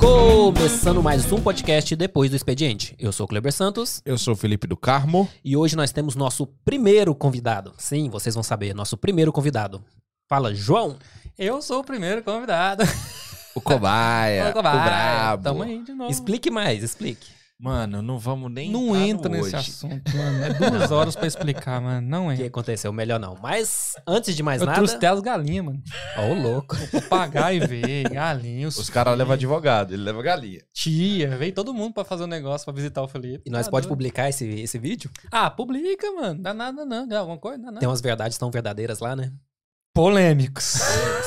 Começando mais um podcast depois do expediente. Eu sou o Kleber Santos Eu sou o Felipe do Carmo. e hoje nós temos nosso primeiro convidado. Sim, vocês vão saber, nosso primeiro convidado. Fala, João. Eu sou o primeiro convidado. O Cobaia. Fala, cobaia. É, O Brabo. Tamo aí de novo. Explique mais, explique. Mano, não vamos nem. Não entrar entra no nesse hoje. assunto, mano. É duas horas pra explicar, mano. Não O que entra. aconteceu, melhor não. Mas antes de mais Eu nada, trouxe até as galinhas, mano. ó, o louco. Papagaio veio, galinha, os, Os caras levam advogado, ele leva galinha. tia, veio todo mundo pra fazer um negócio, pra visitar o Felipe. E nós Tá pode doido. publicar esse, esse vídeo? Ah, publica, mano. Dá nada, não. Dá alguma coisa? Dá nada. Tem um- umas verdades tão verdadeiras lá, né? Polêmicos.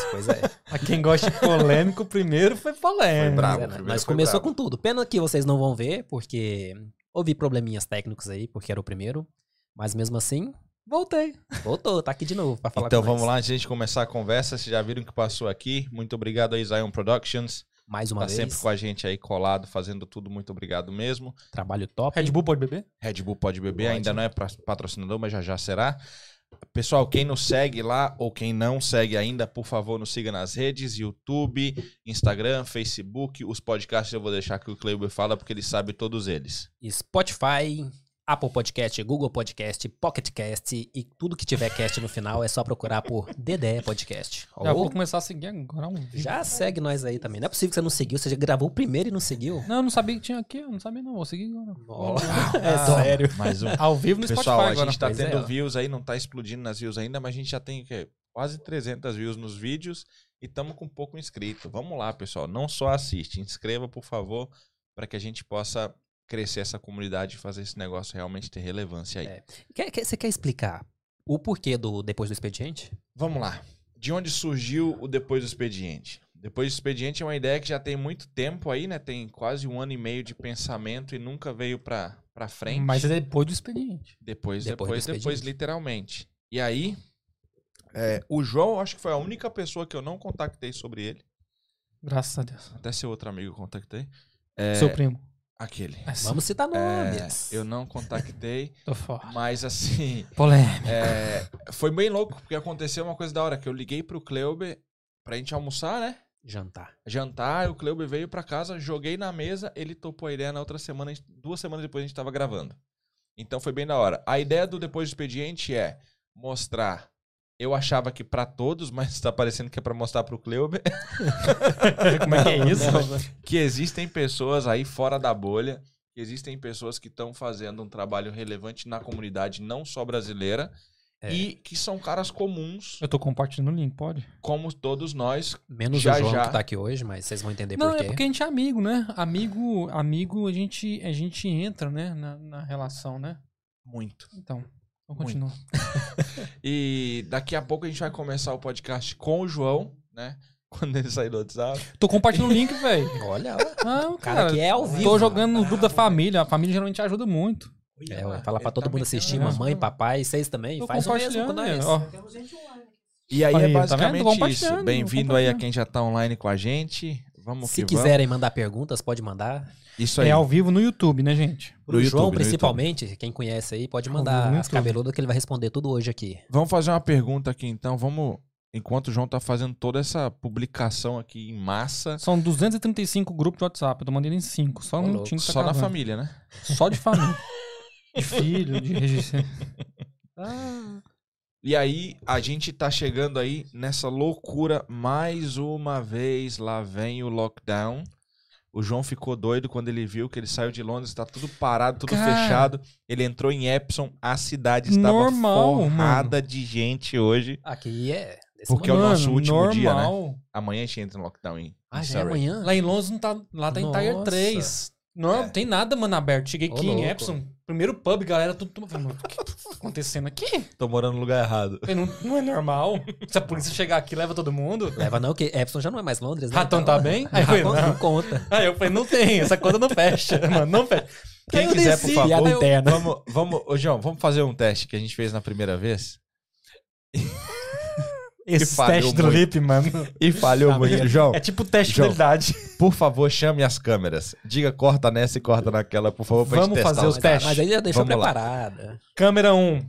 Pois é. pra quem gosta de polêmico, o primeiro foi polêmico. brabo. Pois Ah, o é, primeiro mas foi começou brabo. com tudo. Pena que vocês não vão ver, porque houve probleminhas técnicos aí, porque era o primeiro. Mas mesmo assim, Voltei. voltou, tá aqui de novo pra falar Então com vamos nós. lá, antes de a gente começar a conversa, vocês já viram o que passou aqui. Muito obrigado aí, Zion Productions. Mais uma tá vez, sempre com a gente aí colado, fazendo tudo. Muito obrigado mesmo. trabalho top. Red Bull pode beber? Red Bull pode beber, Pode. ainda não é pra- patrocinador, mas já já será. Pessoal, quem nos segue lá ou quem não segue ainda, por favor, nos siga nas redes, YouTube, Instagram, Facebook, os podcasts eu vou deixar que o Cleiber fala porque ele sabe todos eles. Spotify, Apple Podcast, Google Podcast, Pocket Cast e tudo que tiver cast no final é só procurar por Dedé Podcast. Já Ou vou começar a seguir agora um vídeo. já segue nós aí também. Não é possível que você não seguiu, você já gravou o primeiro e não seguiu. Não, eu não sabia que tinha aqui. Eu não sabia, não. Vou seguir agora. é sério. Mais um. Ao vivo no Pessoal, Spotify a agora. gente tá Pois é, tendo ó. views aí, não tá explodindo nas views ainda, mas a gente já tem o quê? quase 300 views nos vídeos e estamos com pouco inscrito. Vamos lá, pessoal, não só assiste, inscreva, por favor, para que a gente possa crescer essa comunidade e fazer esse negócio realmente ter relevância aí. É. Quer- quer- você quer explicar o porquê do Depois do Expediente? Vamos lá. De onde surgiu o Depois do Expediente? Depois do Expediente é uma ideia que já tem muito tempo aí, né? Tem quase um ano e meio de pensamento e nunca veio pra, pra frente. Mas é depois do expediente. Depois Depois, depois, do depois, expediente. literalmente. E aí, é, o João, acho que foi a única pessoa que eu não contactei sobre ele. Graças a Deus. Até seu outro amigo eu contactei. Seu primo. É Aquele. É, Vamos citar nomes. Eu não contactei, Tô Ah. forte. mas assim, Polêmica. é, foi bem louco, porque aconteceu uma coisa da hora, que eu liguei pro Cleuber pra gente almoçar, né? Jantar. Jantar, o Cleuber veio pra casa, joguei na mesa, ele topou a ideia na outra semana, a gente- duas semanas depois a gente tava gravando. Então foi bem da hora. A ideia do Depois do Expediente é mostrar. Eu achava que pra todos, mas tá parecendo que é pra mostrar pro Cleuber, Como é que é isso? que existem pessoas aí fora da bolha, que existem pessoas que estão fazendo um trabalho relevante na comunidade, não só brasileira, É. e que são caras comuns, Eu tô compartilhando o link, pode? como todos nós. Menos Já, o João já. que tá aqui hoje, mas vocês vão entender Não, por quê. é porque a gente é amigo, né? Amigo, amigo, a gente, a gente entra, né? Na, na relação, né? Muito. Então, eu continuo. E daqui a pouco a gente vai começar o podcast com o João, né? Quando ele sair do WhatsApp. Tô compartilhando o link, velho. Olha, olha. Não, Cara, cara. que é ao vivo. Ah, Tô jogando no grupo da família. A família geralmente ajuda muito. É, ué, fala pra Ele todo tá mundo metendo assistir, mesmo. mamãe, papai, vocês também. né? Tô Faz o mesmo com compartilhando. é, nós. ó. E aí, Aí, tá é vendo? basicamente Compartilhando, isso. Bem-vindo aí a compartilhando. quem já tá online com a gente. Vamos Se que quiserem mandar perguntas, pode mandar. vamos. Isso aí. É ao vivo no YouTube, né, gente? Pro No João, YouTube, no principalmente, quem conhece aí, pode Ao mandar vivo no as YouTube. cabeludas que ele vai responder tudo hoje aqui. Vamos fazer uma pergunta aqui então. Vamos. Enquanto o João tá fazendo toda essa publicação aqui em massa, São 235 grupos de WhatsApp. Eu tô mandando em 5. Só Ô, no louco. time que tá só na acabando. família, né? Só de família. De filho, de registro. E aí, a gente tá chegando aí nessa loucura mais uma vez. Lá vem o lockdown. O João ficou doido quando ele viu que ele saiu de Londres, tá tudo parado, tudo Cara. fechado. Ele entrou em Epson, a cidade estava Normal, mano. forrada de gente hoje. Aqui é. desse Porque é o modo. nosso Mano, último dia, né? normal. Amanhã a gente entra no lockdown em, em Ah, já é Surrey. amanhã? Lá em Londres não tá, lá tá em Tier Nossa. 3. Não, não tem nada, mano, aberto. Cheguei Ô, aqui em louco. Epson, primeiro pub, galera, tudo tomando. Mano, O que tá acontecendo aqui? Tô morando no lugar errado. Falei, Não, não é normal. Se a polícia chegar aqui, leva todo mundo. Leva não, que Epson já não é mais Londres, né? Ratão tá bem? Aí foi, Ratão não não. conta. Aí eu falei, não tem, essa conta não fecha, mano, não fecha. Quem Aí eu quiser, desci, é por favor, aí eu- interna. Vamos, vamos, ô João, vamos fazer um teste que a gente fez na primeira vez? Esse falhou teste do muito. Lip, mano. E falhou Amigo, muito. João, É tipo teste de João, realidade. por favor, chame as câmeras. Diga corta nessa e corta naquela, por favor, pra Vamos gente testar. fazer os- Mas- os- testes. Mas aí já deixou Vamos lá. preparada. Câmera 1.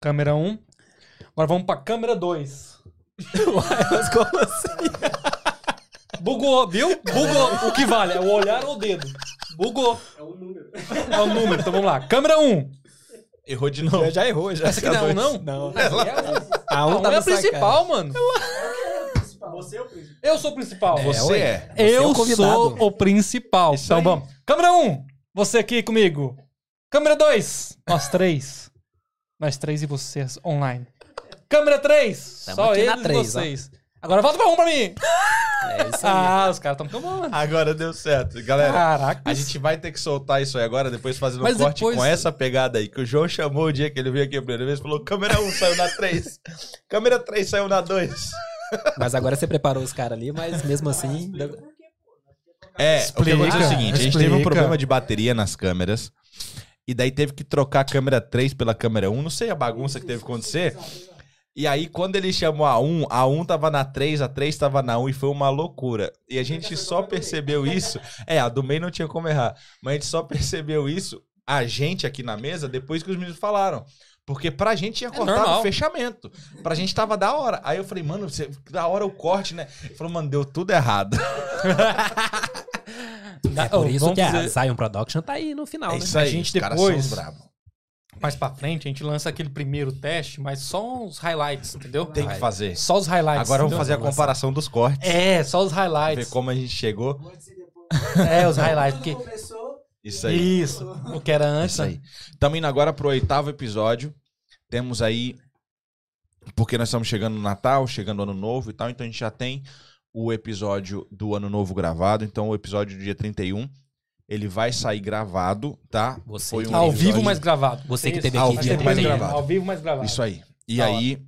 Câmera 1. Agora vamos pra câmera 2. Uai, mas como assim? Bugou, viu? Bugou. O que vale? É o olhar ou o dedo? Bugou. É o número. É o número. Então vamos lá. Câmera 1. Errou de novo. Já errou, já. Essa aqui é um não, não? Não. A um tá é a na sua principal, mano. Você é o principal. Eu sou o principal. Você ué. é. Você é Eu o convidado. sou o principal. Isso então aí. vamos. Câmera 1. Você aqui comigo. Câmera 2. Nós três. Nós três e vocês online. Câmera 3. Tamo Só aqui na eles e três, ó. vocês. Agora volta pra um pra É mim. isso aí. É. Ah, os caras estão tão bom, mano. Agora deu certo. Galera, Caraca. a gente vai ter que soltar isso aí agora, depois fazendo um Ah, Mas corte depois- com essa pegada aí, que o João chamou o dia que ele veio aqui a primeira vez, falou, câmera 1 saiu na 3, câmera 3 saiu na 2. Mas agora você preparou os caras ali, mas mesmo assim. ainda- É, Explica, o que aconteceu é o seguinte, a gente explica. teve um problema de bateria nas câmeras, e daí teve que trocar a câmera 3 pela câmera 1, não sei a bagunça que teve que acontecer. E aí, quando ele chamou a 1, a 1 tava na 3, a 3 tava na 1 e foi uma loucura. E a gente só percebeu isso. É, a do meio não tinha como errar. Mas a gente só percebeu isso, a gente aqui na mesa, depois que os meninos falaram. Porque pra gente tinha cortado normal. o fechamento. Pra gente tava da hora. Aí eu falei, mano, você- da hora o corte, né? Ele falou, mano, deu tudo errado. É por isso assim, vamos que a fazer- Zion Production tá aí no final, É né? isso aí. A gente os caras são depois- brabo. Mais pra frente, a gente lança aquele primeiro teste, mas só os highlights, entendeu? Tem que fazer. Só os highlights. Agora vamos entendeu? fazer a comparação dos cortes. É, só os Ver highlights. como a gente chegou. Antes e depois. É, os highlights. Tudo Porque... começou. Isso aí. Isso. O que era É antes. Isso aí. Estamos indo agora pro oitavo episódio. Temos aí. Porque nós estamos chegando no Natal, chegando no Ano Novo e tal, então a gente já tem o episódio do Ano Novo gravado. Então o episódio do dia 31, ele vai sair gravado, tá? Você, Foi um Ao episódio- vivo, mas gravado. você que Isso. teve Ao aqui vivo, dia mas 31. gravado. Ao vivo, mas gravado. Isso aí. E Da aí,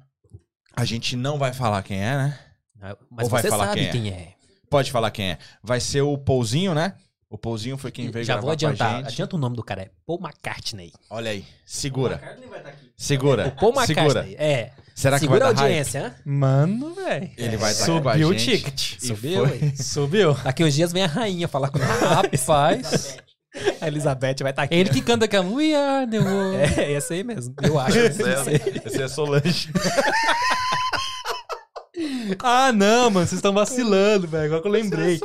a gente não vai falar quem é, né? Ah, Mas Ou vai você falar sabe quem quem é. Pode falar quem é. Vai ser o Pouzinho, né? O Pouzinho foi quem veio Já gravar vou com a adiantar. gente. Adianta o nome do cara. É Paul McCartney. Olha aí. O Segura. Ricardo nem vai estar aqui. Segura. Paul Segura. McCartney. É. Será que Segura vai a dar hype? audiência, hein? Mano, velho. Ele vai estar com a Subiu o gente. ticket. E Subiu. foi. hein? Subiu. Daqui uns dias vem a rainha falar com Rapaz. a Elizabeth. Vai estar aqui. Ele que canta aquela We are the world. É, é essa aí mesmo. Eu acho. Essa é- Essa é a Solange. Ah, não, mano. Vocês estão vacilando, velho. Agora que eu lembrei.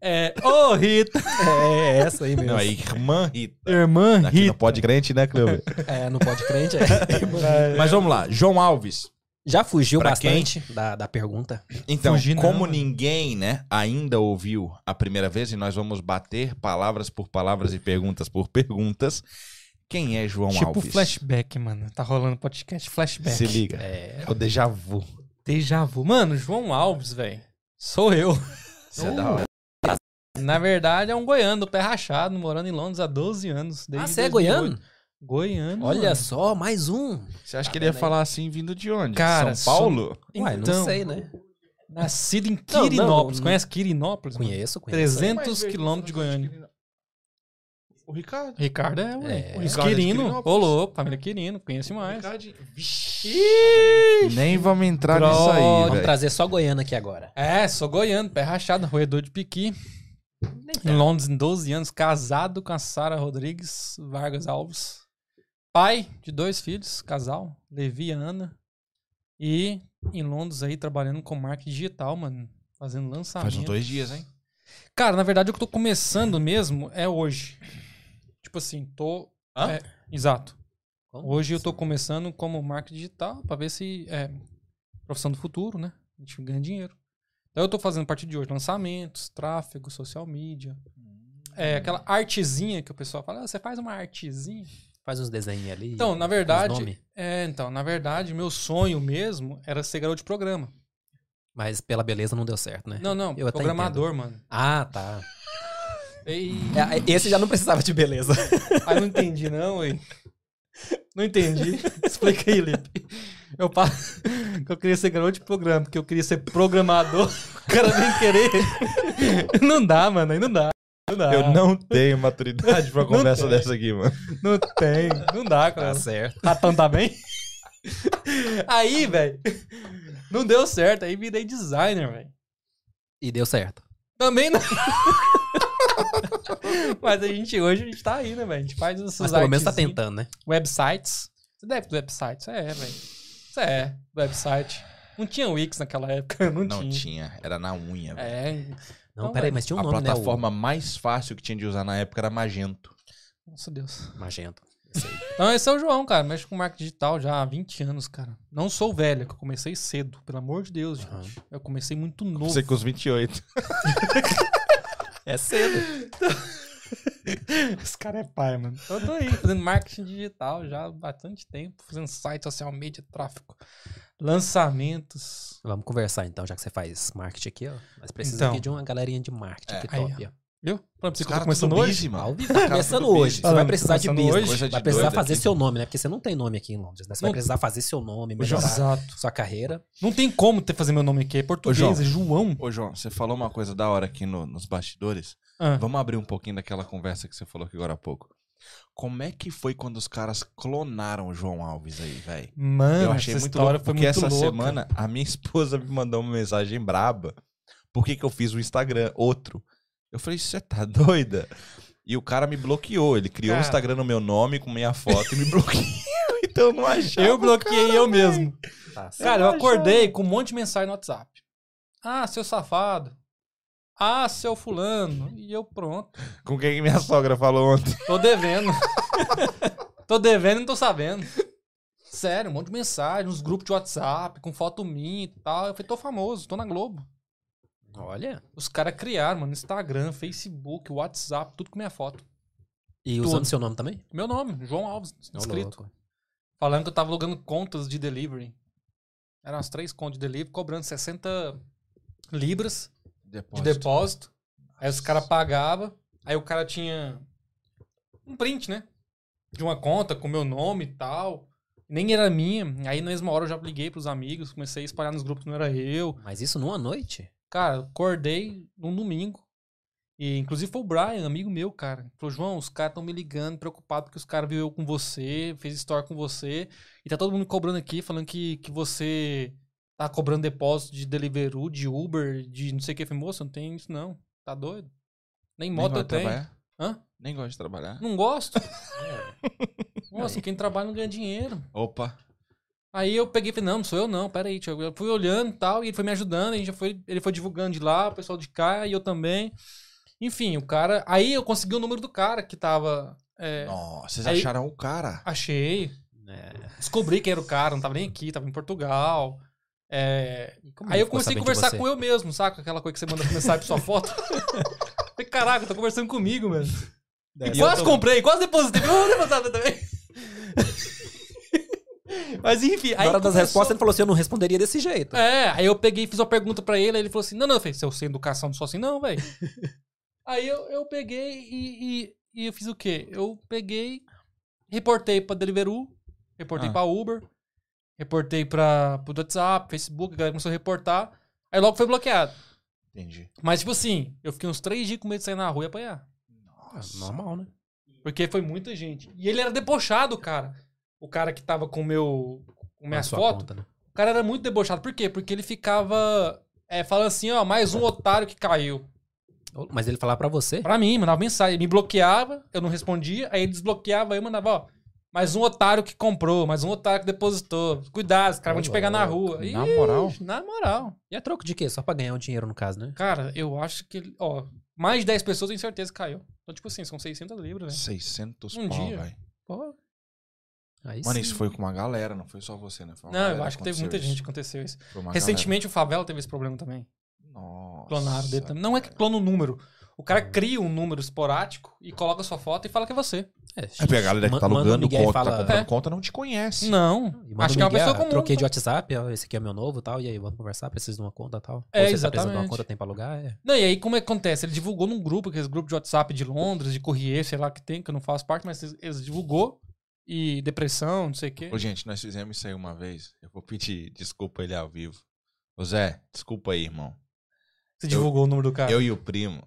É. Ô, Rita. É, é essa aí mesmo. Não, é irmã Rita. Irmã Aqui não Rita. pode crente, né, Cleuber? É, não pode crente. É. Mas vamos lá. João Alves. Já fugiu Pra bastante da, da pergunta. Então, Fugir não, como né? ninguém, né, ainda ouviu a primeira vez, e nós vamos bater palavras por palavras e perguntas por perguntas, quem é João Tipo Alves? flashback, mano. Tá rolando podcast flashback. Se liga. É. É o déjà vu. Deja vu. Mano, João Alves, velho. Sou eu. Isso é da hora. Na verdade, é um goiano, do pé rachado, morando em Londres há 12 anos. Ah, desde você é 2008. goiano? Goiano. Olha mano. só, mais um. Você acha Tá que ele ia vendo aí? falar assim vindo de onde? Cara, São Paulo? Uai, Então, não sei, né? Nascido em Não, não, Quirinópolis. não. Conhece Quirinópolis? mano? Conheço, conheço. 300 quilômetros de Goiânia. O Ricardo. Ricardo é, ué. É. Ricardo é O de Quirino. Quirinópolis. Ô, louco, família Quirino, conhece mais. Nem vamos entrar Droga. nisso aí, Tá Vamos velho. trazer só Goiânia aqui agora. É, sou goiano, pé rachado, roedor de piqui. Em Londres, em 12 anos, casado com a Sara Rodrigues Vargas Alves. Pai de dois filhos, casal, Levi e Ana. E em Londres aí, trabalhando com marketing digital, mano. Fazendo lançamento. Faz uns dois dias, hein? Cara, na verdade, o que eu tô começando mesmo é hoje. Tipo assim, tô. Hã? é, exato. Como Hoje eu tô começando como marketing digital pra ver se é profissão do futuro, né? A gente ganha dinheiro. Então eu tô fazendo a partir de hoje lançamentos, tráfego, social media. Hum. É aquela artezinha que o pessoal fala, "Ah, você faz uma artezinha. Faz uns desenhos ali. Então, na uns verdade- nome. É, então, na verdade, meu sonho mesmo era ser garoto de programa. Mas pela beleza não deu certo, né? Não, não, Eu até programador, mano. Ah, tá. Ei, É, Esse já não precisava de beleza. aí eu Ah, não entendi, não, ué. Não entendi. Explica aí, Lipe. Eu falo que eu queria ser garoto de programa, porque eu queria ser programador. O cara nem querer. Não dá, mano. Aí não dá. Não dá. Eu não tenho maturidade pra uma Tá. Não conversa tem. dessa aqui, mano. Tá Não tem. Não dá, cara. certo. Ratão tá bem? Aí, velho, não deu certo. Aí virei designer, velho. E deu certo. Também não. Mas a gente, hoje a gente tá aí, né, velho? A gente faz essas Mas pelo menos tá artezinhas. tentando, né? Websites. Você deve ter websites? É, velho. Você é, website. Não tinha Wix naquela época, não, Não tinha. tinha, era na unha. velho. É, Não, Não, peraí, velho. mas tinha um a nome, né? plataforma mais fácil que tinha de usar na época era Magento. nossa Deus. O... Magento. Então esse é o João, cara. Mexe com marketing digital já há 20 anos, cara. Não sou velho, é que eu comecei cedo, pelo amor de Deus, gente. Aham. Eu comecei muito novo. Você com os 28. É cedo. Esse cara é pai, mano. Então eu tô aí, fazendo marketing digital já há bastante tempo, fazendo site social media, tráfego, lançamentos. Vamos conversar então, já que você faz marketing aqui, ó. Mas precisa Então. aqui de uma galerinha de marketing É. que Aí, ó. top. ó. Viu? Pra você Os que eu tô caras começando tudo hoje. busy, mano. Ao vivo, tá Cara, começando tudo hoje. busy. Você vai Falando, precisar de começando business. hoje. tá Coisa de Vai precisar doido fazer aqui. seu nome, né? Porque você não tem nome aqui em Londres, né? Você vai Não. é precisar fazer seu nome, Ô, João. melhorar Exato. sua carreira. Não tem como ter fazer meu nome aqui. É português, João. é João. Ô, João, você falou uma coisa da hora aqui no- nos bastidores. Ah, Vamos abrir um pouquinho daquela conversa que você falou aqui agora há pouco. Como é que foi quando os caras clonaram o João Alves aí, velho? Mano, Eu achei essa muito história louco, foi porque muito essa louca. semana a minha esposa me mandou uma mensagem braba. Por que, que eu fiz o Instagram, outro? Eu falei, você tá doida? E o cara me bloqueou. Ele criou um Cara. Instagram no meu nome, com minha foto, e me bloqueou. então eu não achava. Eu bloqueei eu mesmo. Tá, certo. Cara, eu Eu achava- acordei com um monte de mensagem no WhatsApp. Ah, seu safado. Ah, seu fulano. E eu pronto. Com quem que minha sogra falou ontem? Tô devendo. tô devendo e não tô sabendo. Sério, um monte de mensagem, uns grupos de WhatsApp, com foto minha e tal. Eu falei, tô famoso, tô na Globo. Olha. Os caras criaram, mano, Instagram, Facebook, WhatsApp, tudo com minha foto. E usando Tudo. seu nome também? Meu nome, João Alves, Ô, escrito. louco. Falando que eu tava logando contas de delivery. Eram as três contas de delivery, cobrando 60 libras. de depósito. Aí os caras pagavam. Aí o cara tinha um print, né? De uma conta com meu nome e tal. Nem era minha. Aí na mesma hora eu já liguei pros amigos, comecei a espalhar nos grupos que não era eu. Mas isso numa noite? Cara, eu acordei num domingo. E inclusive foi o Brian, amigo meu, cara. Falou, João, os caras estão me ligando, preocupado porque os caras viu eu com você, fez story com você. E tá todo mundo cobrando aqui, falando que, que você tá cobrando depósito de Deliveroo, de Uber, de não sei o que. Eu falei, moço, eu não tem isso não. Tá doido? Nem moto eu tenho. Hã? Nem gosto de trabalhar. Não gosto. É, Nossa, quem trabalha não ganha dinheiro. Opa. Aí eu peguei e falei, não, não sou eu não, peraí, Thiago. Eu fui olhando e tal, e ele foi me ajudando, a gente já foi, ele foi divulgando de lá, o pessoal de cá, e eu também. Enfim, o cara. Aí eu consegui o número do cara que tava. é, Nossa, vocês Aí- acharam o cara. achei, É. descobri quem era o cara, não tava nem aqui, tava em Portugal. É, E como aí ele eu Hum, ficou comecei a sabendo de conversar você? com eu mesmo, saca? Aquela coisa que você manda começar pra sua foto. Falei, Caraca, eu tô conversando comigo, mano. Deve E ser quase todo- comprei, quase depositei. Eu vou depositar também. Mas enfim, aí. Na hora das começou- respostas, ele falou assim: eu não responderia desse jeito. É, aí eu peguei e fiz uma pergunta pra ele, aí ele falou assim: não, não, eu falei, se eu sem educação, não sou assim, não, velho. aí eu, eu peguei e, e, e eu fiz o quê? Eu peguei, reportei pra Deliveroo, reportei Ah. pra Uber, reportei pra, pro WhatsApp, Facebook, a galera começou a reportar, aí logo foi bloqueado. Entendi. Mas, tipo assim, eu fiquei uns três dias com medo de sair na rua e apanhar. Normal, né? Porque foi muita gente. E ele era debochado, cara. O cara que tava com o meu. Com Na minhas sua fotos. conta, né? O cara era muito debochado. Por quê? Porque ele ficava é, falando assim, ó, mais um otário que caiu. Ô, Mas ele falava pra você? Pra mim, mandava mensagem. Me bloqueava, eu não respondia. Aí ele desbloqueava, eu mandava, ó, mais um otário que comprou, mais um otário que depositou. Cuidado, os caras vão te pegar na rua. Na Ih, moral. na moral. E é troco de quê? Só pra ganhar um dinheiro, no caso, né? Cara, eu acho que, ele- ó, mais de 10 pessoas eu tenho certeza que caiu. Então, tipo assim, são 600 libras, né? 600 Um pau, dia. velho. Pô. Aí Mano, sim. isso foi com uma galera, não foi só você, né? Foi uma Não, galera eu acho que teve aconteceu muita isso. gente que aconteceu isso. Foi uma Recentemente o Favela teve esse problema também. galera. Nossa. Clonaram dele também. Não é que clona o número. O cara cria um número esporádico e coloca sua foto e fala que é você. É, É porque a galera que tá Ma- manda o alugando Miguel e conta, fala- tá comprando É. conta, não te conhece. Não. E manda Acho o que é Miguel, uma pessoa comum. Troquei de WhatsApp, ó, esse aqui é meu novo e tal. E aí, vamos conversar? Preciso de uma conta e tal. É, Ou você tá precisando de uma exatamente. conta, tem pra alugar? É. Não, e aí como é que acontece? Ele divulgou num grupo, aqueles grupos de WhatsApp de Londres, de Corrier, sei lá que tem, que eu não faço parte, mas eles- eles divulgou. E depressão, não sei o quê. Ô, gente, nós fizemos isso aí uma vez. Eu vou pedir desculpa ele ao vivo. Ô, Zé, desculpa aí, irmão. Você divulgou o número do cara. Eu e o primo,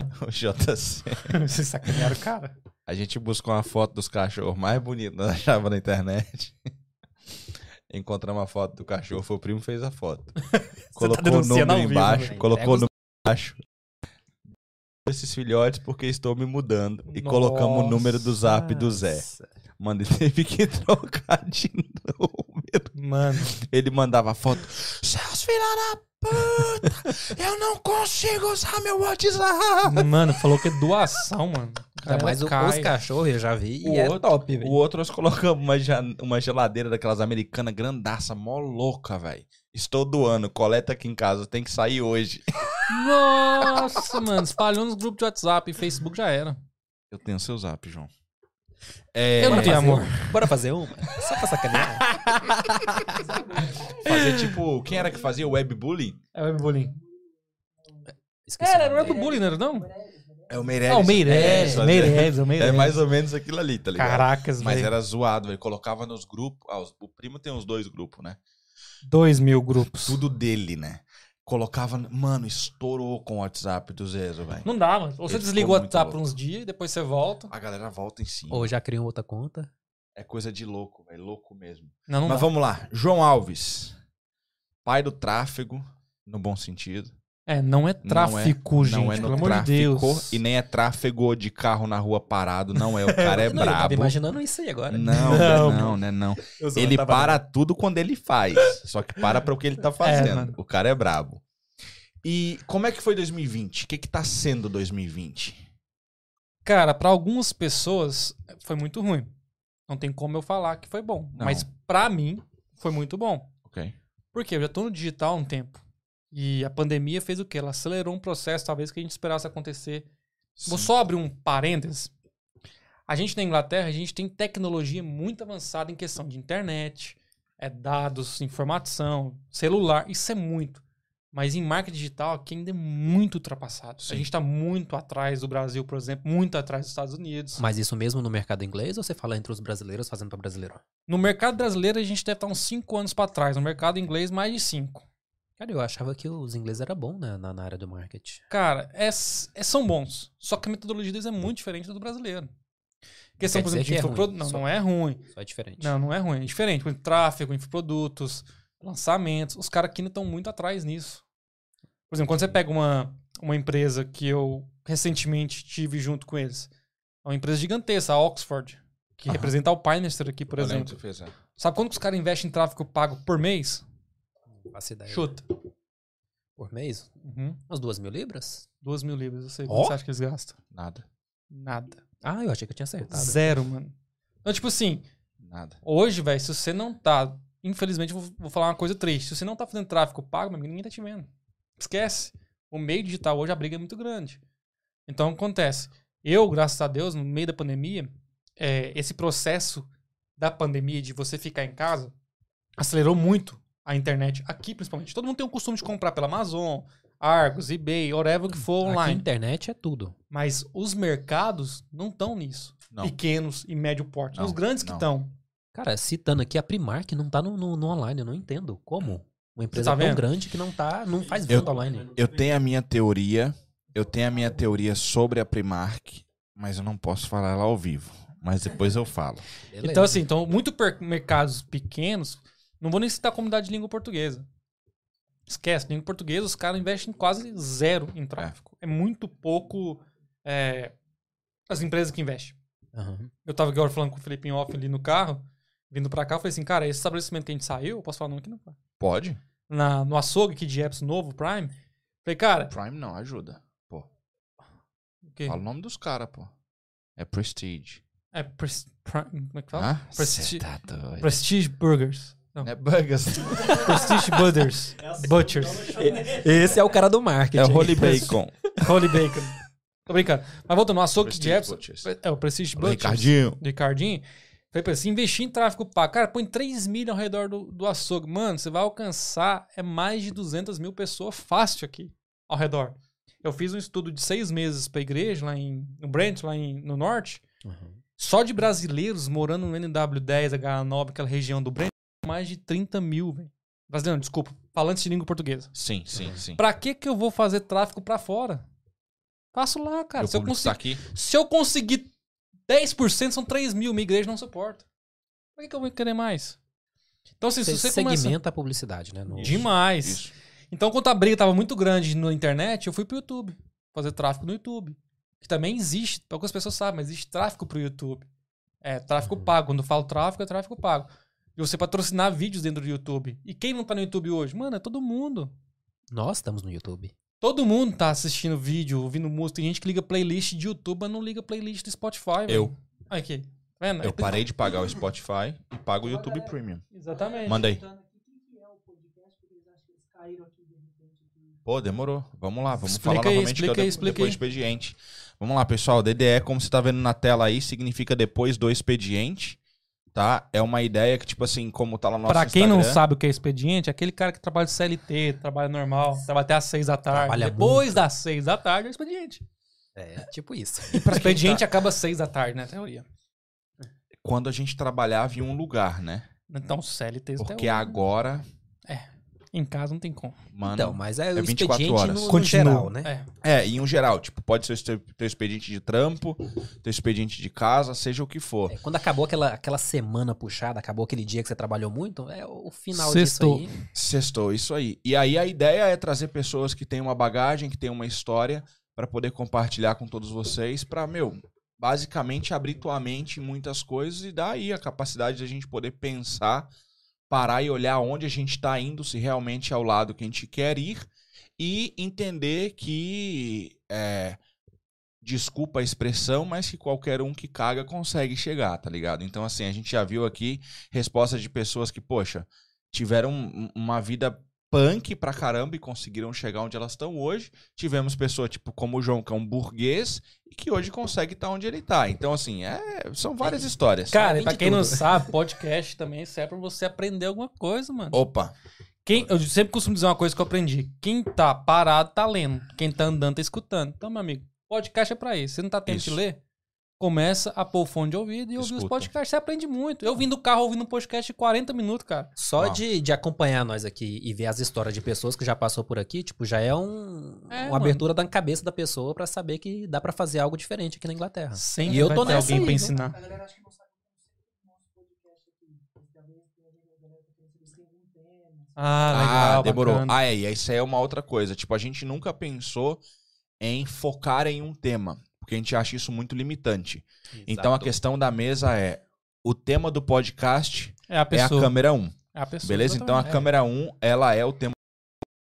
o JC, Vocês sacanearam o cara. a gente buscou uma foto dos cachorros mais bonitos que nós achava na internet. Encontramos uma foto do cachorro, foi o primo que fez a foto. tá colocou o denunciando número ao vivo, embaixo, velho. colocou É o número embaixo. Esses filhotes porque estou me mudando. E colocamos o número do zap do Zé. Nossa. Mano, ele teve que trocar de número. Mano, Ele mandava a foto. Seus filha da puta! Eu não consigo usar meu WhatsApp! mano, falou que é doação, mano. Ainda mais o- os caras. cachorros, eu já vi. O e é outro- top, O velho. outro nós colocamos uma, ja- uma geladeira daquelas americanas grandaça, mó louca, velho. Estou doando, coleta aqui em casa, tem que sair hoje. Nossa, mano, espalhou nos grupos de WhatsApp e Facebook já era. Eu tenho seu zap, João. É, Eu não bora tenho fazer amor. um- Bora fazer uma? Só pra sacanear. né? Fazer tipo, quem era que fazia webbullying? É o Webbullying. Esqueci o Era, era o nome dele. Webbullying, não era né, não? É o Ah, o Meirelles. Meireles, É, Meireles, o É Meireles. mais ou menos aquilo ali, tá ligado? Caracas, Mas velho. era zoado, velho. Colocava nos grupos. ah, os- o primo tem os dois grupos, né? Dois mil grupos. Tudo dele, né? Colocava. Mano, estourou com o WhatsApp do Zezo, velho. Não dá, mano. Ou você Ele desliga o ficou muito WhatsApp por louco. uns dias e depois você volta. A galera volta em cima. Ou já criou outra conta. É coisa de louco, velho. Louco mesmo. Não, não Mas dá. vamos lá. João Alves. Pai do tráfego, no bom sentido. É, não é tráfico, gente, não é pelo no amor de tráfego Deus. e nem é tráfego de carro na rua parado. Não é, o cara é Não, tá eu tava brabo. imaginando isso aí agora. Não, Não, não, não, né, não. Eu só Ele tava- para tudo quando ele faz. Só que para para o que ele tá fazendo. mano. o cara é brabo. E como é que foi 2020? O que que tá sendo 2020? Cara, pra algumas pessoas foi muito ruim. Não tem como eu falar que foi bom. Não. Mas pra mim foi muito bom. Ok. Porque eu já tô no digital há um tempo. E a pandemia fez o quê? Ela acelerou um processo, talvez, que a gente esperasse acontecer. Vou só abrir um parênteses. A gente na Inglaterra, a gente tem tecnologia muito avançada em questão de internet, é dados, informação, celular. Isso é muito. Mas em marca digital aqui ainda é muito ultrapassado. Sim. A gente está muito atrás do Brasil, por exemplo, muito atrás dos Estados Unidos. Mas isso mesmo no mercado inglês ou você fala entre os brasileiros fazendo pra brasileiro? No mercado brasileiro, a gente deve estar uns 5 anos para trás. No mercado inglês, mais de 5. Cara, eu achava que os ingleses eram bons né, na, na área do marketing. Cara, é, s- é- são bons. Só que a metodologia deles é muito diferente do brasileiro. Questão, quer por dizer exemplo, de que é infopro... ruim, não, só- não é ruim. Só é diferente. Não, não é ruim. É diferente. Por exemplo, tráfego, infoprodutos, lançamentos. Os caras aqui ainda estão muito atrás nisso. Por exemplo, quando você pega uma, uma empresa que eu recentemente tive junto com eles, é uma empresa gigantesca, a Oxford, que Aham. representa o Pinester aqui, por Eu lembro exemplo. que você fez, né? Sabe quanto que os caras investem em tráfego pago por mês? Não faço ideia. Chuta. Por mês? Uhum. Umas duas mil libras? Duas mil libras. Eu sei Ó. quanto você acha que eles gastam. Nada. Nada. Ah, eu achei que eu tinha acertado. Zero, mano. Então, tipo assim, Nada. hoje, velho, se você não tá. Infelizmente, eu vou, vou falar uma coisa triste. Se você não tá fazendo tráfego pago, meu amigo, ninguém tá te vendo. Esquece. O meio digital hoje, a briga é muito grande. Então, acontece. Eu, graças a Deus, no meio da pandemia, é, esse processo da pandemia de você ficar em casa acelerou muito a internet aqui, principalmente. Todo mundo tem o costume de comprar pela Amazon, Argos, eBay, whatever que for Aqui, online. internet é tudo. Mas os mercados não estão nisso. Não. Pequenos e médio porte. Não, os grandes que não. estão. Cara, citando aqui a Primark não tá no, no- no online, eu não entendo. Como? Uma empresa tá tão vendo? grande que não tá, não faz Eu- venda online. Eu tenho a minha teoria. Eu tenho a minha teoria sobre a Primark, mas eu não posso falar ela ao vivo. Mas depois eu falo. Beleza. Então, assim, então, muito per- mercados pequenos. Não vou nem citar a comunidade de língua portuguesa. Esquece, língua portuguesa, os caras investem quase zero em tráfego. É, muito pouco é, as empresas que investem. Aham. Eu tava agora falando com o Felipe em off ali no carro, vindo pra cá, eu falei assim, cara, esse estabelecimento que a gente saiu, eu posso falar não aqui não. pá. Pode? Na, no açougue aqui de apps novo, Prime. Falei, cara, Prime não, ajuda. Pô, o quê? fala o nome dos caras, pô. É Prestige. É pres- Prime, como é que fala? Ah, Presti- cê tá doido. Prestige Burgers. Não, É Bugas. Prestige Butters. Butchers. Esse é o cara do marketing. É Holy Bacon. Holy Bacon. Tô brincando. Mas voltando, o açougue de Prestige Jefferson. Butchers. É, o Prestige Alô, Butchers. Ricardinho. Ricardinho. Falei pra ele, se investir em tráfego pago, cara, põe 3 milhas ao redor do, do açougue. Mano, você vai alcançar é mais de 200 mil pessoas fácil aqui, ao redor. Eu fiz um estudo de seis meses pra igreja, lá em, no Brent, lá em, no Norte. Uhum. Só de brasileiros morando no NW10, H9, aquela região do Brent, mais de 30 mil, velho. Brasileiro, desculpa, falantes de língua portuguesa. Sim, sim, sim. Pra que que eu vou fazer tráfego pra fora? Faço lá, cara. Meu Se eu, público tá conseguir, aqui. se eu conseguir 10%, são 3 mil. Minha igreja não suporta. Pra que que eu vou querer mais? Então, assim, Você, se você segmenta começa... a publicidade, né? no- Isso. Demais. Isso. Então, quando a briga tava muito grande na internet, eu fui pro YouTube. Fazer tráfego no YouTube. Que também existe, poucas pessoas sabem, mas existe tráfego pro YouTube. É, tráfego Uhum. pago. Quando eu falo tráfego, é tráfego pago. E você patrocinar vídeos dentro do YouTube. E quem não tá no YouTube hoje? Mano, é todo mundo. Nós estamos no YouTube. Todo mundo tá assistindo vídeo, ouvindo música. Tem gente que liga playlist de YouTube, mas não liga playlist do Spotify. velho. Eu. Aqui. Tá Vendo? Eu parei de pagar o Spotify e pago o YouTube Premium. Exatamente. Manda aí. Vamos Pô, demorou. Vamos lá, vamos Explica falar aí, novamente explica que eu aí, de- explica depois aí. do expediente. Vamos lá, pessoal. DDE, como você tá vendo na tela aí, significa depois do expediente, tá? É uma ideia que, tipo assim, como tá lá no nosso Pra quem não Instagram, sabe o que é expediente, é aquele cara que trabalha de CLT, trabalha normal, trabalha até às seis da tarde. Trabalha Depois das seis da tarde é expediente. É, tipo isso. expediente acaba às seis da tarde, né? Teoria. Quando a gente trabalhava em um lugar, né? Então, CLT até Porque hoje. agora, Em casa não tem como. mano... Então, mas é, o 24 expediente horas. No, no Continua. geral, né? É. É, em um geral, tipo, pode ser o teu, teu expediente de trampo, teu expediente de casa, seja o que for. É, Quando acabou aquela, aquela semana puxada, acabou aquele dia que você trabalhou muito, é o final Sextou. disso aí. Sextou, isso aí. E aí a ideia é trazer pessoas que têm uma bagagem, que têm uma história, pra poder compartilhar com todos vocês, pra, meu, basicamente abrir tua mente em muitas coisas e dar aí a capacidade de a gente poder pensar, parar e olhar onde a gente tá indo, se realmente é o lado que a gente quer ir e entender que é, desculpa a expressão, mas que qualquer um que caga consegue chegar, tá ligado? Então, assim, a gente já viu aqui respostas de pessoas que, poxa, tiveram um- uma vida punk pra caramba e conseguiram chegar onde elas estão hoje. Tivemos pessoa tipo como o João, que é um burguês, e que hoje consegue estar onde ele tá. Então, assim, é, são várias histórias. Cara, tem e pra de quem não tudo. sabe, podcast também serve pra você aprender alguma coisa, mano. Opa, Quem, eu sempre costumo dizer uma coisa que eu aprendi. Quem tá parado tá lendo. Quem tá andando tá escutando. Então, meu amigo, podcast é pra isso. Você não tá tendo de Isso. ler? Começa a pôr o fone de ouvido e ouvir os Escuta. podcasts. Você aprende muito. Eu vim do carro ouvindo um podcast de 40 minutos, cara. Só Uau. de, de acompanhar nós aqui e ver as histórias de pessoas que já passou por aqui, tipo, já é um, É, uma mano. abertura da cabeça da pessoa pra saber que dá pra fazer algo diferente aqui na Inglaterra. Sempre E eu vai tô ter nessa alguém aí, pra viu? ensinar. A galera acha que não sabe como ser o nosso podcast aqui. Talvez tenha a galera que pensa que eles têm um tema. Ah, Ah, legal, demorou. bacana. Ah, é, e isso aí é uma outra coisa. Tipo, a gente nunca pensou em focar em um tema, porque a gente acha isso muito limitante. Então a questão da mesa é o tema do podcast É a é a pessoa. câmera 1, É a pessoa. beleza? Então a exatamente. câmera 1, ela é o tema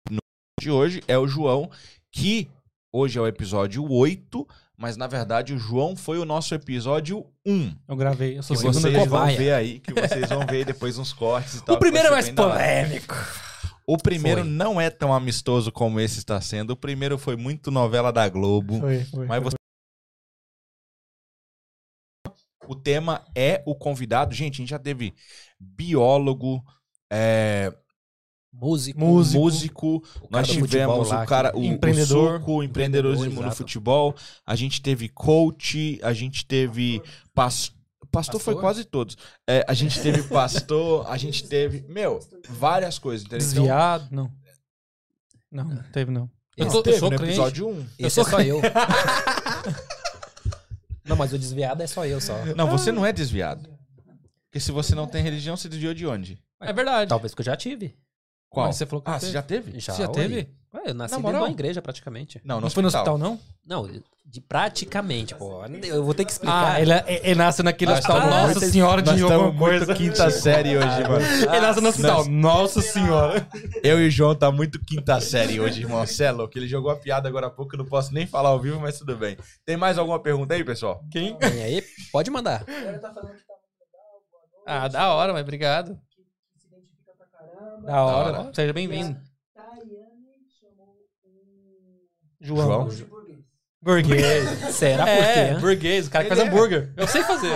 no- de hoje é o João que hoje é o episódio 8, mas na verdade o João foi o nosso episódio 1. É, Eu gravei. Eu sou Que Que segundo vocês vão cobaia. ver aí, que vocês vão ver depois uns cortes e tal. O primeiro é que mais você ainda vai- polêmico. O primeiro Foi. não é tão amistoso como esse está sendo. O primeiro foi muito novela da Globo. Foi, foi. Mas você. O tema é o convidado. Gente, a gente já teve biólogo, é, Músico, Músico. músico, o cara nós do futebol tivemos lá o cara, que- o, Empreendedor. o soco, o empreendedorismo Empreendedor, no exato. futebol. A gente teve coach, a gente teve pas- pastor. foi Pastor? quase todos. É, a gente teve pastor, a gente teve, meu, várias coisas. Entendeu? Então, Desviado, não. Não, não teve um não. Eu, Não, sou- eu teve sou no crente. episódio 1. Esse sou- é só eu. não, mas o desviado é só eu só. Não, você não é desviado. Porque se você não tem religião, você desviou de onde? É verdade. Talvez que eu já tive. Qual? Mas você falou que ah, teve. você já teve? Já, Você já ué. teve? Ué, eu nasci Na dentro de moral? uma igreja praticamente. Não, Não foi no hospital, não? Não, de praticamente, pô. Eu vou ter que explicar. Ah, ele, ele nasce naquele Nós hospital. tamo Nossa muito- Senhora de Nós estamos alguma muito coisa. quinta série hoje, mano. Ele nasce no hospital. Nossa Senhora. Eu e o João tá muito quinta série hoje, irmão. Cê é louco. Ele jogou a piada agora há pouco, eu não posso nem falar ao vivo, mas tudo bem. Tem mais alguma pergunta aí, pessoal? Quem? Vem aí, pode mandar. A galera tá falando que tá muito legal, boa noite. Ah, da hora, mas obrigado. Que, que se identifica pra caramba. Da hora. hora. Seja bem-vindo. Tayane chamou um João. de burguês. Burguês. Será por É, quê? burguês. O cara que faz Ele é. hambúrguer. Eu sei fazer.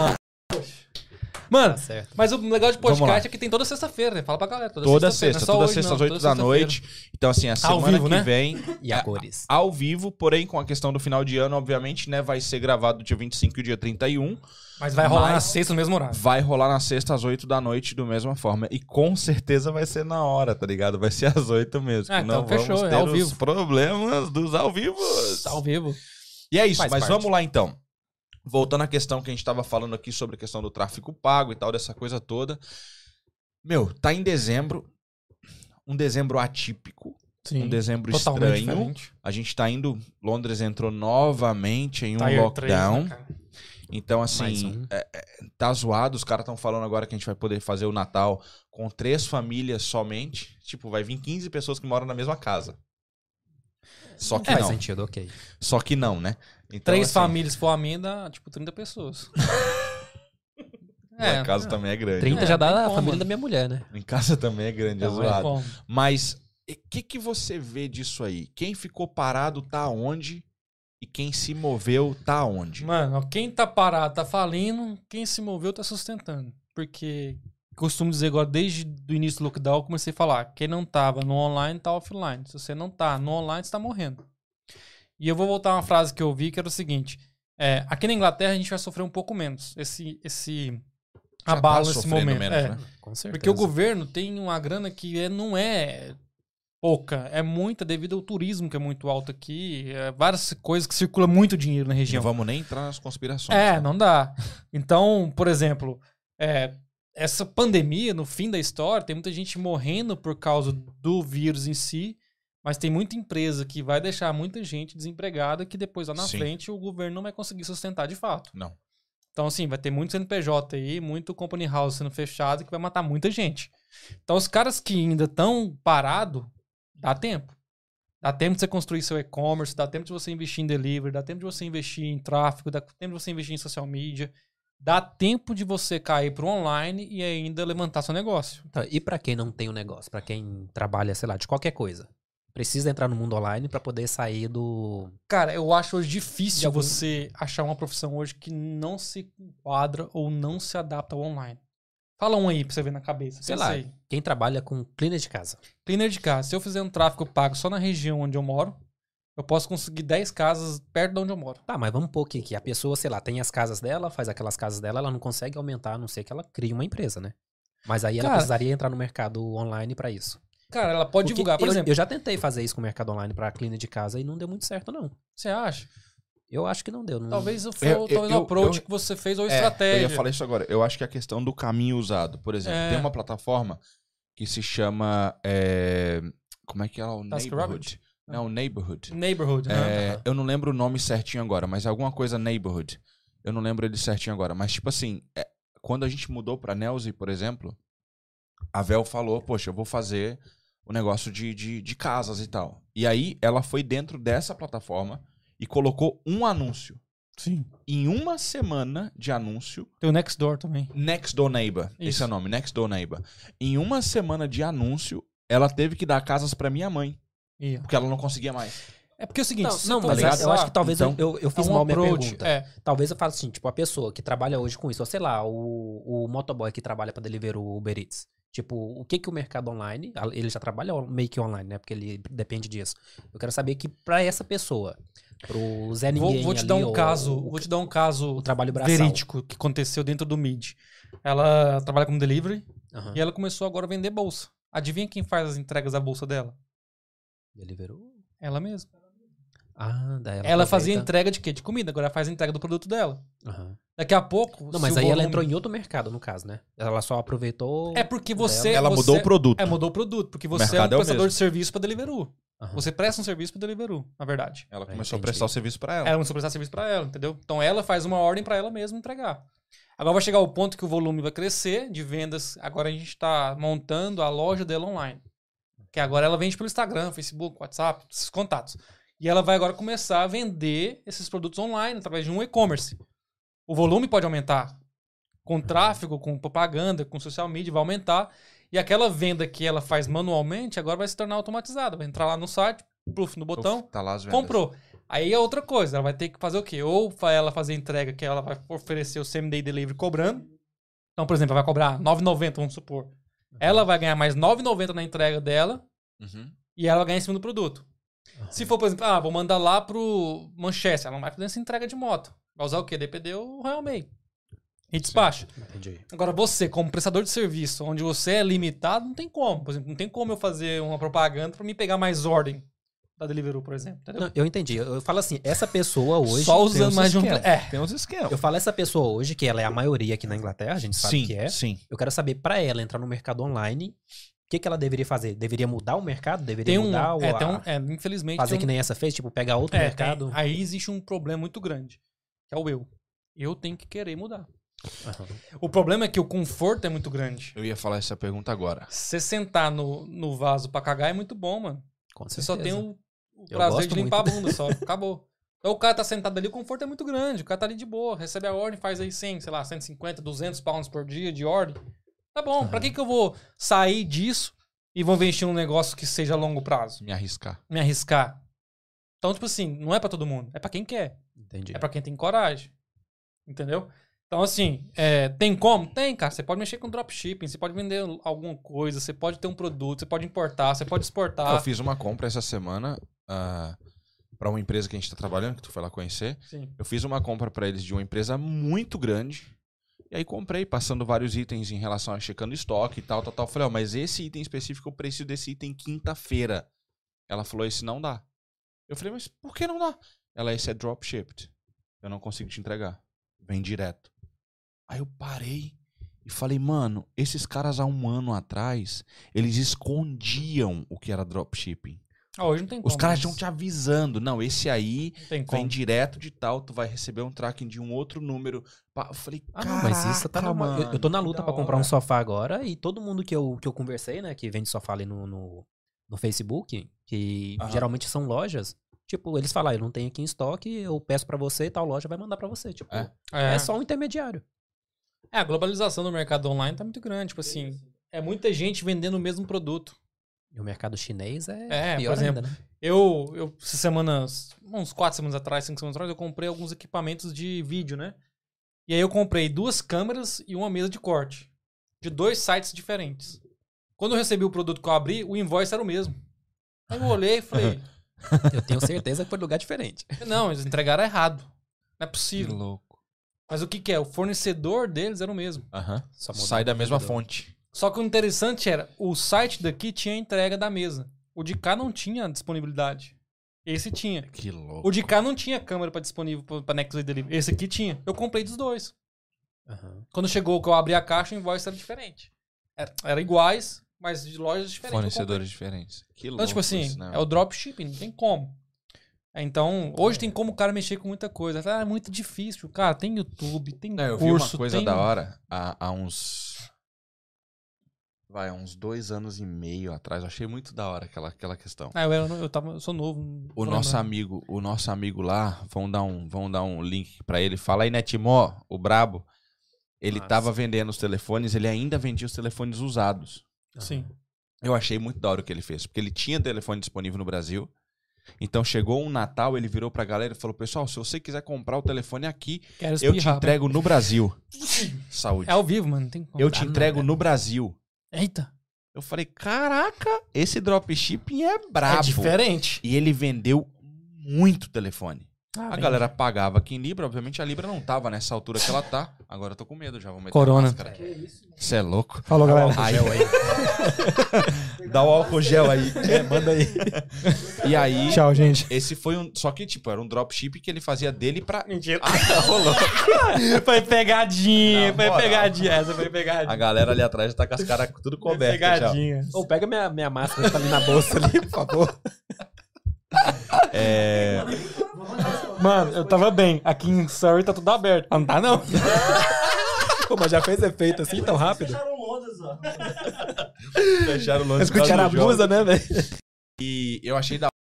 Mano, Tá certo. mas o legal de Vamos podcast lá. é que tem toda sexta-feira, né? Fala pra galera. Toda, Toda sexta-feira, sexta, não é só toda hoje, sexta não, às 8 toda da sexta-feira. noite. Então, assim, a Ao semana vivo, que né? vem E a cores? ao vivo, porém com a questão do final de ano, obviamente, né? Vai ser gravado dia 25 e dia 31. Mas vai rolar Mas- na sexta no mesmo horário. Vai rolar na sexta às 8 da noite, do mesma forma. E com certeza vai ser na hora, tá ligado? Vai ser às 8 mesmo. Ah, que então não vamos fechou, é ter ao os vivo. problemas dos ao vivo. Ao vivo. E é isso, Faz mas parte. vamos lá então. Voltando à questão que a gente estava falando aqui sobre a questão do tráfico pago e tal, dessa coisa toda. Meu, tá em dezembro. Um dezembro atípico. Sim. Um dezembro Totalmente estranho. diferente. A gente tá indo. Londres entrou novamente em um Tier três, né, lockdown. cara? então, Mais assim, um. É, tá zoado. Os caras estão falando agora que a gente vai poder fazer o Natal com três famílias somente. Tipo, vai vir 15 pessoas que moram na mesma casa. Só É, que Faz não. sentido, ok. Só que não, né? Então, Três assim, famílias por amenda, tipo, 30 pessoas. Minha casa também é grande. 30 É, já dá tem a como, família mano. da minha mulher, né? Em casa também é grande, é Não, é zoado. como. Mas o que, que você vê disso aí? Quem ficou parado tá onde? E quem se moveu tá onde? Mano, ó, quem tá parado tá falindo, quem se moveu tá sustentando. Porque costumo dizer agora, desde o início do lockdown, eu comecei a falar: quem não tava no online tá offline. Se você não tá no online, você tá morrendo. E eu vou voltar a uma frase que eu vi que era o seguinte: é, aqui na Inglaterra a gente vai sofrer um pouco menos. Esse, esse Já tá abalo, esse sofrendo momento. menos, é. né? Com certeza. Porque o governo tem uma grana que é- não é pouca, é muita devido ao turismo que é muito alto aqui, é, várias coisas que circula muito dinheiro na Não região. vamos nem entrar nas conspirações. É, não dá. Então, por exemplo, é, essa pandemia, no fim da história, tem muita gente morrendo por causa do vírus em si, mas tem muita empresa que vai deixar muita gente desempregada que depois lá na Sim. frente o governo não vai conseguir sustentar de fato. Não. Então, assim, vai ter muito CNPJ aí, muito company house sendo fechado que vai matar muita gente. Então, os caras que ainda estão parado, dá tempo. Dá tempo de você construir seu e-commerce, dá tempo de você investir em delivery, dá tempo de você investir em tráfego, dá tempo de você investir em social media, dá tempo de você cair pro online e ainda levantar seu negócio. Então, e pra quem não tem o negócio, pra quem trabalha, sei lá, de qualquer coisa, precisa entrar no mundo online pra poder sair do. Cara, eu acho hoje De difícil algum- você achar uma profissão hoje que não se enquadra ou não se adapta ao online. Fala um aí pra você ver na cabeça. Sei pensa lá. aí. Quem trabalha com cleaner de casa. Cleaner de casa. Se eu fizer um tráfego pago só na região onde eu moro, eu posso conseguir 10 casas perto de onde eu moro. Tá, mas vamos pôr aqui que a pessoa, sei lá, tem as casas dela, faz aquelas casas dela, ela não consegue aumentar, a não ser que ela crie uma empresa, né? Mas aí ela Cara- precisaria entrar no mercado online pra isso. Cara, ela pode Porque divulgar, por eu, exemplo. Eu já tentei fazer isso com o mercado online pra cleaner de casa e não deu muito certo, não. Você acha? Eu acho que não deu. Não... Talvez o Eu- eu- talvez eu- o approach eu- É, que você fez ou a Eu estratégia. ia falar isso agora. Eu acho que é a questão do caminho usado. Por exemplo, É. tem uma plataforma que se chama. é, Como é que é? O TaskRabbit? Neighborhood. Ah. Não, Neighborhood. Neighborhood, né? É, eu não lembro o nome certinho agora, mas é alguma coisa Neighborhood. Eu não lembro ele certinho agora. Mas, tipo assim, é, quando a gente mudou pra Nelze, por exemplo, a Vel falou, poxa, eu vou fazer o negócio de, de, de casas e tal. E aí ela foi dentro dessa plataforma e colocou um anúncio. Sim. Em uma semana de anúncio, Tem o Nextdoor também. Next Door Neighbor. Esse Isso. é o nome, Next Door Neighbor. Em uma semana de anúncio, ela teve que dar casas pra minha mãe, E- porque ela não conseguia mais. É porque é o seguinte, Não, se não for mas pensar, eu acho que talvez eu- Então, eu, eu é um fiz mal minha approach, pergunta. É, Talvez eu falo assim, tipo, a pessoa que trabalha hoje com isso, ou sei lá, o, o motoboy que trabalha pra Deliveroo, Uber Eats. Tipo, o que que o mercado online, a- ele já trabalha on- meio que online, né? Porque ele depende disso. Eu quero saber que pra essa pessoa, pro Zé É vou, Ninguém vou te ali, dar um ou- caso, o, vou te dar um caso o trabalho braçal. verídico que aconteceu dentro do Mid. Ela trabalha como delivery Aham. e ela começou agora a vender bolsa. Adivinha quem faz as entregas da bolsa dela? Deliveroo? Ela mesma. Ah, daí ela Ela, fazia aproveita. entrega de quê? De comida. Agora ela faz a entrega do produto dela. Aham. Daqui a pouco. Não, se mas o aí ela volume- entrou em outro mercado, no caso, né? Ela só aproveitou... É porque você. Ela você- mudou o produto. É, mudou o produto. Porque você mercado é é o um prestador mesmo. de serviço pra Deliveroo. Aham. Você presta um serviço pra Deliveroo, na verdade. Ela Ah, começou a entendi. prestar o serviço pra ela. Ela começou a prestar serviço pra ela, entendeu? Então ela faz uma ordem pra ela mesma entregar. Agora vai chegar o ponto que o volume vai crescer de vendas. Agora a gente tá montando a loja dela online. Que agora ela vende pelo Instagram, Facebook, WhatsApp, esses contatos. E ela vai agora começar a vender esses produtos online através de um e-commerce. O volume pode aumentar. Com tráfego, com propaganda, com social media, vai aumentar. E aquela venda que ela faz manualmente agora vai se tornar automatizada. Vai entrar lá no site, pluf, no botão, Uf, tá lá as vendas. comprou. Aí é outra coisa, ela vai ter que fazer o quê? Ou fa- ela fazer entrega que ela vai oferecer o same-day delivery cobrando. Então, por exemplo, ela vai cobrar R$ 9,90, vamos supor. Ela vai ganhar mais R$ 9,90 na entrega dela Uhum. e ela vai ganhar em cima do produto. Aham. Se for, por exemplo, ah, vou mandar lá pro Manchester, ela não vai fazer essa entrega de moto. Vai usar o quê? DPD ou Royal Mail. E despacho. Entendi. Agora, você, como prestador de serviço, onde você é limitado, não tem como. Por exemplo, não tem como eu fazer uma propaganda pra me pegar mais ordem da Deliveroo, por exemplo. Entendeu? Não, eu entendi. Eu, eu falo assim, essa pessoa hoje. Só tem usando os mais de um. esquemas. É, Tem uns esquemas. Eu falo essa pessoa hoje, que ela é a maioria aqui na Inglaterra, a gente sabe Sim, que é. sim. Eu quero saber pra ela entrar no mercado online, o que, que ela deveria fazer? Deveria mudar o mercado? Deveria tem um, mudar o. é, tem a- um- é, infelizmente. fazer tem que um- nem essa fez, tipo, pegar outro é, mercado? tem- aí existe um problema muito grande, que é o eu. Eu tenho que querer mudar. Aham. O problema é que o conforto é muito grande. Eu ia falar essa pergunta agora. Você sentar no, no vaso pra cagar é muito bom, mano. Com Você só tem um- certeza. o, o Eu prazer gosto de limpar a bunda só. Acabou. Então o cara tá sentado ali, o conforto é muito grande. O cara tá ali de boa, recebe a ordem, faz aí 100, sei lá, 150, 200 pounds por dia de ordem. Tá bom, pra Aham. que que eu vou sair disso e vou investir num negócio que seja a longo prazo? Me arriscar. Me arriscar. Então, tipo assim, não é pra todo mundo, é pra quem quer. Entendi. É pra quem tem coragem. Entendeu? Então, assim, é, tem como? Tem, cara. Você pode mexer com dropshipping, você pode vender alguma coisa, você pode ter um produto, você pode importar, você pode exportar. Eu fiz uma compra essa semana ah, pra uma empresa que a gente tá trabalhando, que tu foi lá conhecer. Sim. Eu fiz uma compra pra eles de uma empresa muito grande. E aí comprei, passando vários itens em relação a checando estoque e tal, tal, tal. Falei, ó, mas esse item específico eu preciso desse item quinta-feira. Ela falou, esse não dá. Eu falei, mas por que não dá? Ela, esse é drop shipped. Eu não consigo te entregar. Vem direto. Aí eu parei e falei, mano, esses caras há um ano atrás, eles escondiam o que era dropshipping. Ah, hoje não tem como. Os caras mas estão te avisando. Não, esse aí Não tem Vem como. direto de tal, tu vai receber um tracking de um outro número. Pá, Eu falei, Ah, cara, é não, mas isso tá normal. Eu- Eu, tô na luta pra comprar um sofá agora e todo mundo que eu, que eu conversei, né, que vende sofá ali no, no, no Facebook, que Aham. geralmente são lojas, tipo, eles falam, "Ah, eu não tenho aqui em estoque, eu peço pra você e tal loja vai mandar pra você. Tipo, É. é, É. só um intermediário. É, a globalização do mercado online tá muito grande. Tipo assim, é muita gente vendendo o mesmo produto. E o mercado chinês é, É, pior por exemplo, ainda, né? Eu, eu essa semana, uns quatro semanas atrás, cinco semanas atrás, eu comprei alguns equipamentos de vídeo, né? E aí eu comprei duas câmeras e uma mesa de corte. De dois sites diferentes. Quando eu recebi o produto que eu abri, o invoice era o mesmo. Aí eu olhei e falei, Eu tenho certeza que foi lugar diferente. não, eles entregaram errado. Não é Que possível. louco. Mas o que que é? O fornecedor deles era o mesmo. Aham. Só mudou Sai o da mesma provedor. fonte. Só que o interessante era, o site daqui tinha a entrega da mesa. O de cá não tinha disponibilidade. Esse tinha. Que louco. O de cá não tinha câmera pra disponível pra- pra Nexus Delivery. Esse aqui tinha. Eu comprei dos dois. Aham. Quando chegou que eu abri a caixa, o invoice era diferente. Era, era iguais, mas de lojas diferentes. eu comprei. Fornecedores diferentes. Que louco. Então, tipo assim, isso, né? é o dropshipping, não tem como. Então, hoje tem como o cara mexer com muita coisa. Ah, é muito difícil. Cara, tem YouTube, tem Não, é, eu vi uma curso, coisa tem... da hora há, há uns. Vai, há uns dois anos e meio atrás. Eu achei muito da hora aquela, aquela questão. Ah, eu, era, eu, tava, eu sou novo. não O tô nosso lembrando. amigo, o nosso amigo lá, vão dar um, vão dar um link pra ele. Fala aí, né, Timó, o brabo. Ele Massa. tava vendendo os telefones, ele ainda vendia os telefones usados. Sim. Eu achei muito da hora o que ele fez, porque ele tinha telefone disponível no Brasil. Então chegou um Natal, ele virou pra galera e falou: "Pessoal, se você quiser comprar o telefone aqui, Quero eu te espirrar, entrego no Brasil". velho. Saúde. É ao vivo, mano. Não tem como. Eu te Ah, não, entrego né? no Brasil. Eita. Eu falei: "Caraca, esse dropshipping é brabo". É diferente. E ele vendeu muito telefone. Ah, A bem. galera pagava aqui em Libra, obviamente a Libra não tava nessa altura que ela tá. Agora eu tô com medo, já vou meter Corona. Que isso, mano? Você é louco? Falou, galera. Aí, dá o álcool gel É, aí. manda aí. E aí, Tchau, gente. esse foi um. Só que, tipo, era um dropship que ele fazia dele pra. Mentira. Ah, rolou. Foi pegadinha, Na foi moral. pegadinha. Essa foi A pegadinha. galera ali atrás tá com as caras tudo Foi cobertas. já. pegadinha. Ou pega minha, minha máscara que tá ali na bolsa ali, por favor. É, Vou mandar esse podcast. Mano, eu tava bem. Aqui em Surrey tá tudo aberto. Ah, Não tá, não. Pô, mas já fez efeito assim tão rápido? Fecharam Londres, ó. fecharam o lance. Mas por causa escutaram a do um jogo. blusa, né, velho? E eu achei da hora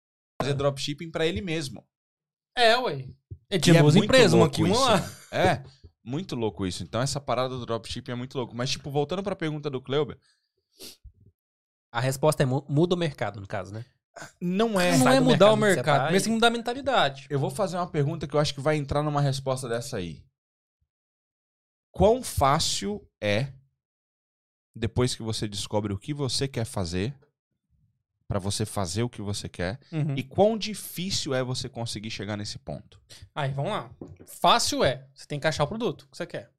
fazer dropshipping pra ele mesmo. É, ué. É E tinha é duas muito empresas, uma louco aqui e uma isso, lá. né? É, muito louco isso. Então essa parada do dropshipping é muito louco. Mas, tipo, voltando pra pergunta do Cleuber, A resposta é mu- muda o mercado, no caso, né? não é. Não Sai é do mercado mudar o onde você mercado, tá mas e- tem que mudar a mentalidade. Eu vou fazer uma pergunta que eu acho que vai entrar numa resposta dessa aí. Quão fácil é, depois que você descobre o que você quer fazer, pra você fazer o que você quer, e quão difícil é você conseguir chegar nesse ponto? Aí, vamos lá. Fácil é, você tem que achar o produto que você quer.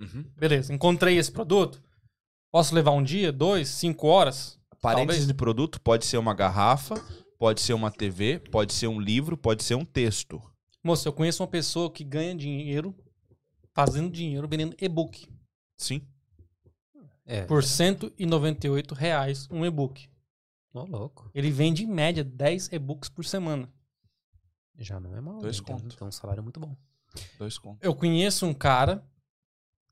Uhum. Beleza, encontrei esse produto. Posso levar um dia, dois, cinco horas? Parênteses Talvez. de produto pode ser uma garrafa, Pode ser uma TV, pode ser um livro, pode ser um texto. Moço, eu conheço uma pessoa que ganha dinheiro fazendo dinheiro vendendo e-book. Sim. É. Por R$ 198 reais um e-book. Ô, louco. Ele vende em média 10 e-books por semana. Já não é mal. Dois né? Tem- conto. Tem um salário muito bom. Dois contos. Eu conheço um cara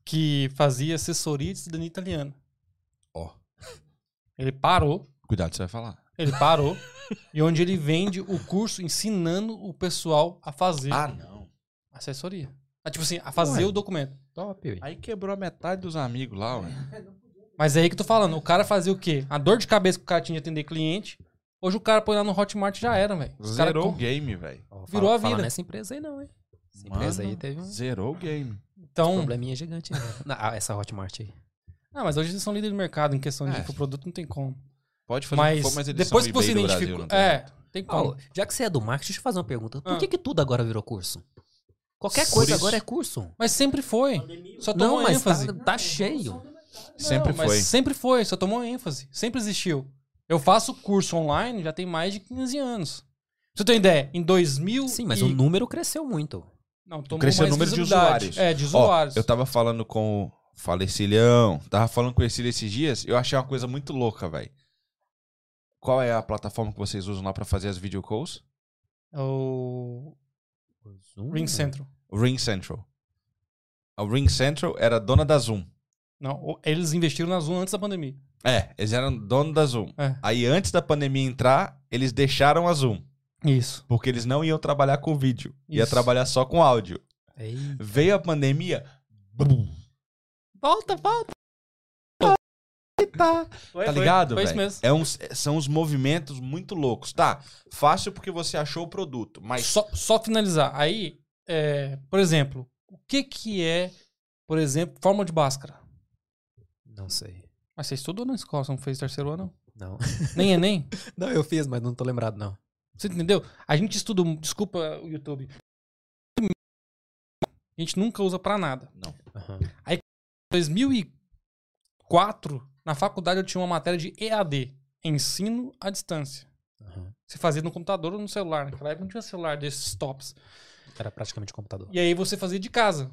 que fazia assessoria de cidadania italiana. Ó. Ele parou, Cuidado, você vai falar. ele parou, e onde ele vende o curso ensinando o pessoal a fazer Ah, não. assessoria. Ah, tipo assim, a fazer Ué. o documento. Top, ué. Aí quebrou a metade dos amigos lá, ué. Mas é aí que eu tô falando, o cara fazia o quê? A dor de cabeça que o cara tinha de atender cliente. Hoje o cara põe lá no Hotmart e já era, velho. Os cara Zerou o com- game, velho. Ó, fala- virou a fala vida. nessa empresa aí não, hein? Essa Mano, empresa aí teve um Zerou o game. Então, probleminha gigante. Né? Na- ah, essa Hotmart aí. ah, mas hoje eles são líderes de mercado em questão de É. tipo, produto, não tem como. Pode fazer o Mas que for, mas eles depois são que você eBay do Brasil, identificou, não tem é, jeito. tem como. Ó, já que você é do marketing, deixa eu fazer uma pergunta. Por Ah. que, que tudo agora virou curso? Qualquer Por coisa isso- agora é curso. Mas sempre foi. Pandemia, Só tomou Não, mas tá, ênfase. tá cheio. Sempre mas foi. Sempre foi, só tomou ênfase. Sempre existiu. Eu faço curso online já tem mais de 15 anos. Pra Você tem ideia? Em 2000 Sim, mas e... o número cresceu muito. não tomou Cresceu o mais número de visibilidade. usuários. É, de Ó, usuários. eu tava falando com o Falecilhão, tava falando com o Ercílio esses dias, eu achei uma coisa muito louca, velho. Qual é a plataforma que vocês usam lá pra fazer as video calls? É O Zoom, Ring né? Central. O Ring Central. A Ring Central era dona da Zoom. Não, o- eles investiram na Zoom antes da pandemia. É, eles eram dono da Zoom. É. Aí antes da pandemia entrar, eles deixaram a Zoom, Isso. porque eles não iam trabalhar com vídeo, ia Isso. trabalhar só com áudio. Ei, Veio a pandemia, bum, Volta, volta. tá, tá ligado, Foi isso velho? mesmo. É uns, são uns movimentos muito loucos, tá? Fácil porque você achou o produto, mas Só, só finalizar. Aí, é, por exemplo, o que que é, por exemplo, fórmula de Bhaskara? não sei. Mas você estudou na escola, você não fez terceiro ano? Não. não? Nem Enem? Não, eu fiz, mas não tô lembrado, não. Você entendeu? A gente estuda, desculpa o YouTube. A gente nunca usa pra nada. Aham. 2004, na faculdade eu tinha uma matéria de EAD, ensino à distância. aham. Você fazia no computador ou no celular. Naquela época não tinha celular desses tops. Era praticamente um computador. E aí você fazia de casa.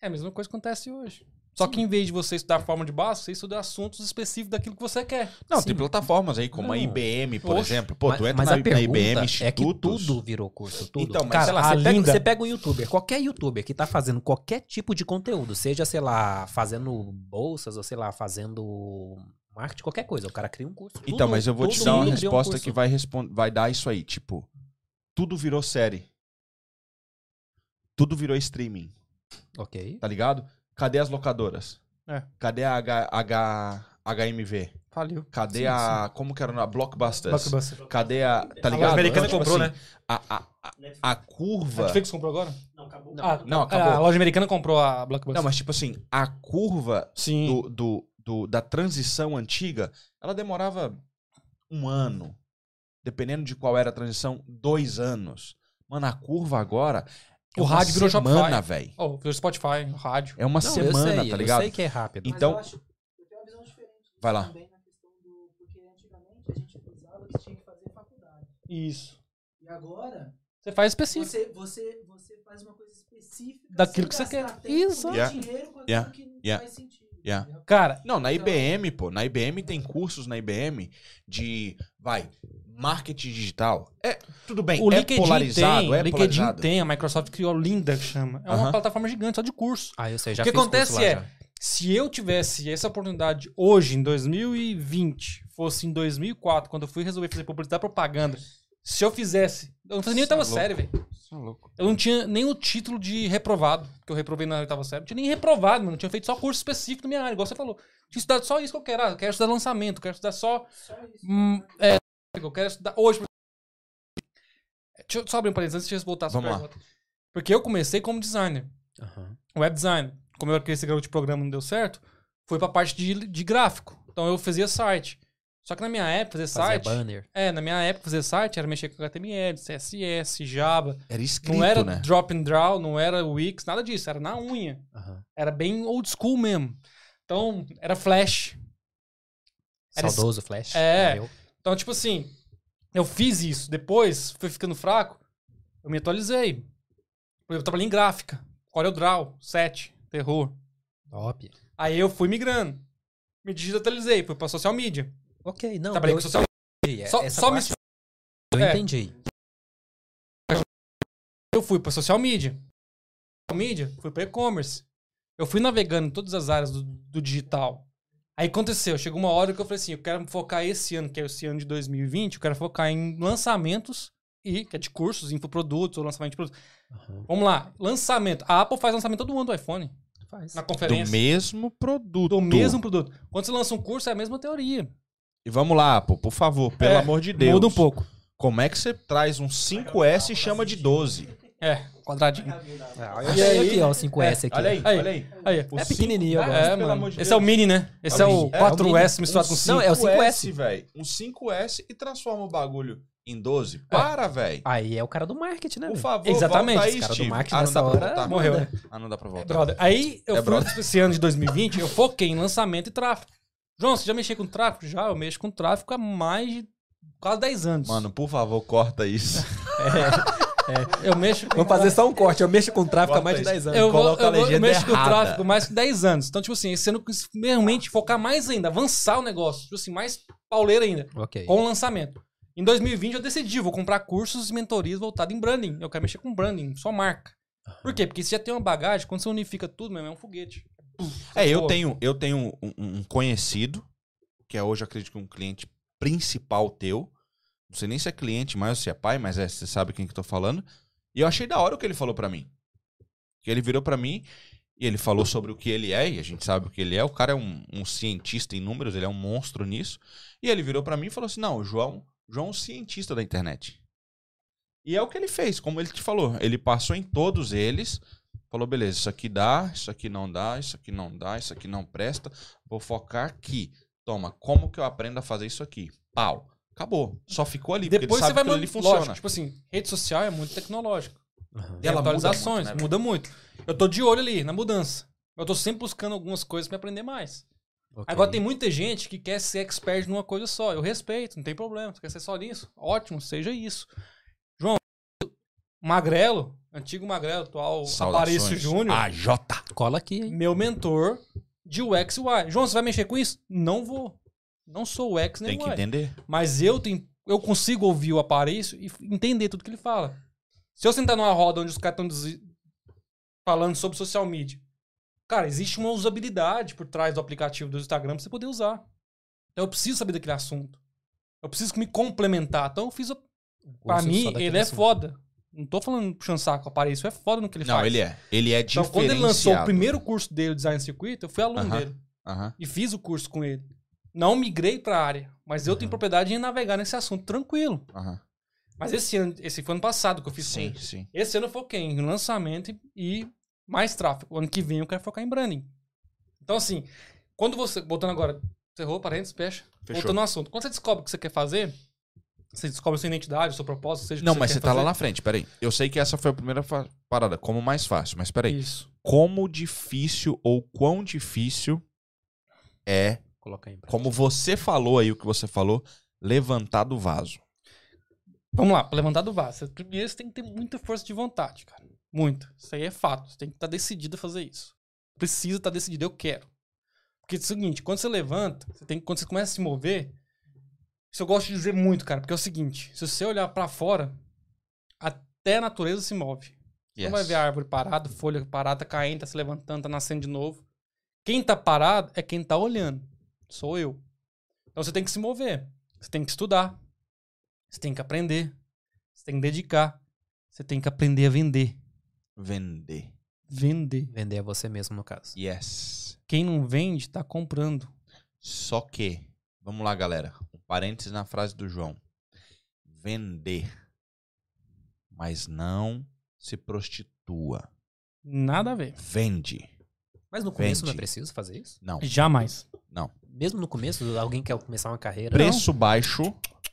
É a mesma coisa que acontece hoje. Só que em vez de você estudar forma de base, você estuda assuntos específicos daquilo que você quer. não, Sim. tem plataformas aí como a assim. Não. IBM, por Oxe. exemplo. Pô, Mas- tu entra mas na, a na pergunta IBM, é que institutos. tudo virou curso, tudo. Então, mas Cara, sei lá, a você, pega, Linda- você pega um youtuber, qualquer youtuber que tá fazendo qualquer tipo de conteúdo, seja, sei lá, fazendo bolsas ou, sei lá, fazendo marketing, qualquer coisa. O cara cria um curso. Então, Tudo- mas eu vou te todo dar uma mundo cria um resposta curso. que vai, respon- vai dar isso aí. Tipo, tudo virou série. Tudo virou streaming, Ok. tá ligado? Cadê as locadoras? É. Cadê a H, H, HMV? Faliu. Cadê Sim, a. Como que era? o nome? A Blockbusters. Blockbuster. Cadê a. Tá ligado? loja americana Então, tipo comprou, né? A, a, Netflix. a A curva. Netflix comprou agora? Não, acabou. Ah, Não, A acabou. loja americana comprou a Blockbuster. Não, mas tipo assim, a curva Sim. do, do, do- da transição antiga, ela demorava um ano. Dependendo de qual era a transição, dois anos. Mano, a curva agora. é O rádio virou Shopify. semana, velho. Oh, pelo Spotify, no rádio. É uma Não, eu semana, sei, tá ligado? Eu sei que é rápido. E- Mas Então- eu, acho, eu tenho uma visão diferente. disso Vai lá. Também na questão do, porque antigamente a gente pensava que tinha que fazer faculdade. Isso. E agora, Você faz específico. você, você, você faz uma coisa específica. Daquilo sem que você gastar quer. tempo Isso. nem Yeah. dinheiro com Yeah. aquilo que não Yeah. faz sentido. Yeah. entendeu? Cara, Não, na IBM, pô. Na IBM tem cursos na IBM de, vai, marketing digital. É, tudo bem, o é LinkedIn polarizado, tem, é o LinkedIn polarizado. tem, a Microsoft criou a Linda, que chama. É Aham. uma plataforma gigante só de curso. Ah, eu sei, já O que fiz curso acontece lá é- já. Se eu tivesse essa oportunidade hoje, em 2020, fosse em 2004, quando eu fui resolver fazer publicidade e propaganda, se eu fizesse. Eu não fazia nem Isso é oitava louco. série, velho. Isso é louco. Eu não tinha nem o título de reprovado, que eu reprovei na oitava série. Não tinha nem reprovado, mano. Eu tinha feito só curso específico na minha área, igual você falou. Tinha estudado só isso que eu quero. Ah, eu quero estudar lançamento, eu quero estudar só Só isso. Hum, é, eu quero estudar hoje. Deixa eu só abrir um parênteses antes de você voltar a sua Vamos lá. pergunta. Porque eu comecei como designer, Aham. web designer. Como eu era esse garoto de programa e não deu certo, foi pra parte de, de gráfico. Então eu fazia site. Só que na minha época, fazer Fazer site. banner. É, na minha época, fazer site era mexer com HTML, CSS, Java. Era escrito, Não era né? drop and draw, não era Wix, nada disso. Era na unha. Aham. Era bem old school mesmo. Então, era flash. Era Saudoso Flash. É. meu. Então, tipo assim, Eu fiz isso. Depois, fui ficando fraco, eu me atualizei. Por exemplo, Eu trabalhei em gráfica. é CorelDRAW, 7, terror. Top. Aí eu fui migrando. Me digitalizei, fui pra social media. Ok, não. trabalhei eu com social entendi. É media. Só, Essa só me parte Eu é. entendi. Eu fui para social media. Social media, fui para e-commerce. Eu fui navegando em todas as áreas do, do digital. Aí aconteceu, chegou uma hora que eu falei assim, eu quero me focar esse ano, que é esse ano de 2020, eu quero focar em lançamentos e que é de cursos, infoprodutos ou lançamento de produtos. Aham. Vamos lá, lançamento. A Apple faz lançamento todo ano do iPhone, Faz. na Do conferência. mesmo produto. Do mesmo produto. Quando você lança um curso, é a mesma teoria. E vamos lá, pô, por favor, pelo É, amor de Deus. Muda um pouco. Como é que você traz um 5S e chama de 12? É, quadradinho. E aí, Ah, aqui, ó, o 5S aqui. É, Olha aí, Aí. olha aí. Aí, O É pequenininho 5S, agora. é, pelo mano. amor de Esse é o Deus. mini, né? Esse é É o o mini. é o É, 4S mini. misturado com Um 5. Não, é o 5S. velho. Um 5S e transforma o bagulho em 12. Para, velho. Aí é o cara do marketing, né? Por velho? favor, Exatamente, volta aí, Esse cara do Steve. marketing ah, não nessa dá pra hora voltar. morreu. né? manda. Ah, não dá pra voltar. Brother, aí eu É, fui brother. esse ano de 2020, eu foquei em lançamento e tráfego. João, você já mexeu com tráfego? Já, eu mexo com tráfego há mais de quase 10 anos. Mano, por favor, corta isso. eu mexo com Vamos fazer só um corte. Eu mexo com tráfico há mais de Bota 10 anos. eu, vou, coloca a eu, vou, eu legenda mexo com errada. tráfego mais que 10 anos. Então, tipo assim, esse ano eu quis realmente focar mais ainda, avançar o negócio. Tipo assim, mais pauleira ainda, Ok. com o lançamento. Em 2020 eu decidi, vou comprar cursos e mentorias voltados em branding. Eu quero mexer com branding, só marca. Por quê? Porque você já tem uma bagagem, quando você unifica tudo, meu irmão, é um foguete. É, eu Pô. tenho, eu tenho um, um conhecido, que é hoje, acredito que um cliente principal teu. Não sei nem se é cliente mais ou se é pai, mas é, você sabe quem que eu tô falando. E eu achei da hora o que ele falou pra mim. Que ele virou pra mim e ele falou sobre o que ele é, e a gente sabe o que ele é. O cara é um, um cientista em números, ele é um monstro nisso. E ele virou pra mim e falou assim: Não, o João, o João é um cientista da internet. E é o que ele fez, como ele te falou. Ele passou em todos eles, falou: beleza, isso aqui dá, isso aqui não dá, isso aqui não dá, isso aqui não presta. Vou focar aqui. Toma, como que eu aprendo a fazer isso aqui? Pau. Acabou. Só ficou ali, porque Depois ele sabe você vai que mudar. ele funciona. Lógico, tipo assim, rede social é muito tecnológico. Aham. Tem Ela muda atualizações, muito, né, muda muito, Eu tô de olho ali na mudança. Eu tô sempre buscando algumas coisas pra aprender mais. Ok. Agora tem muita gente que quer ser expert numa coisa só. Eu respeito, não tem problema. Você quer ser só nisso? Ótimo, seja isso. João, Magrelo, antigo Magrelo, atual Saudações. Aparício Júnior, A Jota. Cola aqui, hein? meu mentor de UX e UI. João, você vai mexer com isso? Não vou. Não sou UX nem Tem que UI. entender. Mas eu tenho, eu consigo ouvir o aparelho e f- entender tudo que ele fala. Se eu sentar numa roda onde os caras estão falando sobre social media, cara, existe uma usabilidade por trás do aplicativo do Instagram pra você poder usar. Então eu preciso saber daquele assunto. Eu preciso me complementar. Então eu fiz. o- Pra Gosto só mim, daquele ele é assunto. foda. Não tô falando puxando saco, o aparelho isso é foda no que ele Não, faz. ele é. Ele é Então, diferenciado. quando ele lançou o primeiro curso dele, o Design Circuito, eu fui aluno Aham. dele Aham. e fiz o curso com ele. Não migrei pra área, mas eu tenho propriedade em navegar nesse assunto tranquilo. Aham. Mas esse ano, esse foi ano passado que eu fiz com Sim, ele. sim. Esse ano eu foquei em lançamento e- e mais tráfego. Ano que vem eu quero focar em branding. Então, assim, quando você. Voltando agora, cerrou, parênteses, fecha. Fechou. Voltando ao assunto. Quando você descobre o que você quer fazer, você descobre a sua identidade, o seu propósito, seja o que Não, mas quer você tá lá fazer. na frente, peraí. Eu sei que essa foi a primeira fa- parada, como mais fácil, mas peraí. Isso. Como difícil ou quão difícil é, Coloca aí. pra- como você falou aí, o que você falou, levantar do vaso. Vamos lá, pra levantar do vaso. Primeiro você tem que ter muita força de vontade, cara. Muito. Isso aí é fato. Você tem que estar decidido a fazer isso. Precisa estar decidido, eu quero. Porque é o seguinte, quando você levanta, você tem, quando você começa a se mover, isso eu gosto de dizer muito, cara, porque é o seguinte, se você olhar pra fora, até a natureza se move. Você Não vai é ver a árvore parada, folha parada, tá caindo, tá se levantando, tá nascendo de novo. Quem tá parado é quem tá olhando. Sou eu. Então você tem que se mover. Você tem que estudar. Você tem que aprender. Você tem que dedicar. Você tem que aprender a vender. Vender. Vender. Vender a você mesmo, no caso. Yes. Quem não vende, tá comprando. Só que, vamos lá, galera. Um parênteses na frase do João. Vender. Mas não se prostitua. Nada a ver. Vende. Mas no começo não é Vende. preciso fazer isso? Não, Então? Jamais. não. Mesmo no começo, alguém quer começar uma carreira. Preço baixo,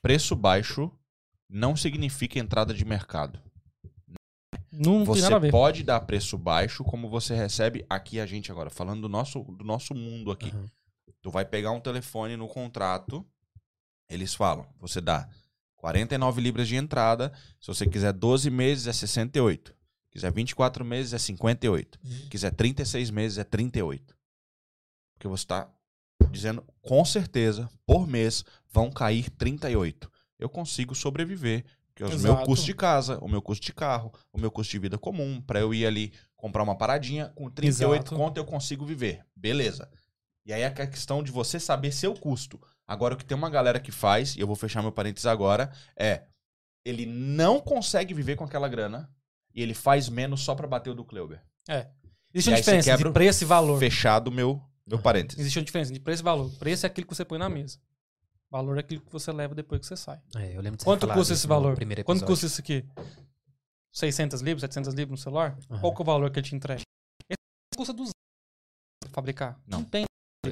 preço baixo não significa entrada de mercado. Não, tem você nada a ver. pode dar preço baixo como você recebe aqui a gente agora, falando do nosso, do nosso mundo aqui. Aham. Tu vai pegar um telefone no contrato, eles falam, você dá 49 libras de entrada. Se você quiser 12 meses, é 68. Quiser 24 meses, é 58. Quiser 36 meses, é 38. Porque você está dizendo, com certeza, por mês, vão cair 38. Eu consigo sobreviver. Porque é o meu Exato. custo de casa, o meu custo de carro, o meu custo de vida comum, para eu ir ali comprar uma paradinha, com 38 Exato. conto eu consigo viver. Beleza. E aí é a questão de você saber seu custo. Agora, o que tem uma galera que faz, e eu vou fechar meu parênteses agora, é. Ele não consegue viver com aquela grana e ele faz menos só pra bater o do Kleuber. Existe E aí você uma diferença quebra de o- preço e valor. Fechado meu, meu parênteses. Existe uma diferença de preço e valor. Preço é aquilo que você põe na mesa. Valor é aquilo que você leva depois que você sai. É, eu lembro de você Quanto falar custa disso esse no valor? Primeiro Quanto episódio. custa isso aqui? 600 libras, 700 libras no celular? Aham. Qual que é o valor que ele te entrega? Esse custa 200 pra fabricar. Não. tem.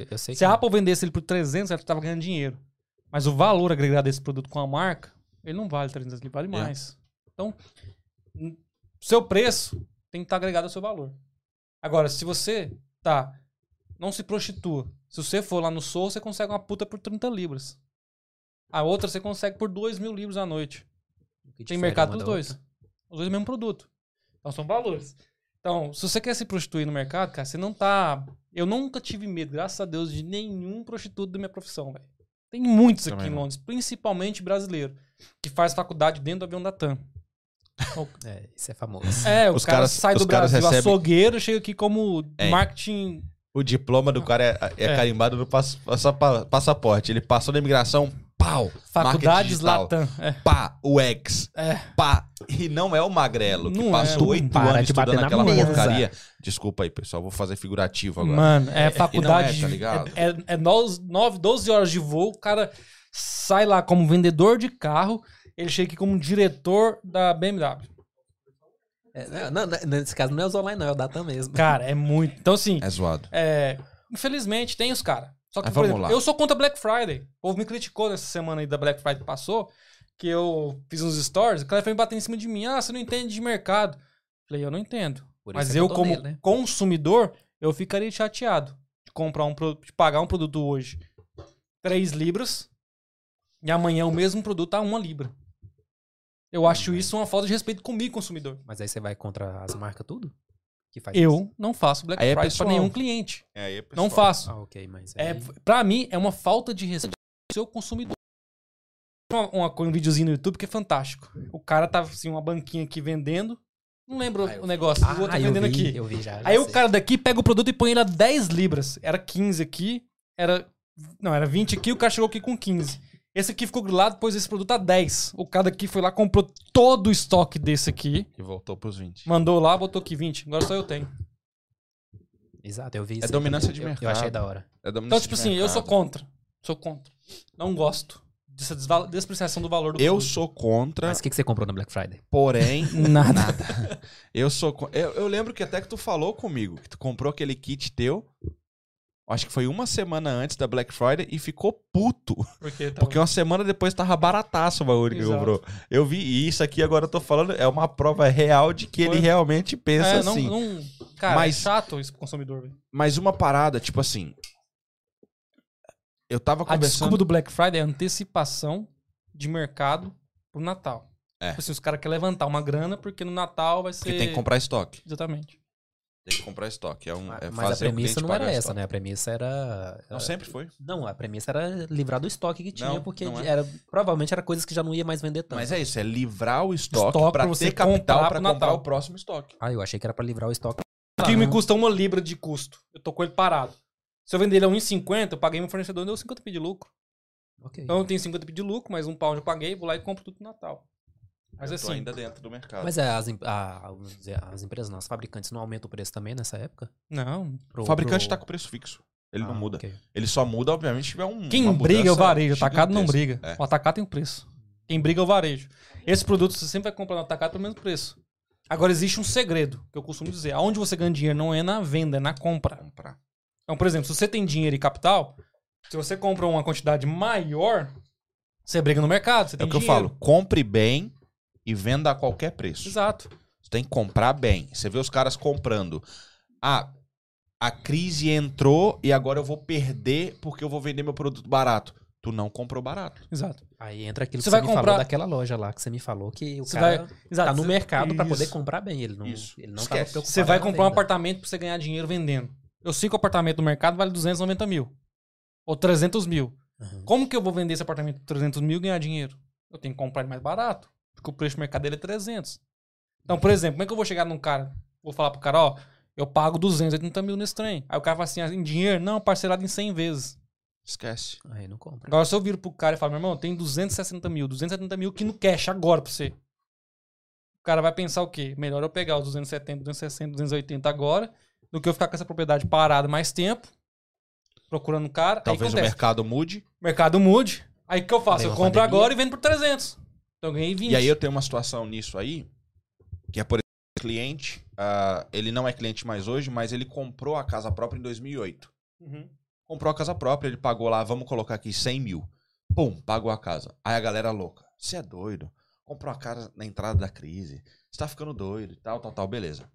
Eu sei Se que a Apple vendesse ele por 300, ela tava ganhando dinheiro. Mas o valor agregado desse produto com a marca, ele não vale 300 libras, vale É. mais. Então, n- seu preço tem que estar agregado ao seu valor. Agora, se você tá, não se prostitua. Se você for lá no Soul, você consegue uma puta por 30 libras. A outra você consegue por 2 mil libras à noite. que Tem difere mercado uma dos da dois. outra. Os dois é o mesmo produto. Então são valores. Então, se você quer se prostituir no mercado, cara, você não tá. Eu nunca tive medo, graças a Deus, de nenhum prostituto da minha profissão, velho. Tem muitos Também aqui em não. Londres, principalmente brasileiro, que faz faculdade dentro do avião da TAM. É, isso é famoso. É, o Os cara caras- sai os do caras Brasil, recebem- açougueiro, chega aqui como É. marketing. O diploma do cara é, é É. carimbado no pass- passa- pa- passaporte. Ele passou na imigração, pau! Faculdades digital. Latam. É. Pá, o ex. É. Pá. E não é o magrelo que Não é, passou não oito para anos de bater estudando na aquela mesa. porcaria. Desculpa aí, pessoal. Vou fazer figurativo agora. Mano, é faculdade. tá ligado? É, é, é 9, 12 horas de voo, o cara sai lá como vendedor de carro, ele chega aqui como diretor da BMW. É, não, não, nesse caso não é os online, não, é o Datan mesmo. Cara, é muito. Então, assim, É zoado. é, infelizmente tem os caras. Só que, Mas por vamos exemplo, lá. eu sou contra Black Friday. O povo me criticou nessa semana aí da Black Friday que passou, que eu fiz uns stories, o cara foi me bater em cima de mim. Ah, você não entende de mercado. Falei, eu não entendo. Por Mas isso é que eu, tô como nele, né? consumidor, eu ficaria chateado de comprar um produto, de pagar um produto hoje 3 libras e amanhã o mesmo produto a 1 libra. Eu acho isso uma falta de respeito comigo, consumidor. Mas aí você vai contra as marcas tudo? Que faz isso? Eu não faço Black Aí é Friday pessoal. para nenhum cliente. É, aí, pessoal. Não faço. Ah, ok, mas. É, aí- para mim, é uma falta de respeito ao seu consumidor. Uma, uma, co- um videozinho no YouTube que é fantástico. O cara tava assim, uma banquinha aqui vendendo. Não lembro Ah, eu o negócio, o outro eu tá vendendo vi, aqui. Eu vi já. já Aí o assim. sei. cara daqui pega o produto e põe ele a 10 libras. Era 15 aqui, era. Não, era 20 aqui, o cara chegou aqui com 15. Esse aqui ficou grilado, pôs esse produto a 10. O cara daqui foi lá, comprou todo o estoque desse aqui, E voltou pros 20. mandou lá, botou aqui 20. Agora só eu tenho. Exato, eu vi É isso. dominância de Eu- mercado. Eu achei da hora. É dominância Então, tipo de assim, eu sou mercado. contra. Sou contra. Não gosto dessa desval- despreciação do valor do Eu produto. sou Tá. contra, Mas o que, que você comprou no Black Friday? porém, Nada. eu sou. co- Eu, eu lembro que até que tu falou comigo, que tu comprou aquele kit teu. Acho que foi uma semana antes da Black Friday e ficou puto. Porque, tá Porque uma semana depois tava barataço o bagulho que Exato. comprou. Eu vi e isso aqui, agora eu tô falando, é uma prova real de que Foi. ele realmente pensa é, não, assim. não- cara, Mas- é chato esse consumidor, velho. Mas uma parada, tipo assim. Eu tava A conversando. desculpa do Black Friday é antecipação de mercado pro Natal. É. Tipo assim, os caras querem levantar uma grana porque no Natal vai ser. Porque tem que comprar estoque. Exatamente. Tem que comprar estoque. Hum, É um, é Mas a fazer o cliente premissa não era pagar essa, estoque. né? A premissa era. Não sempre foi. Não, a premissa era livrar do estoque que tinha, Não, porque não é. era, provavelmente era coisas que já não ia mais vender tanto. Mas é isso, é livrar o estoque, Tá. Estoque pra pra você ter capital comprar pra pro comprar Natal. o próximo estoque. Ah, eu achei que era pra livrar o estoque. O que me custa uma libra de custo. Eu tô com ele parado. Se eu vender ele a 1,50, eu paguei meu fornecedor e deu 50 p de lucro. Ok. Então eu tenho 50 p de lucro, mais um pound eu paguei, vou lá e compro tudo no Natal. Mas eu tô assim, ainda dentro do mercado. Mas é, as, em- a- vamos dizer, as empresas, não, as fabricantes não aumentam o preço também nessa época? não. O Pro- fabricante pro- tá com preço fixo. Ele não Ah, muda. ok. Ele só muda, obviamente, se tiver um. Quem uma briga é o mudança varejo. Atacado não gigantesca. briga. É. O atacado tem um preço. Quem briga é o varejo. Esse produto você sempre vai comprar no atacado pelo mesmo preço. Agora existe um segredo que eu costumo dizer. Aonde você ganha dinheiro não é na venda, é na compra. Comprar. Então, por exemplo, se você tem dinheiro e capital, se você compra uma quantidade maior, você briga no mercado, você É tem o que eu dinheiro. falo, compre bem e venda a qualquer preço. Exato. Você tem que comprar bem. Você vê os caras comprando. Ah, a crise entrou e agora eu vou perder porque eu vou vender meu produto barato. tu não comprou barato. Exato. Aí entra aquilo Você que você vai me comprar- falou daquela loja lá, que você me falou que o Você cara Exato. tá no mercado pra poder Isso. comprar bem. Ele não, Isso. ele não Esquece. tava preocupado. Você vai com a comprar um venda. apartamento pra você ganhar dinheiro vendendo. Eu sei que o apartamento no mercado vale 290 mil. Ou 300 mil. Uhum. Como que eu vou vender esse apartamento por 300 mil e ganhar dinheiro? Eu tenho que comprar ele mais barato. Porque o preço do mercado dele é 300. Então, por exemplo, como é que eu vou chegar num cara? Vou falar pro cara, ó, eu pago 280 mil nesse trem. Aí o cara fala assim, ah, em dinheiro? Não, parcelado em 100 vezes. Esquece. Aí não compra. Agora, se eu viro pro cara e falo, meu irmão, tem 260 mil, 270 mil que no cash agora pra você. O cara vai pensar o quê? Melhor eu pegar os 270, 260, 280 agora, do que eu ficar com essa propriedade parada mais tempo, procurando um cara. Talvez aí o acontece, mercado mude. o mercado mude. Aí o que eu faço? Vem Eu uma compro pandemia. agora e vendo por 300. Então eu ganhei 20. E aí eu tenho uma situação nisso aí, que é, por exemplo, cliente, ah, ele não é cliente mais hoje, mas ele comprou a casa própria em 2008. Uhum. comprou a casa própria, ele pagou lá, vamos colocar aqui 100 mil. Pum, pagou a casa. Aí a galera louca. Você é doido? Comprou a casa na entrada da crise. Você tá ficando doido e tal, tal, tal. Beleza.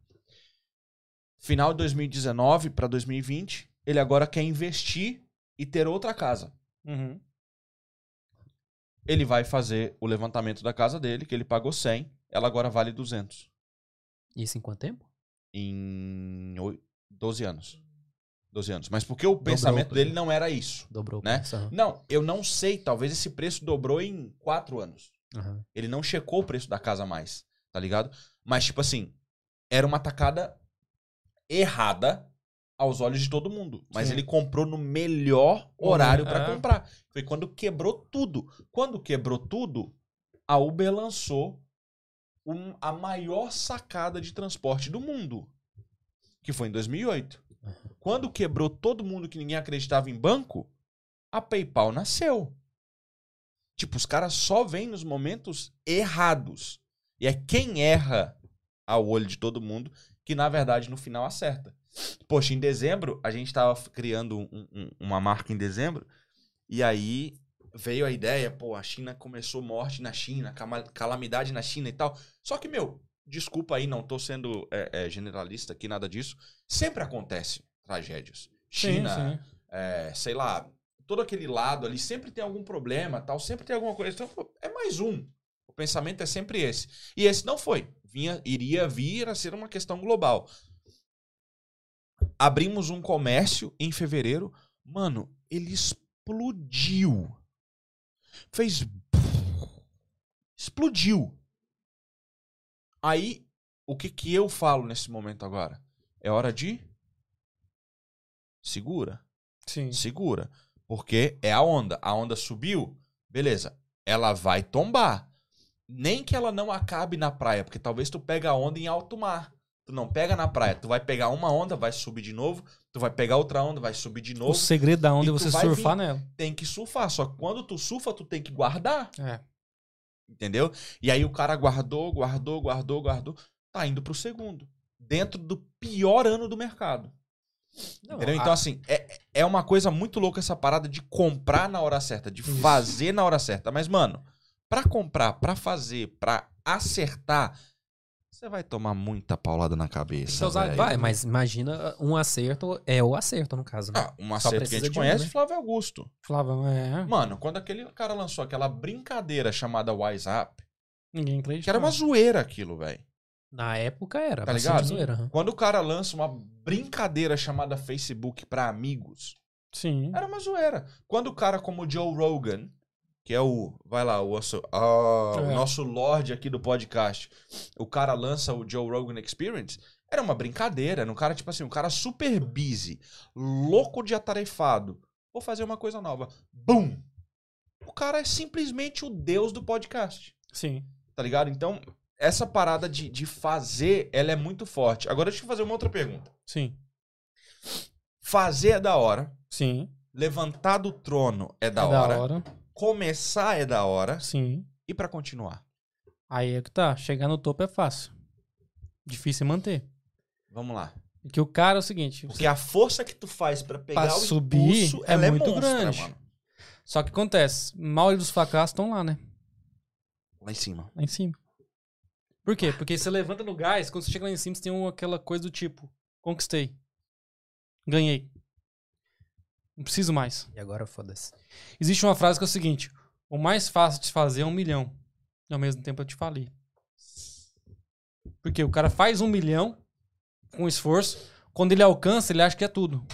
Final de 2019 para 2020, ele agora quer investir e ter outra casa. Uhum. Ele vai fazer o levantamento da casa dele, que ele pagou 100, ela agora vale 200. Isso em quanto tempo? Em oi- 12 anos. 12 anos. Mas porque o pensamento dele não era isso. Dobrou o Né? preço. aham. Não, eu não sei. Talvez esse preço dobrou em quatro anos. Aham. Ele não checou o preço da casa mais, tá ligado? Mas, tipo assim, era uma tacada errada aos olhos de todo mundo. Mas Sim. ele comprou no melhor horário pra é. comprar. Foi quando quebrou tudo. Quando quebrou tudo, a Uber lançou um- a maior sacada de transporte do mundo, que foi em 2008. Quando quebrou todo mundo que ninguém acreditava em banco, a PayPal nasceu. Tipo, os caras só vêm nos momentos errados. E é quem erra ao olho de todo mundo que, na verdade, no final acerta. Poxa, em dezembro, a gente tava f- criando um- um- uma marca em dezembro, e aí veio a ideia, pô, a China começou morte na China, cama- calamidade na China e tal. Só que, meu, desculpa aí, não tô sendo é, é, generalista aqui, nada disso. Sempre acontece tragédias. China, Sim, né? sim. é, sei lá, todo aquele lado ali sempre tem algum problema, tal, sempre tem alguma coisa. Então, pô, é mais um. O pensamento é sempre esse. E esse não foi. Vinha, iria vir a ser uma questão global. Abrimos um comércio em fevereiro. Mano, ele explodiu. Fez. Explodiu. Aí, o que que eu falo nesse momento agora? É hora de. Segura Sim. segura. Porque é a onda. A onda subiu, beleza. Ela vai tombar. Nem que ela não acabe na praia, porque talvez tu pega a onda em alto mar. Tu não pega na praia. Tu vai pegar uma onda, vai subir de novo. Tu vai pegar outra onda, vai subir de O novo. segredo da onda E é tu você vai surfar nela. Tem que surfar. Só que quando tu surfa, tu tem que guardar. É. Entendeu? E aí o cara guardou, guardou, guardou, guardou. Tá indo pro segundo. Dentro do pior ano do mercado. Não, Entendeu? a- Então, assim, é, é uma coisa muito louca essa parada de comprar na hora certa, de Isso. fazer na hora certa. Mas, mano, pra comprar, pra fazer, pra acertar, você vai tomar muita paulada na cabeça. Então, vai- velho. Vai, mas imagina um acerto, é o acerto no caso, né? Ah, um Só acerto que a precisa gente de um, conhece, né? Flávio Augusto. Flavão, é. Mano, quando aquele cara lançou aquela brincadeira chamada WhatsApp, Ninguém acredita. que era uma zoeira aquilo, velho. Na época era, Tá bastante ligado? zoeira. aham. Quando o cara lança uma brincadeira chamada Facebook pra amigos, Sim. Era uma zoeira. Quando o cara como o Joe Rogan, que é o, vai lá, o, nosso- ah, o É. nosso lorde aqui do podcast, o cara lança o Joe Rogan Experience, era uma brincadeira, era um cara tipo assim, um cara super busy, louco de atarefado. Vou fazer uma coisa nova. Bum! O cara é simplesmente o deus do podcast Sim. tá ligado? Então, essa parada de, de fazer, ela é muito forte. Agora deixa eu fazer uma outra pergunta. Sim. Fazer é da hora, Sim. levantar do trono é da, é hora, da hora. começar é da hora Sim. e pra continuar. Aí é que tá. Chegar no topo é fácil. Difícil é manter. Vamos lá. Porque o cara é o seguinte. Porque a força que tu faz pra pegar Pra o subir, impulso, é ela é muito muito grande. grande. Mano. Só que acontece. A maioria dos fracassos estão lá, né? Lá em cima. Lá em cima. Por quê? Porque você levanta no gás, quando você chega lá em cima, você tem um- aquela coisa do tipo: conquistei. Ganhei. Não preciso mais. E agora foda-se. Existe uma frase que é o seguinte: o mais fácil de fazer é um milhão. E ao mesmo tempo eu te falei. Porque o cara faz um milhão com esforço. Quando ele alcança, ele acha que é tudo.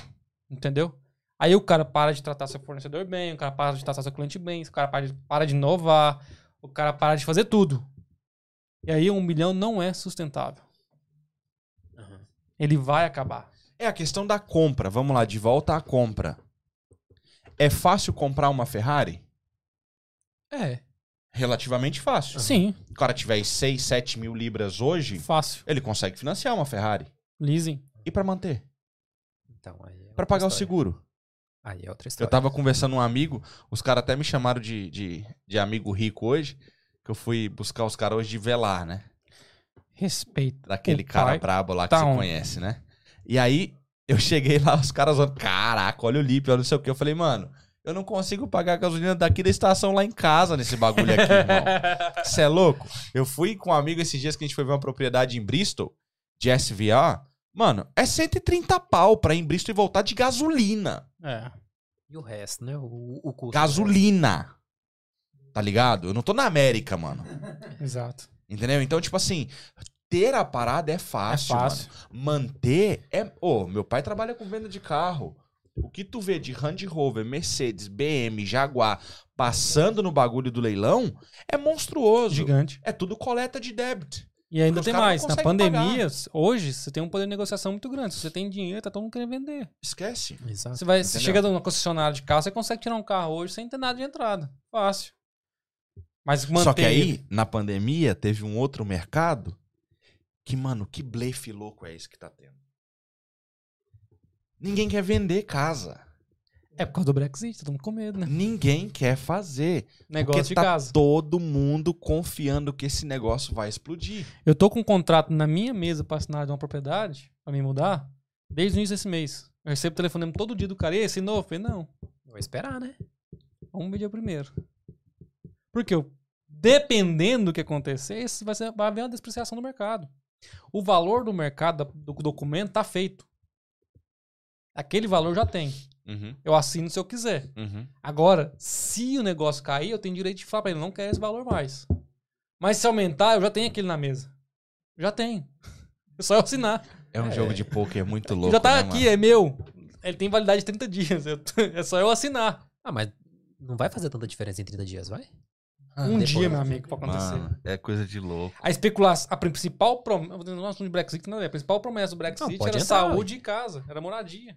Entendeu? Aí o cara para de tratar seu fornecedor bem, o cara para de tratar seu cliente bem, o cara para de, para de inovar, o cara para de fazer tudo. E aí um milhão não é sustentável. Aham. Ele vai acabar. É a questão da compra. Vamos lá, de volta à compra. É fácil comprar uma Ferrari? É. Relativamente fácil. Sim, Se o cara tiver 6, 7 mil libras hoje, fácil. ele consegue financiar uma Ferrari. Leasing. E pra manter? Então, aí é Pra pagar o outra história. seguro. Aí é outra Eu história. tava conversando com um amigo, os caras até me chamaram de, de, de amigo rico hoje, que eu fui buscar os caras hoje de velar, né? Respeito. Daquele O cara pai brabo lá que tá você onde? conhece, né? E aí eu cheguei lá, os caras falando, caraca, olha o Lipe, olha não sei o que. Eu falei, mano, eu não consigo pagar a gasolina daqui da estação lá em casa nesse bagulho aqui, irmão. Você é louco? Eu fui com um amigo esses dias que a gente foi ver uma propriedade em Bristol, de SVR. Mano, é 130 pau pra ir em Bristol e voltar de gasolina. É. E o resto, né? O, o custo. Gasolina. Tá ligado? Eu não tô na América, mano. Exato. Entendeu? Então, tipo assim, ter a parada é fácil, é mano. fácil. manter é. Ô, meu pai trabalha com venda de carro. O que tu vê de Land Rover, Mercedes, BM, Jaguar passando no bagulho do leilão é monstruoso. Gigante. É tudo coleta de débito. E ainda os tem caras não mais. Na conseguem pandemia, hoje, você tem um poder de negociação muito grande. Se você tem dinheiro, tá todo mundo querendo vender. Esquece. é. Exato. Você, vai, você Entendeu? chega numa concessionária de carro, você consegue tirar um carro hoje sem ter nada de entrada. Fácil. Mas manter. Só que ele- aí, na pandemia, teve um outro mercado que, mano, que blefe louco é esse que tá tendo? Ninguém quer vender casa. É por causa do Brexit, todo mundo com medo, né? Ninguém quer fazer. Negócio porque de tá casa. todo mundo confiando que esse negócio vai explodir. Eu tô com um contrato na minha mesa pra assinar de uma propriedade, pra me mudar, desde o início desse mês. Eu recebo telefonema todo dia do cara, e assinou? Eu falei, não. Vou esperar, né? Vamos medir primeiro. Porque eu- dependendo do que acontecer, esse vai, ser, vai haver uma despreciação do mercado. O valor do mercado, da- do documento, está feito. Aquele valor já tem. Uhum, Eu assino se eu quiser. uhum. Agora, se o negócio cair, eu tenho direito de falar pra ele, não quero esse valor mais. Mas se aumentar, eu já tenho aquele na mesa. Já tenho. É só eu assinar. É um É. jogo de poker muito louco. já tá né, aqui, mano? é meu. Ele tem validade de 30 dias. eu- é só eu assinar. Ah, mas não vai fazer tanta diferença em 30 dias, vai? um depois. dia, meu amigo, pra acontecer. Mano, é coisa de louco. A especulação, a principal promessa. Vou assunto de Brexit, não é. A principal promessa do Brexit Não, pode era entrar, saúde e casa, era moradia.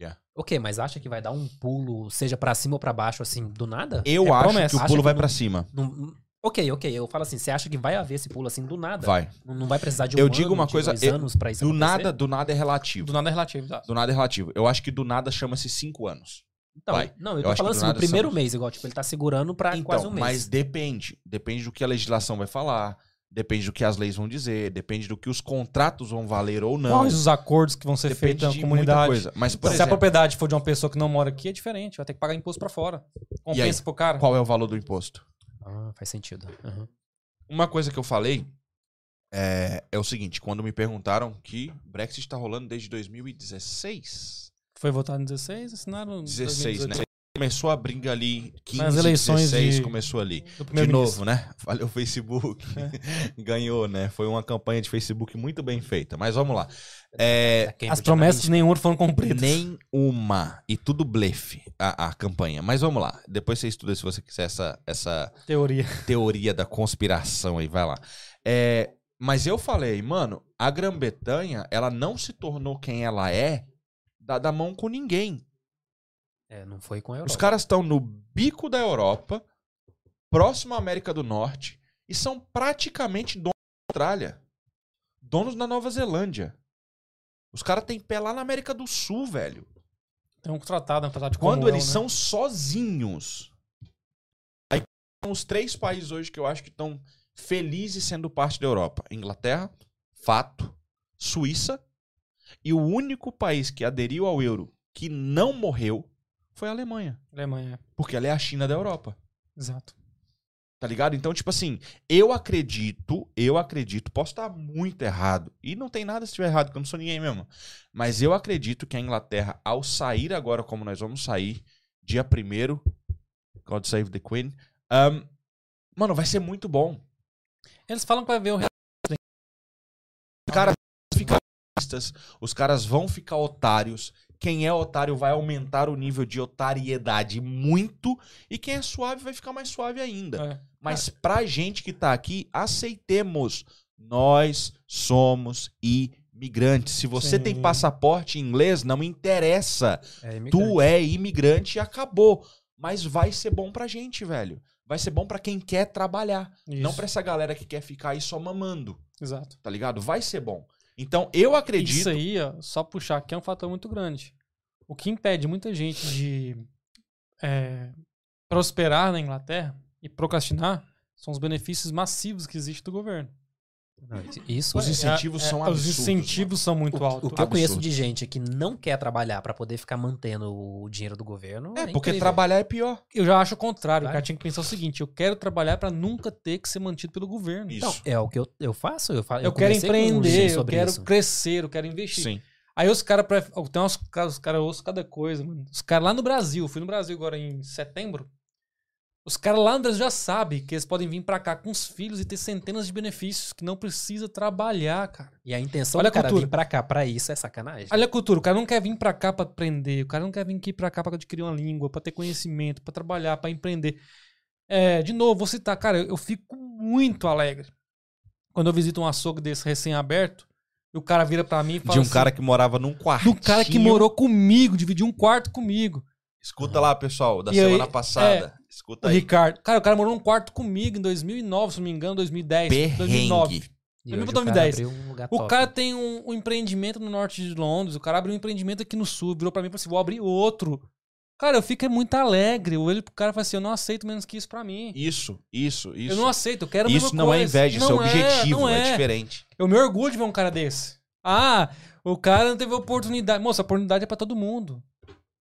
É. Ok, mas acha que vai dar um pulo, seja pra cima ou pra baixo, assim, do nada? Eu É acho promessa. que o Acho pulo que vai não- pra cima. Não- hum, ok, ok. Eu falo assim, você acha que vai haver esse pulo assim do nada? Vai. Não, não vai precisar de um Eu ano, digo uma de coisa, dois eu- anos pra isso Do acontecer? nada, do nada é relativo. Do nada é relativo. tá? Do nada é relativo. Eu acho que do nada chama-se cinco anos. Então, vai. Não, eu Eu tô acho que falando do assim, no nada primeiro são- mês, igual, tipo, ele tá segurando pra quase Então, um mês. mas depende. Depende do que a legislação vai falar. Depende do que as leis vão dizer. Depende do que os contratos vão valer ou não. Quais os acordos que vão ser depende feitos de muita na comunidade? Então, coisa. Mas, por Se é a exemplo, propriedade for de uma pessoa que não mora aqui, é diferente. Vai ter que pagar imposto pra fora. E Compensa pro cara. qual é o valor do imposto? Ah, faz sentido. Aham. Uma coisa que eu falei é, é o seguinte. Quando me perguntaram que Brexit está rolando desde 2016... Foi votado em 16, assinaram. em 16, né? 2018. Começou a briga ali, 15, Nas eleições 16, de- começou ali. Do De primeiro É. novo, né? Valeu o Facebook. Ganhou, né? Foi uma campanha de Facebook muito bem feita. Mas vamos lá. É, As promessas de nenhum foram cumpridas. nenhuma. E tudo blefe, a, a campanha. Mas vamos lá. Depois você estuda, se você quiser, essa, essa Teoria. teoria da conspiração aí. Vai lá. É, mas eu falei, mano, a Grã-Bretanha, ela não se tornou quem ela é dada a mão com ninguém. É, não foi com a Europa. Os caras estão no bico da Europa, próximo à América do Norte, e são praticamente donos da Austrália. Donos na Nova Zelândia. Os caras têm pé lá na América do Sul, velho. Tem um tratado, um tratado de Quando comunhão, eles né? são sozinhos. Aí são os três países hoje que eu acho que estão felizes sendo parte da Europa: Inglaterra, fato, Suíça. E o único país que aderiu ao euro que não morreu foi a Alemanha. Alemanha, Porque ela é a China da Europa. exato. Tá ligado? Então, tipo assim, eu acredito, eu acredito, posso estar muito errado. E não tem nada se estiver errado, porque eu não sou ninguém mesmo. Mas eu acredito que a Inglaterra, ao sair agora como nós vamos sair, dia 1 God Save the Queen, ahn, mano, vai ser muito bom. Eles falam que vai um ver o Os caras ficam racistas, os caras vão ficar otários. Quem é otário vai aumentar o nível de otariedade muito. E quem é suave vai ficar mais suave ainda. É. Mas pra gente que tá aqui, aceitemos. Nós somos imigrantes. Se você Sim. tem passaporte inglês, não interessa. É imigrante. Tu é imigrante e acabou. Mas vai ser bom pra gente, velho. Vai ser bom pra quem quer trabalhar. Não é, Isso. pra essa galera que quer ficar aí só mamando, Exato. tá ligado? Vai ser bom. Então, eu acredito. Isso aí, ó, só puxar aqui é um fator muito grande. O que impede muita gente de é, prosperar na Inglaterra e procrastinar são os benefícios massivos que existe do governo. Não, isso é. Os incentivos são Os absurdos. mano. incentivos são muito O, o altos. que eu Absurdo. conheço de gente que não quer trabalhar pra poder ficar mantendo o dinheiro do governo. É, porque incrível. trabalhar é pior. Eu já acho o contrário. O Claro. cara tinha que pensar o seguinte: eu quero trabalhar pra nunca ter que ser mantido pelo governo. Isso. Então, é o que eu, eu faço. Eu, fa- Eu, quero conversei com gente empreender, eu sobre quero isso. crescer, eu quero investir. Sim. Aí os caras. Tem uns caras, os caras ouçam cada coisa, mano. Os caras lá no Brasil, eu fui no Brasil agora em setembro. Os caras lá no Brasil já sabem que eles podem vir pra cá com os filhos e ter centenas de benefícios, que não precisa trabalhar, cara. E a intenção Olha Olha a do cara cultura. vir pra cá pra isso é sacanagem. Olha a cultura, o cara não quer vir pra cá pra aprender, o cara não quer vir aqui pra cá pra adquirir uma língua, pra ter conhecimento, pra trabalhar, pra empreender. É, de novo, vou citar, cara, eu, eu fico muito alegre quando eu visito um açougue desse recém-aberto e o cara vira pra mim e fala De um assim, cara que morava num quartinho. do cara que morou comigo, dividiu um quarto comigo. Escuta lá, pessoal, da E aí, semana passada. O Escuta aí. Ricardo. Cara, o cara morou num quarto comigo em 2009, se não me engano, 2010, 2009. Perrengue. E eu hoje vou o dar uma cara ideia. abriu um lugar O top. cara tem um, um empreendimento no norte de Londres, o cara abriu um empreendimento aqui no sul, virou pra mim e falou assim, vou abrir outro. Cara, eu fico é muito alegre. Eu olho pro cara e falo assim, eu não aceito menos que isso pra mim. Isso, isso, isso. Eu não aceito, eu quero a isso mesma não é coisa. inveja, isso é Não objetivo, não é, diferente. Eu me orgulho de ver um cara desse. Ah, o cara não teve oportunidade. Moça, a oportunidade é pra todo mundo.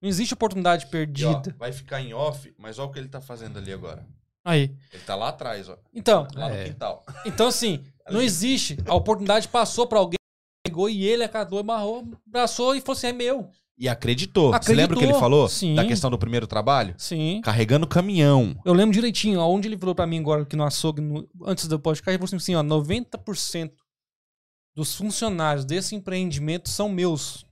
Não existe oportunidade E, ó, perdida. vai ficar em off, mas olha o que ele tá fazendo ali agora. Aí. Ele tá lá atrás, ó. Então, Lá no É. quintal. Então, assim, não existe. A oportunidade passou pra alguém, pegou e ele acatou, amarrou, abraçou e falou assim: é meu. E acreditou. Você Acreditou. lembra o que ele falou? Sim. Da questão do primeiro trabalho? Sim. Carregando caminhão. Eu lembro direitinho, ó, onde ele falou pra mim agora que no açougue, no- antes do podcast, ele falou assim: ó, 90% dos funcionários desse empreendimento são meus.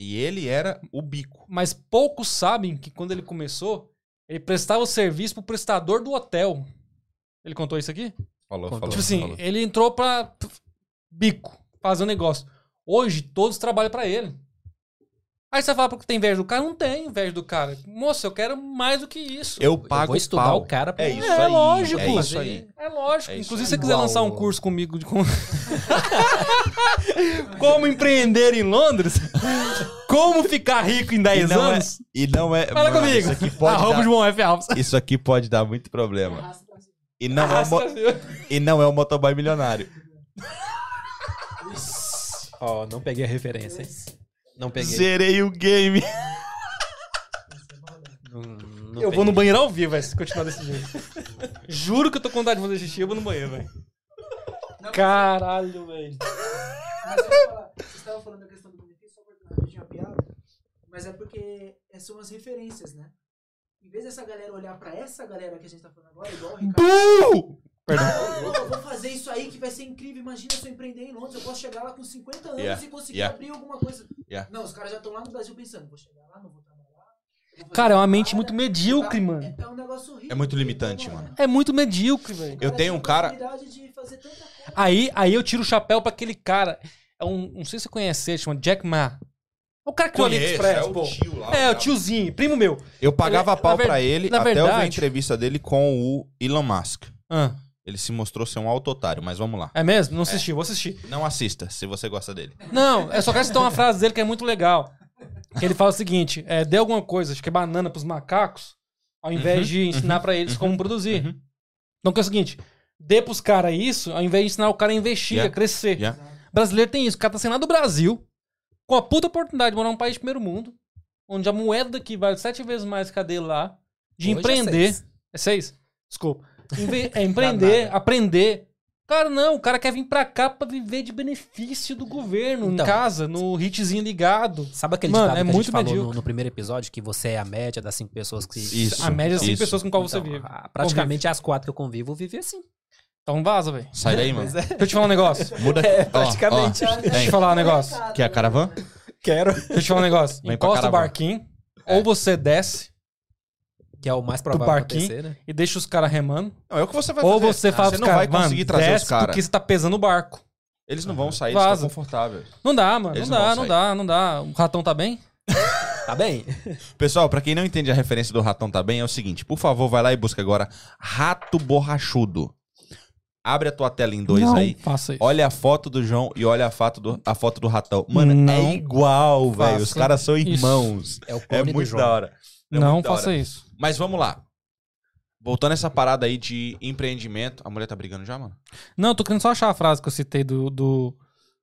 E ele era o bico. Mas poucos sabem que quando ele começou, ele prestava o serviço pro prestador do hotel. Ele contou isso aqui? Falou, Contou. falou. Tipo assim, falou. ele entrou pra pf, bico, fazer um negócio. Hoje, todos trabalham pra ele. Aí você fala, porque tem inveja do cara? Não tem inveja do cara. Moço, eu quero mais do que isso. Eu Eu pago vou o estudar pau. o cara pra É isso É aí. lógico. É isso aí. É lógico. É isso Inclusive, aí. se você quiser Igual- lançar um curso comigo de como, como empreender em Londres, como ficar rico em 10 E não é- anos, E não é. fala mano, comigo. Isso aqui, pode Arroba dar, João F. Alves. isso aqui pode dar muito problema. Arrasta pra cima. E não, é, o mo- e não é o motoboy milionário. Ó, não peguei a referência. hein? Não peguei. Zerei o game. Não- não Eu vou no peguei. banheiro ao vivo, velho, se continuar desse jeito. Juro que eu tô com vontade de fazer xixi, eu vou no banheiro, velho. Caralho, velho. Mas Ah, só falar, vocês estavam falando da questão do benefício, só cortando rapidinho a piada, mas é porque é- são as referências, né? Em vez dessa galera olhar pra essa galera que a gente tá falando agora, igual o Ricardo, "Ô, eu vou fazer isso aí que vai ser incrível, imagina se eu empreender em Londres, eu posso chegar lá com 50 anos Yeah, e conseguir yeah. abrir alguma coisa. Yeah. Não, os caras já estão lá no Brasil pensando, vou chegar lá, não vou trabalhar. eu vou fazer Cara, é uma parada, mente muito medíocre, tá? mano. É, é um negócio horrível. É muito limitante, Então, mano. É muito medíocre, velho. o Eu tenho tem um cara- possibilidade de fazer tanta coisa. Aí, aí eu tiro o chapéu pra aquele cara. É um, não sei se você conhece ele, chama Jack Ma. É o cara que o AliExpress, pô. tio lá. tá É, o tiozinho, primo meu. Eu pagava Na pau ver- pra ele na até eu ver a verdade- entrevista dele com o Elon Musk. Ah, Ele se mostrou ser um autotário, mas vamos lá. é mesmo? Não assisti, vou assistir. Não assista, se você gosta dele. Não, eu só quero citar uma frase dele que é muito legal. Que ele fala o seguinte: é, dê alguma coisa, acho que é banana pros macacos, ao invés Uhum, de ensinar pra eles como produzir. Então que é o seguinte: dê pros caras isso, ao invés de ensinar o cara a investir, Yeah, a crescer. yeah. Brasileiro tem isso, o cara tá saindo lá do Brasil, com a puta oportunidade de morar num país de primeiro mundo, onde a moeda daqui vale sete vezes mais que a dele lá, de Hoje é empreender. seis. É seis? Desculpa. Inve- é empreender, aprender. Cara, não, o cara quer vir pra cá pra viver de benefício do governo, Então. em casa, no hitzinho ligado. Sabe aquele Mano, ditado é que muito a gente falou no- no, medíocre. primeiro episódio, que você é a média das cinco pessoas que... Isso. a média das cinco isso. pessoas com qual você Então, vive. a- praticamente as quatro que eu convivo, eu vivi assim. Então vaza, velho. Sai daí, mano. é. Deixa eu te falar um negócio. Muda. É, Ó, ó, praticamente. Deixa Vem. eu falar um negócio. né? Quer é a caravana? Quero. Deixa eu te falar um negócio. Vem pra Encosta o caravana. barquinho, É. ou você desce Que é o mais provável barquinho. acontecer, né? e deixa os caras remando, Não, é o que você vai ou fazer. você fala Você pros não caras, vai conseguir mano, trazer os desce caras. porque você tá pesando o barco. Eles não vão sair, Vaza. eles estão confortáveis. Não dá, mano. Eles não não dá, vão não sair. dá, não dá. O ratão tá bem? Tá bem? Pessoal, pra quem não entende a referência do ratão tá bem, é o seguinte, por favor, vai lá e busca agora Rato Borrachudo. Abre a tua tela em dois não, aí. faça isso. Olha a foto do João e olha a foto do, a foto do ratão. Mano, Não é igual, velho. Os faça caras são isso. irmãos. É o É clone do muito João. da hora. É não muito da faça hora. isso. Mas vamos lá. Voltando essa parada aí de empreendimento. A mulher tá brigando já, mano? Não, eu tô querendo só achar a frase que eu citei do. do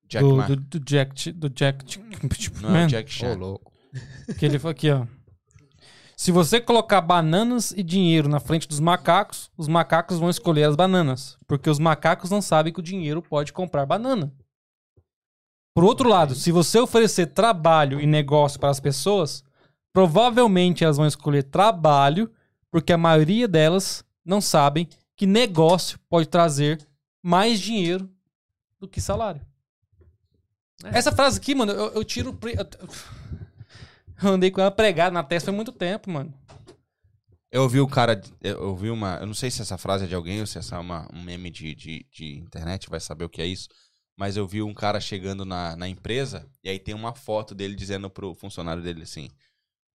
Jack do, Ma. do, do Jack. Ch- Do Jack. Ch- Não é Man, o Jack Ô, Chan. louco. Que ele falou aqui, ó. Se você colocar bananas e dinheiro na frente dos macacos, os macacos vão escolher as bananas. Porque os macacos não sabem que o dinheiro pode comprar banana. Por outro lado, se você oferecer trabalho e negócio para as pessoas, provavelmente elas vão escolher trabalho, porque a maioria delas não sabem que negócio pode trazer mais dinheiro do que salário. Essa frase aqui, mano, eu, eu tiro. pre- eu- eu andei com ela pregada na testa há muito tempo, mano. Eu ouvi o cara. Eu ouvi uma. Eu não sei se essa frase é de alguém ou se essa é uma, um meme de, de, de internet, vai saber o que é isso. Mas eu vi um cara chegando na, na empresa e aí tem uma foto dele dizendo pro funcionário dele assim: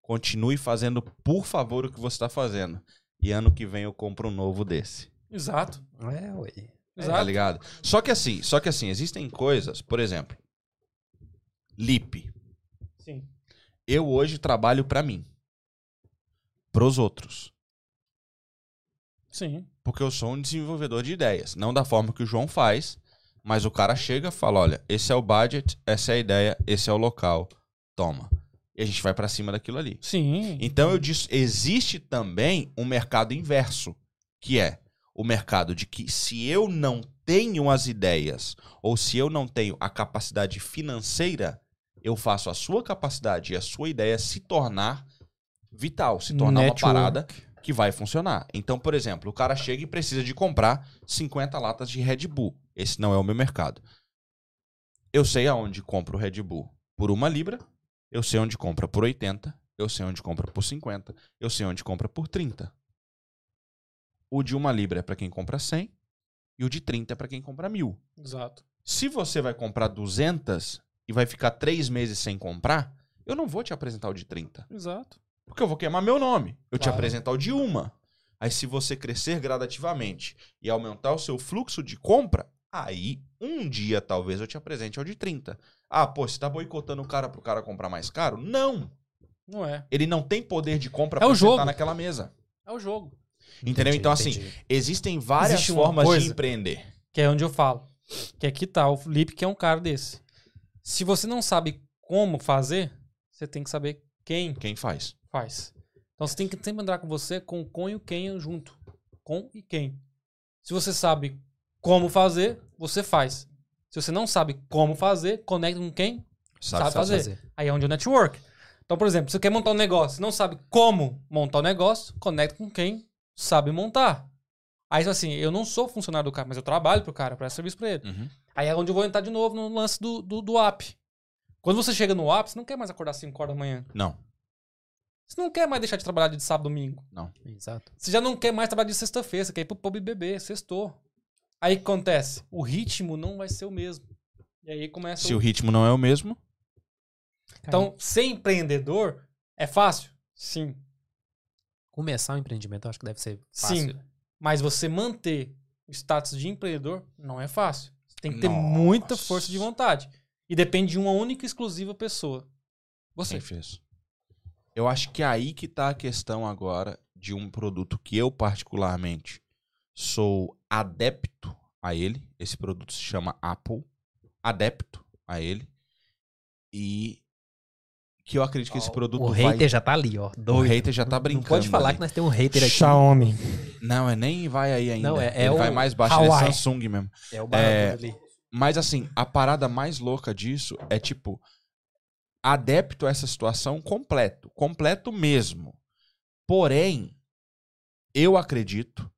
continue fazendo, por favor, o que você tá fazendo. E ano que vem eu compro um novo desse. Exato. É, ué. Tá Exato. ligado? Só que assim, só que assim, existem coisas, por exemplo, LIP. Sim. Eu hoje trabalho pra mim. Pros outros. Sim. Porque eu sou um desenvolvedor de ideias. Não da forma que o João faz, mas o cara chega e fala: olha, esse é o budget, essa é a ideia, esse é o local. Toma. E a gente vai pra cima daquilo ali. Sim. Então eu disse, existe também um mercado inverso, que é o mercado de que se eu não tenho as ideias ou se eu não tenho a capacidade financeira, eu faço a sua capacidade e a sua ideia se tornar vital, se tornar Network. uma parada que vai funcionar. Então, por exemplo, o cara chega e precisa de comprar 50 latas de Red Bull. Esse não é o meu mercado. Eu sei aonde compra o Red Bull por uma libra, eu sei onde compra por 80, eu sei onde compra por 50, eu sei onde compra por 30. O de uma libra é para quem compra 100 e o de 30 é para quem compra mil. Exato. Se você vai comprar 200 e vai ficar três meses sem comprar, eu não vou te apresentar o de 30. Exato. Porque eu vou queimar meu nome. Eu te Claro. apresentar o de uma. Aí, se você crescer gradativamente e aumentar o seu fluxo de compra, aí um dia talvez eu te apresente ao de 30. Ah, pô, você tá boicotando o cara pro cara comprar mais caro? Não! Não é. Ele não tem poder de compra É o pra jogo. sentar naquela mesa. É o jogo. Entendeu? Então, assim, entendi. Existem várias Existe uma formas de coisa- empreender. Que é onde eu falo. Que aqui tá o Felipe, que é um cara desse. Se você não sabe como fazer, você tem que saber quem Quem faz? faz. Então você tem que sempre andar com você com com e o quem junto. Com e quem. Se você sabe como fazer, você faz. Se você não sabe como fazer, conecta com quem, Sabe fazer. Aí é onde é o network. Então, por exemplo, você quer montar um negócio, você não sabe como montar o negócio, conecta com quem sabe montar. Aí, assim, eu não sou funcionário do cara, mas eu trabalho pro cara, presto serviço pra ele. Uhum. Aí é onde eu vou entrar de novo no lance do, do, do app. Quando você chega no app, você não quer mais acordar 5 horas da manhã. Não. Você não quer mais deixar de trabalhar de sábado e domingo. Exato. Você já não quer mais trabalhar de sexta-feira, você quer ir pro pub beber, sextou. Aí o que acontece? O ritmo não vai ser o mesmo. E aí começa Se o ritmo não é o mesmo, Então, ser empreendedor é fácil? Sim. Começar o empreendimento eu acho que deve ser fácil. Sim. Mas você manter o status de empreendedor não é fácil. Você tem que ter Nossa. muita força de vontade. E depende de uma única e exclusiva pessoa. É, Você. quem fez? Eu acho que é aí que tá a questão agora de um produto que eu particularmente sou adepto a ele. Esse produto se chama Apple. Adepto a ele. E que eu acredito que esse Ah, O produto vai... hater já tá ali, ó. O Doido. hater já tá brincando. Não pode falar ali. que nós temos um hater aqui. Xiaomi. Não, é nem vai aí ainda. Não, é- é Ele o vai mais baixo, ele é Hawaii. Samsung mesmo. É o barato É. ali. Mas assim, a parada mais louca disso é tipo adepto a essa situação completo, completo mesmo. Porém, eu acredito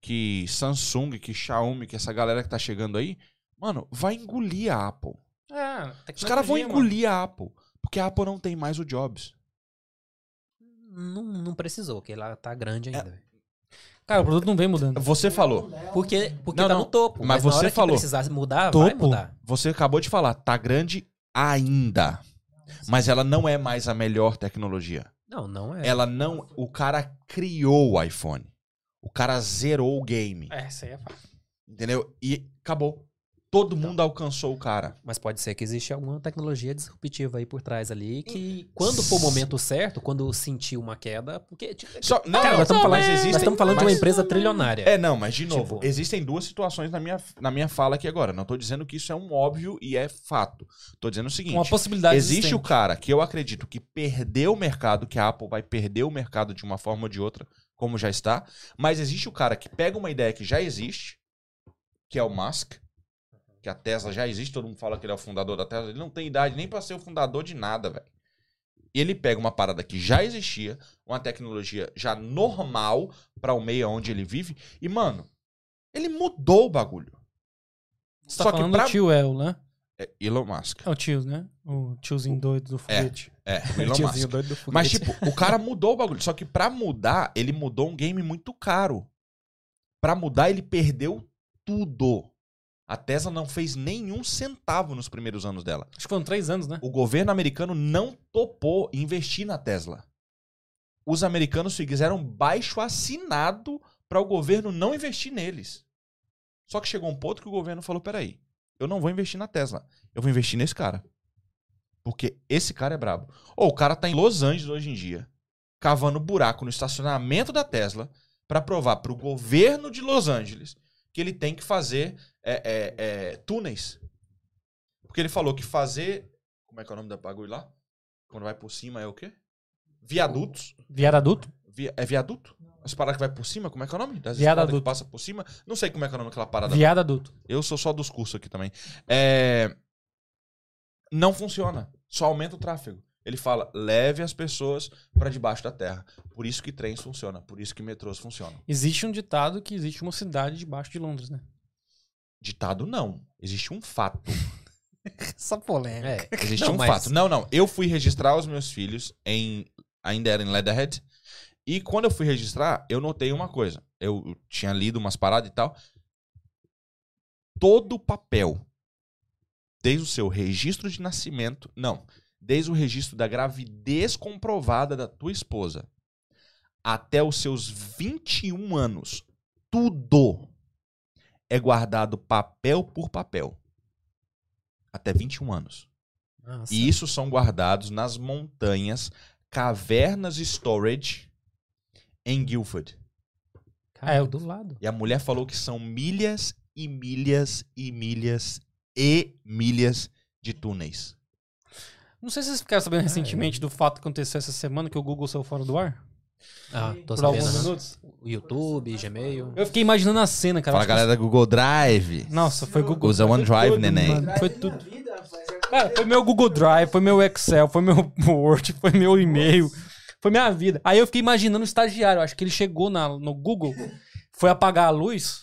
que Samsung, que Xiaomi, que essa galera que tá chegando aí, mano, vai engolir a Apple. É, Os caras vão tecnologia, engolir a Apple, porque a Apple não tem mais o Jobs. mano. Não, não precisou, porque ela tá grande ainda. velho. Cara, o produto não vem mudando. Você falou, Porque, porque Não, tá não, no topo. mas na você hora falou. Que precisar mudar, vai Topo? mudar. você acabou de falar, tá grande ainda, mas ela não é mais a melhor tecnologia. Não, não é. Ela não. O cara criou o iPhone. O cara zerou o game. É, isso aí é fácil. Entendeu? E acabou. Todo Então. mundo alcançou o cara. Mas pode ser que exista alguma tecnologia disruptiva aí por trás ali que, quando for o momento certo, quando sentir uma queda, porque tipo, Só, não, Cara, nós não, estamos falando- mas existem- nós estamos falando de uma mas- empresa trilionária. É, não, mas de novo, Tipo- existem duas situações na minha, na minha fala aqui agora. Não tô dizendo que isso é um óbvio e é fato. Tô dizendo o seguinte: Uma possibilidade existe o existente. cara que eu acredito que perdeu o mercado, que a Apple vai perder o mercado de uma forma ou de outra, como já está, mas existe o cara que pega uma ideia que já existe, que é o Musk, que a Tesla já existe, todo mundo fala que ele é o fundador da Tesla, ele não tem idade nem pra ser o fundador de nada, velho. E ele pega uma parada que já existia, uma tecnologia já normal pra o meio onde ele vive, e mano, ele mudou o bagulho. Você tá Só que falando pra- do tio El, né? É Elon Musk. É o tio, né? O tiozinho doido do foguete. É, o o Elon tiozinho Musk. doido do foguete. Mas, tipo, o cara mudou o bagulho. Só que pra mudar, ele mudou um game muito caro. Pra mudar, ele perdeu tudo. A Tesla não fez nenhum centavo nos primeiros anos dela. Acho que foram três anos, né? O governo americano não topou investir na Tesla. Os americanos fizeram baixo assinado pra o governo não investir neles. Só que chegou um ponto que o governo falou: peraí, eu não vou investir na Tesla, eu vou investir nesse cara. Porque esse cara é brabo. Ou o cara tá em Los Angeles hoje em dia, cavando buraco no estacionamento da Tesla pra provar pro governo de Los Angeles que ele tem que fazer é, é, é, túneis. Porque ele falou que fazer. Como é que é o nome da bagulho lá? Quando vai por cima é o quê? Viadutos. Viado adulto? Vi- é viaduto? As paradas que vai por cima, como é que é o nome? Das Viaduto. estradas que passa por cima. Não sei como é que é o nome daquela parada. Viado adulto. Eu sou só dos cursos aqui também. É, Não funciona. Só aumenta o tráfego. Ele fala, leve as pessoas pra debaixo da terra. Por isso que trens funcionam, por isso que metrôs funcionam. Existe um ditado que existe uma cidade debaixo de Londres, né? Ditado não. Existe um fato. Essa polêmica. É. Existe Não, um mas- fato. Não, não. Eu fui registrar os meus filhos em. Ainda era em Leatherhead. E quando eu fui registrar, eu notei uma coisa. Eu eu tinha lido umas paradas e tal. Todo papel, desde o seu registro de nascimento. Não. Desde o registro da gravidez comprovada da tua esposa até os seus 21 anos, tudo é guardado papel por papel. Até 21 anos. Nossa. E isso são guardados nas montanhas, cavernas storage em Guilford. Cara, é o do lado. E a mulher falou que são milhas e milhas e milhas e milhas de túneis. Não sei se vocês ficaram Ah, é. sabendo recentemente do fato que aconteceu essa semana que o Google saiu fora do ar. Ah, tô Por Por sabendo. alguns aham. minutos. O YouTube, Gmail. Eu fiquei imaginando a cena, cara. Fala Acho que- galera da Google Drive. Nossa, foi Google. Usa OneDrive, Todo neném. mundo. Foi tudo. Vida, rapaz, é Cara, foi meu Google Drive, foi meu Excel, foi meu Word, foi meu e-mail, foi minha vida. Aí eu fiquei imaginando o estagiário, acho que ele chegou na, no Google, foi apagar a luz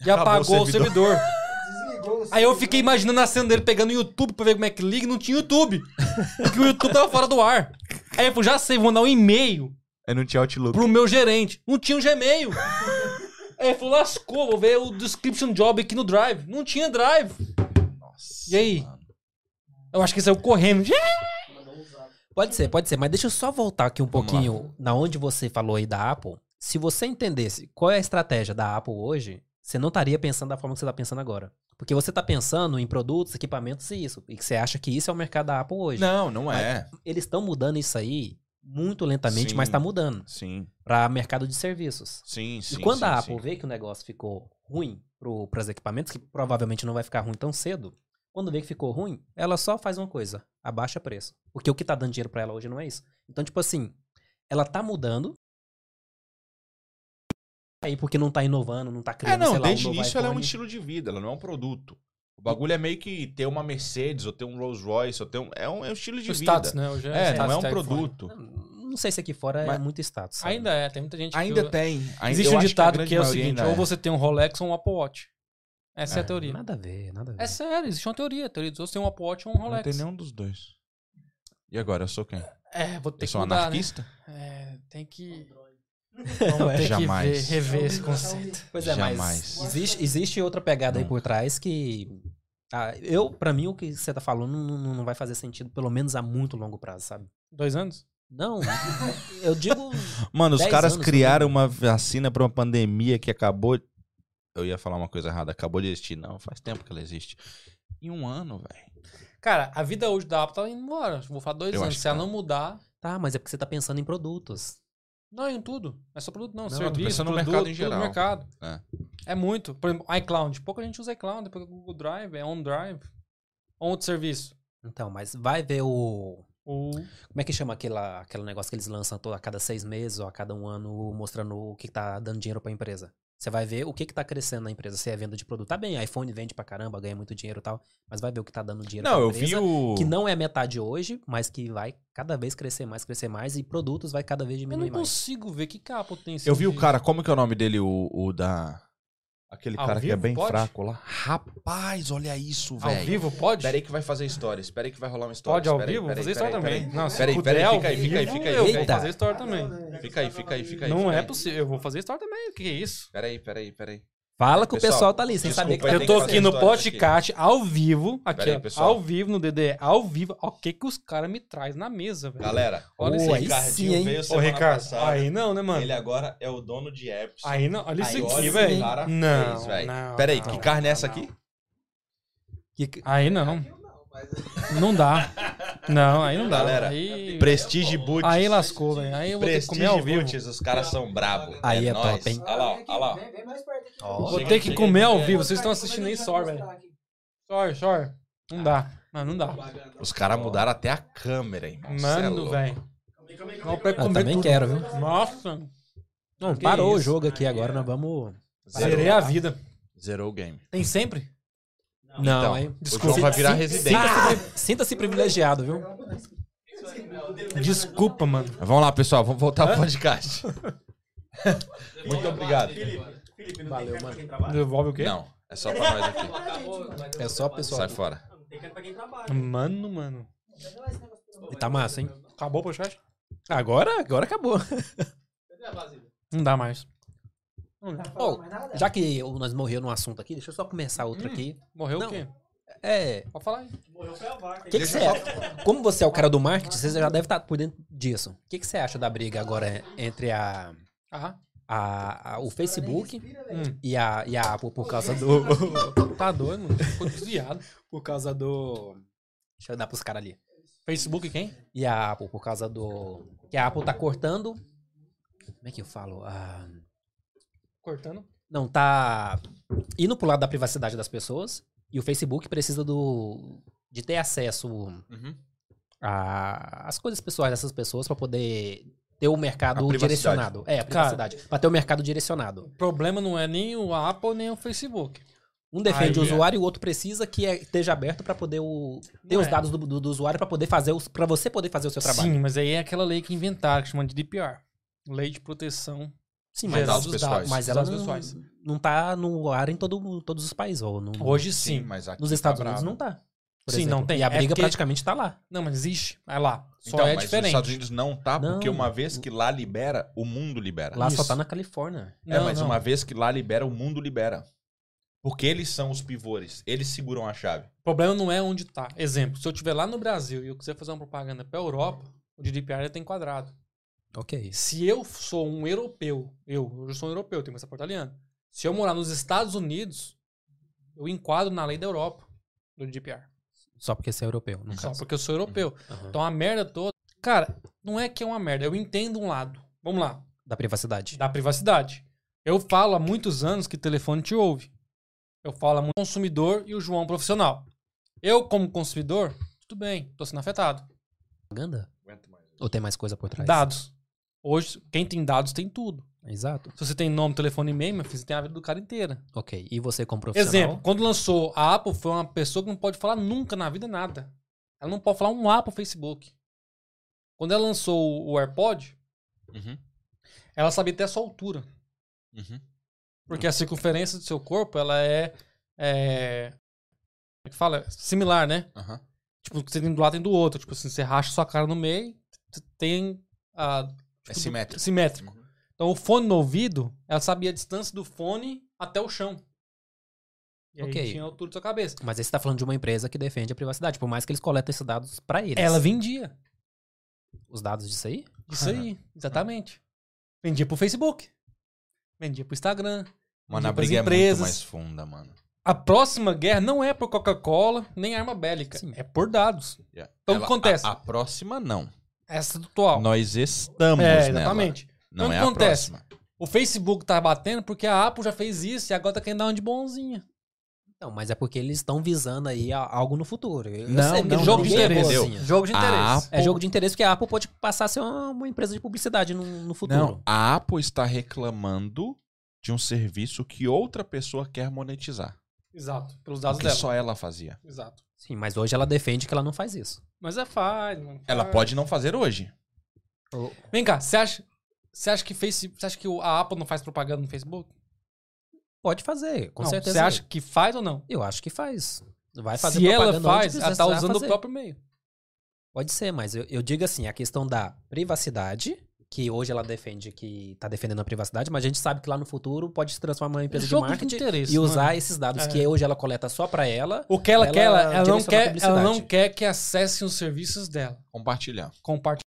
e Acabou apagou o o servidor. Desligou o Aí eu celular. fiquei imaginando a cena dele pegando o YouTube pra ver como é que liga e não tinha YouTube. Porque o YouTube tava fora do ar. Aí eu falei, já sei, vou mandar um e-mail Eu não tinha Outlook. pro meu gerente. Não tinha um Gmail. Aí ele falou, lascou, vou ver o description job aqui no Drive. Não tinha Drive. Nossa, E aí? mano. Eu acho que ele saiu correndo. Pode ser, pode ser. Mas deixa eu só voltar aqui um Vamos pouquinho na onde você falou aí da Apple. Se você entendesse qual é a estratégia da Apple hoje, você não estaria pensando da forma que você está pensando agora. Porque você está pensando em produtos, equipamentos e isso. E que você acha que isso é o mercado da Apple hoje. Não, não é. Eles estão mudando isso aí muito lentamente, Sim. mas está mudando Sim, para mercado de serviços. sim, sim. E quando sim, a Apple sim. vê que o negócio ficou ruim para os equipamentos, que provavelmente não vai ficar ruim tão cedo, quando vê que ficou ruim, ela só faz uma coisa: abaixa preço. Porque o que tá dando dinheiro para ela hoje não é isso. Então, tipo assim, ela tá mudando. aí porque não tá inovando, não tá criando, É, não, sei lá, desde um o novo início ela é um iPhone. estilo de vida, ela não é um produto. O bagulho é meio que ter uma Mercedes, ou ter um Rolls Royce, ou ter um. É um, é um estilo de O vida. status, né? Hoje É, não status é um do iPhone. produto. Não, não sei se aqui fora é Mas- muito status. sabe? Ainda é, tem muita gente Ainda que... tem. ainda- Existe eu um acho a ditado que, grande é o maioria seguinte, ainda ou é. você tem um Rolex ou um Apple Watch. Essa é, a É, teoria. Nada a ver, nada a ver. É sério, existe uma teoria. A teoria diz, ou você tem um Apple Watch ou um Não Rolex. tem nenhum dos dois. E agora, eu sou quem? É, vou ter eu que sou mudar, né? anarquista? É, tem que... Não Tem é. que Jamais. ver- rever um é esse conceito. Pois é, Jamais. mas existe, existe outra pegada aí por trás que. ah, eu, pra mim, o que você tá falando não, não- não vai fazer sentido, pelo menos a muito longo prazo, sabe? Dois anos? Não, eu digo. Mano, os Dez caras anos, criaram né? uma vacina pra uma pandemia que acabou. Eu ia falar uma coisa errada, acabou de existir. Não, faz tempo que ela existe. Em um ano, velho. Cara, a vida hoje da Apple tá indo embora. Vou falar dois Eu anos. acho Se que ela tá. não mudar... Tá, mas é porque você tá pensando em produtos. Não, em tudo. Não é só produto, não. Não, eu tô Serviço, pensando no produto, mercado em tudo geral. mercado. É. É. muito. Por exemplo, iCloud. Pouca gente usa iCloud. Porque o Google Drive é OneDrive. Ou Outro serviço. Então, mas vai ver o. O... Como é que chama aquela, aquele negócio que eles lançam to- a cada seis meses ou a cada um ano mostrando o que tá dando dinheiro pra empresa? Você vai ver o que, que tá crescendo na empresa. Se é venda de produto, tá bem, iPhone vende pra caramba, ganha muito dinheiro e tal, mas vai ver o que tá dando dinheiro Não, pra eu empresa. vi o. Tipo, que não é metade hoje, mas que vai cada vez crescer mais, crescer mais, e produtos vai cada vez Eu diminuir não mais. consigo ver que capa tem esse Eu vi o vídeo. cara, como que é o nome dele? O, o da. Aquele Ao cara que é vivo, bem pode? fraco lá. Rapaz, olha isso, Ao velho. vivo, pode? Peraí que vai fazer história. Espera aí que vai rolar uma história. Pode ao Espera aí, vivo? Vou espera aí, fazer história espera aí, também. Não, se Peraí, puder peraí, ao fica aí, fica aí, vivo, fica aí, Eu fica vou aí. fazer história Ah, também. não, né? Fica aí, fica aí, fica aí. Não fica é aí. possível. Eu vou fazer história também. O que que é isso? Peraí, peraí, peraí. Fala que o Pessoal, pessoal tá ali, sem desculpa saber que aí, tá Eu tô fazer aqui no história disso aqui. podcast ao vivo. Aqui, Pera aí, ó, pessoal. ao vivo no DDE, ao vivo. Ó, O que que os caras me trazem na mesa, velho? Galera, Olha isso Pô, aí. aí Ricardinho sim, hein? veio Ô, semana Ricardo, passada. aí não, né, mano? Ele agora é o dono de apps. Aí não, olha Aí isso olha aqui, o velho. cara Não, fez, velho. não, Peraí, não, que carne é não, essa não. aqui? que- Aí não, Eu não, mas é não dá. Não, aí não dá. Galera, aí, Prestige Boots. aí lascou, velho. Aí eu vou ter que comer Prestige ao vivo. Boots, os caras são brabo. Aí é nóis. top, hein? Olha lá, Vem olha lá. aqui, Vem, vem mais perto aqui. Ó. Vou Chega, ter que chega, comer ao chega. vivo. Vocês estão Mostrar aqui, assistindo aí, mostrar sorry, aqui. velho. Sorry, sorry. Não dá. Mano, não dá. Os caras mudaram até a câmera, irmão. Cê é Mano, louco. velho. Calma aí, calma aí, Não, calma pra aí, calma Eu comer Ah, também tudo. quero, viu? Nossa. Não, Que parou o isso? jogo aqui agora, nós vamos. Zerei a vida. Zerou o game. Tem sempre? Não, Então, hein? Desculpa. O João vai virar Sinta- residente. sinta-se- Sinta-se privilegiado, viu? Ah, Desculpa, mano. Vamos lá, pessoal. Vamos voltar pro podcast. Muito obrigado. Valeu, mano. Devolve o quê? Não, é só pra nós aqui. É só o pessoal. Sai fora. Mano, mano. E tá massa, hein? Acabou o podcast? Agora, agora acabou. Não dá mais. Não dá. Ô, já que o- nós morreu num assunto aqui, deixa eu só começar outro aqui. Morreu Não. o quê? É, Pode falar aí. o que que você Como você é o cara do marketing, você já deve estar por dentro disso. O que que você acha da briga agora entre a Aham. a- a- o Facebook Hum. e a, e a Apple por causa do. Tá doido, mano. Ficou desviado. por causa do. Deixa eu dar pros caras ali. Facebook quem? E a Apple por causa do. Que a Apple tá cortando. Como é que eu falo? Ah, Cortando. não, tá indo pro lado da privacidade das pessoas. E o Facebook precisa do. de ter acesso Uhum. a- as coisas pessoais dessas pessoas pra poder ter o mercado A privacidade. direcionado. É, a privacidade. Pra ter o mercado direcionado. O problema não é nem o Apple nem o Facebook. Um defende Aí, é. o usuário e o outro precisa que é- esteja aberto pra poder o, ter Não os é. dados do, do- do usuário pra poder fazer os, para você poder fazer o seu trabalho. Sim, mas aí é aquela lei que inventaram, que chama de DPR. Lei de proteção. Sim, mas dados pessoais. mas Dos ela dados não, pessoais. não tá no ar em todo, todos os países. Ou no- Hoje sim. Sim, mas aqui nos Estados tá Unidos bravo. não tá. por Sim, não exemplo. tem. E a É briga porque- praticamente tá lá. Não, mas existe. É lá. Só Então, é mas diferente. os Estados Unidos não tá, porque Não. uma vez que lá libera, o mundo libera. Lá Isso. só tá na Califórnia. É, Não, mas não. uma vez que lá libera, o mundo libera. Porque eles são os pivôs, eles seguram a chave. O problema não é onde tá. Exemplo, se eu estiver lá no Brasil e eu quiser fazer uma propaganda pra Europa, o GDPR tem enquadrado. Ok. Se eu sou um europeu, eu, hoje eu sou um europeu, tenho passaporte italiano. Se eu morar nos Estados Unidos, eu enquadro na lei da Europa, do GDPR. Só porque você é europeu. No Só caso. porque eu sou europeu. Aham. Então a merda toda. Cara, não é que é uma merda. Eu entendo um lado. Vamos lá. Da privacidade. Da privacidade. Eu falo há muitos anos que telefone te ouve. Eu falo muito consumidor e o João é um profissional. Eu, como consumidor, tudo bem, tô sendo afetado. Propaganda? Ou tem mais coisa por trás? Dados. Hoje, quem tem dados tem tudo. Exato. Se você tem nome, telefone e e-mail, meu filho, você tem a vida do cara inteira. Ok. E você como profissional? Exemplo, quando lançou a Apple, foi uma pessoa que não pode falar nunca na vida nada. Ela não pode falar um A pro Facebook. Quando ela lançou o AirPod, Uhum, ela sabia até a sua altura. uhum. Porque a circunferência do seu corpo, ela é. é como é que fala? Similar, né? Aham. Tipo, o que você tem do lado tem do outro. Tipo assim, você racha sua cara no meio, t- tem. A, tipo, É simétrico. Uhum. simétrico. Então o fone no ouvido, ela sabia a distância do fone até o chão. E aí Ok. tinha a altura da sua cabeça. Mas aí você tá falando de uma empresa que defende a privacidade, por mais que eles coletem esses dados pra eles. Ela vendia. Os dados disso aí? Isso aí, exatamente. Vendia pro Facebook. Vendia pro Instagram. Mano, a Outras briga é muito empresas. mais funda, mano. A próxima guerra não é por Coca-Cola, nem arma bélica. Sim. É por dados. Yeah. Então, o que acontece? A, a próxima, não. Essa do atual. Nós né, estamos é, nela. exatamente. Não Então, o que é acontece? a próxima. O Facebook tá batendo porque a Apple já fez isso e agora tá querendo dar uma de bonzinha. Não, mas é porque eles estão visando aí a- algo no futuro. Eu Não, sei, porque não, jogo de ninguém é interesse. boazinha. Jogo de A interesse. É jogo de interesse porque a Apple pode passar a ser uma, uma empresa de publicidade no, no futuro. Não, a Apple está reclamando de um serviço que outra pessoa quer monetizar. É, Exato. Pelos dados Porque dela. só ela fazia. Exato. Sim, mas hoje ela defende que ela não faz isso. Mas é faz. não Ela faz. pode não fazer hoje. Vem cá, você acha, você acha que face, você acha que o- a Apple não faz propaganda no Facebook? Pode fazer, com não, certeza. Você acha que faz ou não? Eu acho que faz. Vai fazer Se ela propaganda onde faz, ela tá precisar usando fazer. o próprio meio. Pode ser, mas eu, eu digo assim, a questão da privacidade, que hoje ela defende que tá defendendo a privacidade, mas a gente sabe que lá no futuro pode se transformar em uma empresa de jogo de marketing interesse, e usar esses dados É. que hoje ela coleta só pra ela. O que ela, Ela quer, ela, ela direciona não a quer, ela publicidade. não quer que acessem os serviços dela. Compartilhar. Compartilhe.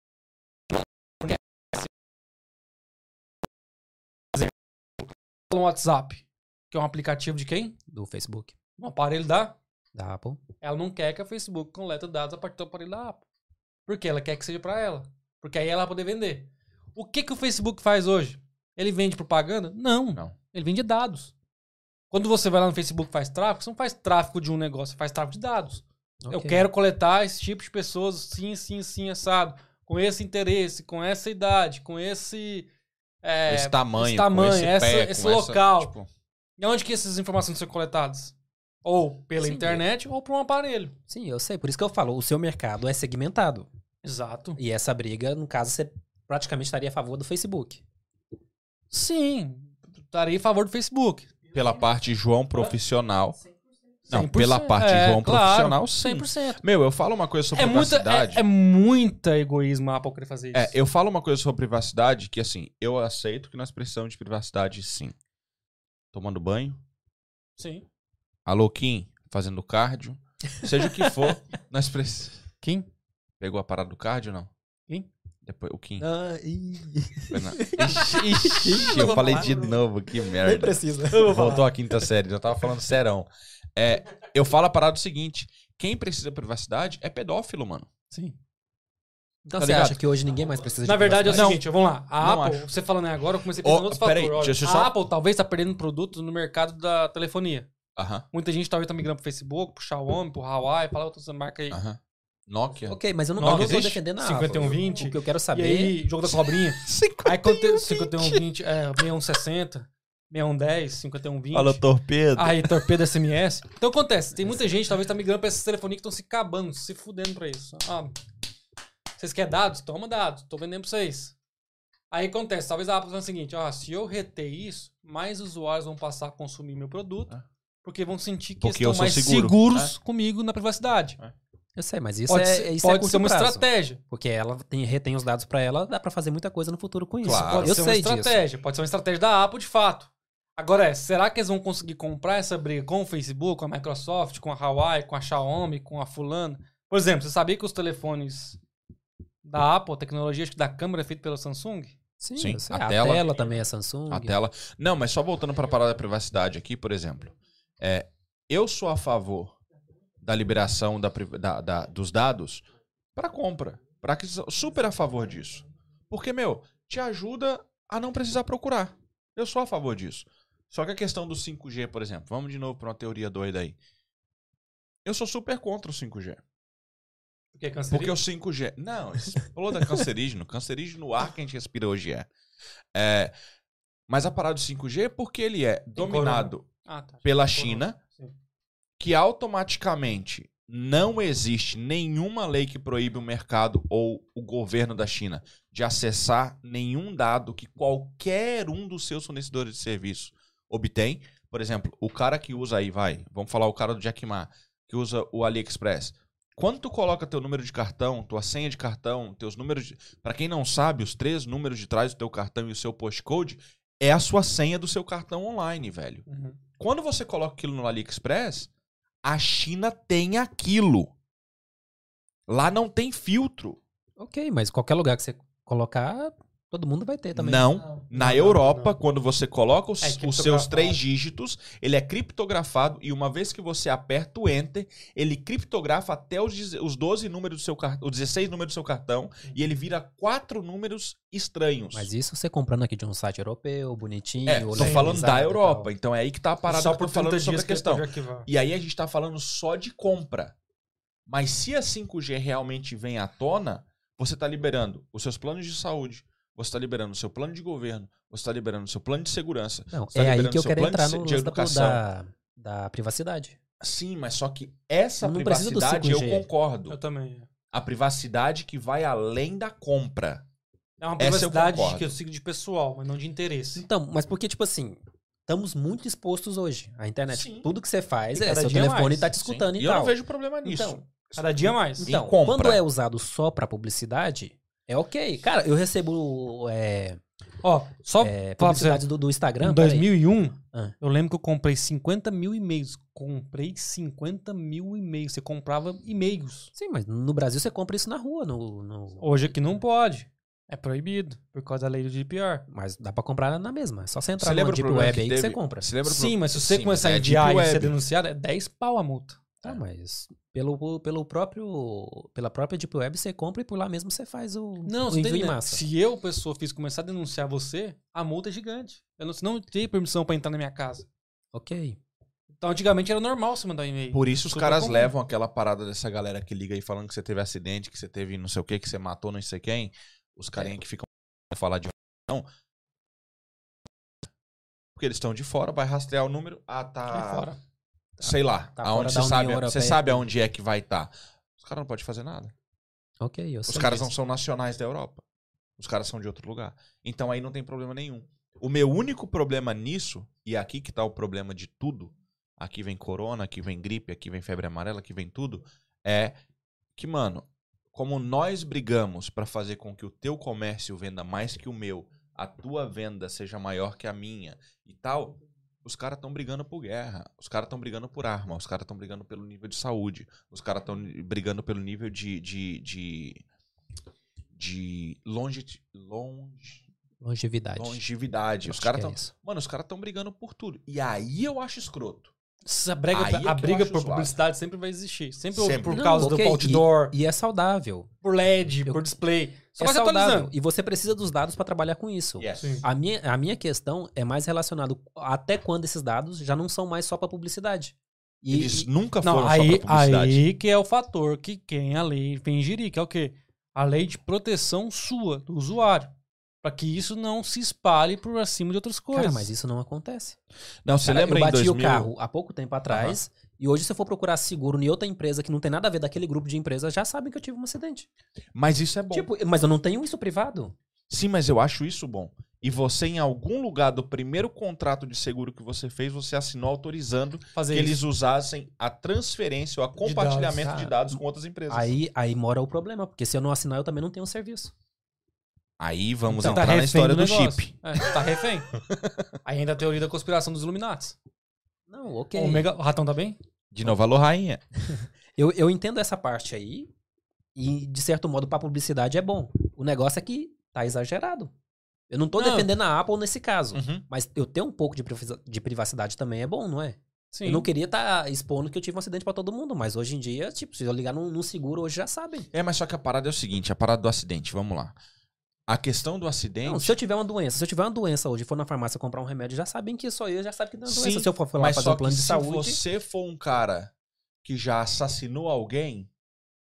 No um WhatsApp, que é um aplicativo de quem? Do Facebook, Um aparelho da. da Apple. Ela não quer que a Facebook coleta dados a partir do aparelho da Apple. Porque ela quer que seja pra ela. Porque aí ela vai poder vender. O que, que o Facebook faz hoje? Ele vende propaganda? Não. Não. Ele vende dados. Quando você vai lá no Facebook e faz tráfego, você não faz tráfego de um negócio, você faz tráfego de dados. Eu Ok. quero coletar esse tipo de pessoas, sim, sim, sim, assado. Com esse interesse, com essa idade, com esse. é, esse tamanho, esse com tamanho, esse, essa- pé, esse com essa, local. tipo, E onde que essas informações são coletadas? Ou pela Sim. internet ou por um aparelho. Sim, eu sei. Por isso que eu falo, o seu mercado é segmentado. Exato. E essa briga, no caso, você praticamente estaria a favor do Facebook. Sim. Estarei em favor do Facebook. pela parte João profissional. 100%. Não, 100%, pela parte é, João claro, profissional, sim. 100%. Meu, eu falo uma coisa sobre É muita, privacidade. é, é muita egoísmo a Apple querer fazer isso. É, eu falo uma coisa sobre privacidade que, assim, eu aceito que nós precisamos de privacidade, sim. Tomando banho, Sim. alô, Kim, fazendo cardio, seja o que for, nós precisamos... Kim? Pegou a parada do cardio, não? Kim? Depois, o Kim. Ah, É Foi na- Ixi, ixi, eu vou falei falar, de não. novo, que nem merda. precisa. Voltou à quinta série, já tava falando serão. É, eu falo a parada do seguinte, quem precisa de privacidade é pedófilo, mano. Sim. Então Tá você ligado? acha que hoje ninguém mais precisa de Na verdade, é o privacidade? seguinte, vamos lá. A tipo Não Apple, acho. você falando aí agora, eu comecei a pensar Ó, em outros peraí, fatores. Olha, deixa eu a só- Apple talvez está perdendo produtos no mercado da telefonia. Aham, Muita gente talvez tá migrando pro Facebook, pro Xiaomi, pro Huawei, falar outras marcas aí. aham. Nokia. Ok, mas eu não, Não, eu não tô existe? defendendo a 5120. Apple. O que eu quero E saber... aí, jogo da cobrinha. aí quando tem 51, 20, é, 6160, 6110, 5120. Alô, torpedo. Aí, torpedo SMS. Então acontece, tem muita gente talvez tá migrando pra esses telefoninhos que estão se acabando, se fudendo pra isso. Ah, vocês querem dados? Toma dados, tô vendendo pra vocês. Aí acontece, talvez a Apple faça o seguinte, ó, se eu reter isso, mais usuários vão passar a consumir meu produto, Ah. É. porque vão sentir que Porque eu eles sou estão mais seguro. seguros comigo na privacidade. Eu sei, mas É. isso pode é, ser, isso é pode curto ser uma prazo. estratégia. Porque ela tem, retém os dados pra ela, dá pra fazer muita coisa no futuro com isso. Claro. eu Pode ser uma sei disso. estratégia, pode ser uma estratégia da Apple de fato. Agora é, será que eles vão conseguir comprar essa briga com o Facebook, com a Microsoft, com a Huawei, com a Xiaomi, com a fulana? Por exemplo, você sabia que os telefones da Apple, a tecnologia acho que da câmera é feita pela Samsung? Sim, Sim, eu sei. a A, tela- tela, também é Samsung. A tela. Não, mas só voltando para a parada da privacidade aqui, por exemplo. É, eu sou a favor da liberação da pri- da- da- dos dados para compra. Para aquisição. Super a favor disso. Porque, meu, te ajuda a não precisar procurar. Eu sou a favor disso. Só que a questão do 5G, por exemplo, vamos de novo para uma teoria doida aí. Eu sou super contra o 5G. Porque é Porque cancerígeno. o 5G. Não, exploda cancerígeno. Cancerígeno o ar que a gente respira hoje é. É, Mas a parada do 5G é porque ele é dominado Ah, tá. pela Corona. é China, Sim. que automaticamente não existe nenhuma lei que proíbe o mercado ou o governo da China de acessar nenhum dado que qualquer um dos seus fornecedores de serviço obtém. Por exemplo, o cara que usa aí, vai, vamos falar o cara do Jack Ma, que usa o AliExpress. Quando tu coloca teu número de cartão, tua senha de cartão, teus números de... Pra quem não sabe, os três números de trás do teu cartão e o seu postcode é a sua senha do seu cartão online, velho. Uhum. Quando você coloca aquilo no AliExpress, a China tem aquilo. Lá não tem filtro. Ok, mas qualquer lugar que você colocar, todo mundo vai ter também. Não. Não. Na Não, não, Europa, não. quando você coloca os, É os seus criptografado. três dígitos, ele é criptografado e uma vez que você aperta o Enter, ele criptografa até os, deze- os 12 números do seu cartão, os 16 números do seu cartão e ele vira quatro números estranhos. Mas isso você comprando aqui de um site europeu, bonitinho. é, tô organizado falando da e tal. Europa, então é aí que tá a parada Só que eu por tô falando 30 sobre dias a que ele tá questão. pode arquivar. E aí a gente tá falando só de compra. Mas se a 5G realmente vem à tona, você tá liberando os seus planos de saúde, você tá liberando o seu plano de governo, você tá liberando o seu plano de segurança. Não, Você tá é aí liberando que eu seu quero plano de entrar se- no de lance da- educação. da, da privacidade. Sim, mas só que essa Não precisa do privacidade eu 5G. concordo. Eu também. é. A privacidade que vai além da compra. É uma Essa eu privacidade concordo. que eu sigo de pessoal, mas não de interesse. Então, mas porque, tipo assim, estamos muito expostos hoje à internet. Sim. Tudo que você faz, E é, cada seu dia telefone mais. tá te escutando Sim. e, E eu tal. não vejo problema nisso. Então, Cada dia mais. Então, Em compra. quando é usado só pra publicidade, é ok. Cara, eu recebo é, Ó, só é, pra você, publicidade do, do Instagram. em peraí. 2001, Ah. eu lembro que eu comprei 50 mil e-mails. Comprei 50 mil e-mails. Você comprava e-mails. Sim, mas no Brasil você compra isso na rua. No, no- Hoje aqui não pode. É proibido, por causa da lei do GDPR. Mas dá pra comprar na mesma. É só você entrar Você na lembra o Deep problema Web que aí que você teve? compra. Você lembra o Sim, pro- mas se você Sim, começar a é enviar deep e ser web. denunciado, é 10 pau a multa. Tá, mas pelo, pelo próprio, pela própria Deep Web você compra e por lá mesmo você faz o, Não, o você envio tá em entendendo? massa. Se eu, pessoa física, começar a denunciar você, a multa é gigante. Eu não, senão eu não tenho permissão pra entrar na minha casa. Ok. Então, antigamente era normal você mandar um e-mail. Por isso os é Super caras comum. levam aquela parada dessa galera que liga aí falando que você teve acidente, que você teve não sei o que, que você matou não sei quem. Os É. carinha que ficam a falar de não. Porque eles estão de fora, vai rastrear o número. Ah, tá. Sai fora. Sei lá. Tá fora da aonde você União sabe, você Europeia. sabe aonde é que vai estar. Os caras não podem fazer nada. Ok, eu sei. Os caras não disso. são nacionais da Europa. Os caras são de outro lugar. Então aí não tem problema nenhum. O meu único problema nisso, e aqui que tá o problema de tudo, aqui vem corona, aqui vem gripe, aqui vem febre amarela, aqui vem tudo, é que, mano, como nós brigamos pra fazer com que o teu comércio venda mais que o meu, a tua venda seja maior que a minha e tal, os caras estão brigando por guerra, os caras estão brigando por arma, os caras estão brigando pelo nível de saúde, os caras estão brigando pelo nível de. de, de, de longe, longe, Longevidade. longevidade. Eu Os acho caras que é estão. isso. Mano, os caras estão brigando por tudo. E aí eu acho escroto. Essa brega- Aí é que a eu briga acho por zoado. publicidade sempre vai existir. Sempre, Sempre. por Não, causa ok, do outdoor, E é saudável. por LED, Eu- por display. é Só vai se saudável. atualizando. E você precisa dos dados pra trabalhar com isso. Yes. Sim. A minha, a minha questão é mais relacionada até quando esses dados já não são mais só pra publicidade. E, Eles e- nunca Não, foram aí, só pra publicidade. aí que é o fator que quem a lei tem gerir, que é o quê? A lei de proteção sua, do usuário. Pra que isso não se espalhe por acima de outras coisas. cara, mas isso não acontece. Não, você Cara, lembra eu em bati 2000? o carro há pouco tempo atrás. E hoje, se eu for procurar seguro em outra empresa que não tem nada a ver daquele grupo de empresas, já sabem que eu tive um acidente. Mas isso é bom. Tipo, mas eu não tenho isso privado. Sim, mas eu acho isso bom. E você, em algum lugar do primeiro contrato de seguro que você fez, você assinou autorizando que Fazer eles usassem a transferência ou a compartilhamento dados. tá. de dados com outras empresas. Aí, aí mora o problema, porque se eu não assinar, eu também não tenho o serviço. Aí vamos tá Então, entrar na refém história do, negócio. chip. É, tá refém. Aí ainda a teoria da conspiração dos Illuminati. Não, ok. O, mega- o ratão tá bem? De novo, alô, rainha. Eu, eu entendo essa parte aí, e de certo modo pra publicidade é bom. O negócio é que tá exagerado. Eu não tô Não. defendendo a Apple nesse caso, Uhum. mas eu ter um pouco de, privaci- de privacidade também é bom, não é? Sim. Eu não queria estar expondo que eu tive um acidente pra todo mundo, mas hoje em dia, tipo, se eu ligar num, num seguro, hoje já sabem. É, mas só que a parada é o seguinte, a parada do acidente, vamos lá. A questão do acidente... Não, se eu tiver uma doença, se eu tiver uma doença hoje e for na farmácia comprar um remédio, já sabem que sou eu, já sabem que tem uma doença. Sim, se eu for lá mas fazer só um plano que de se saúde. você for um cara que já assassinou alguém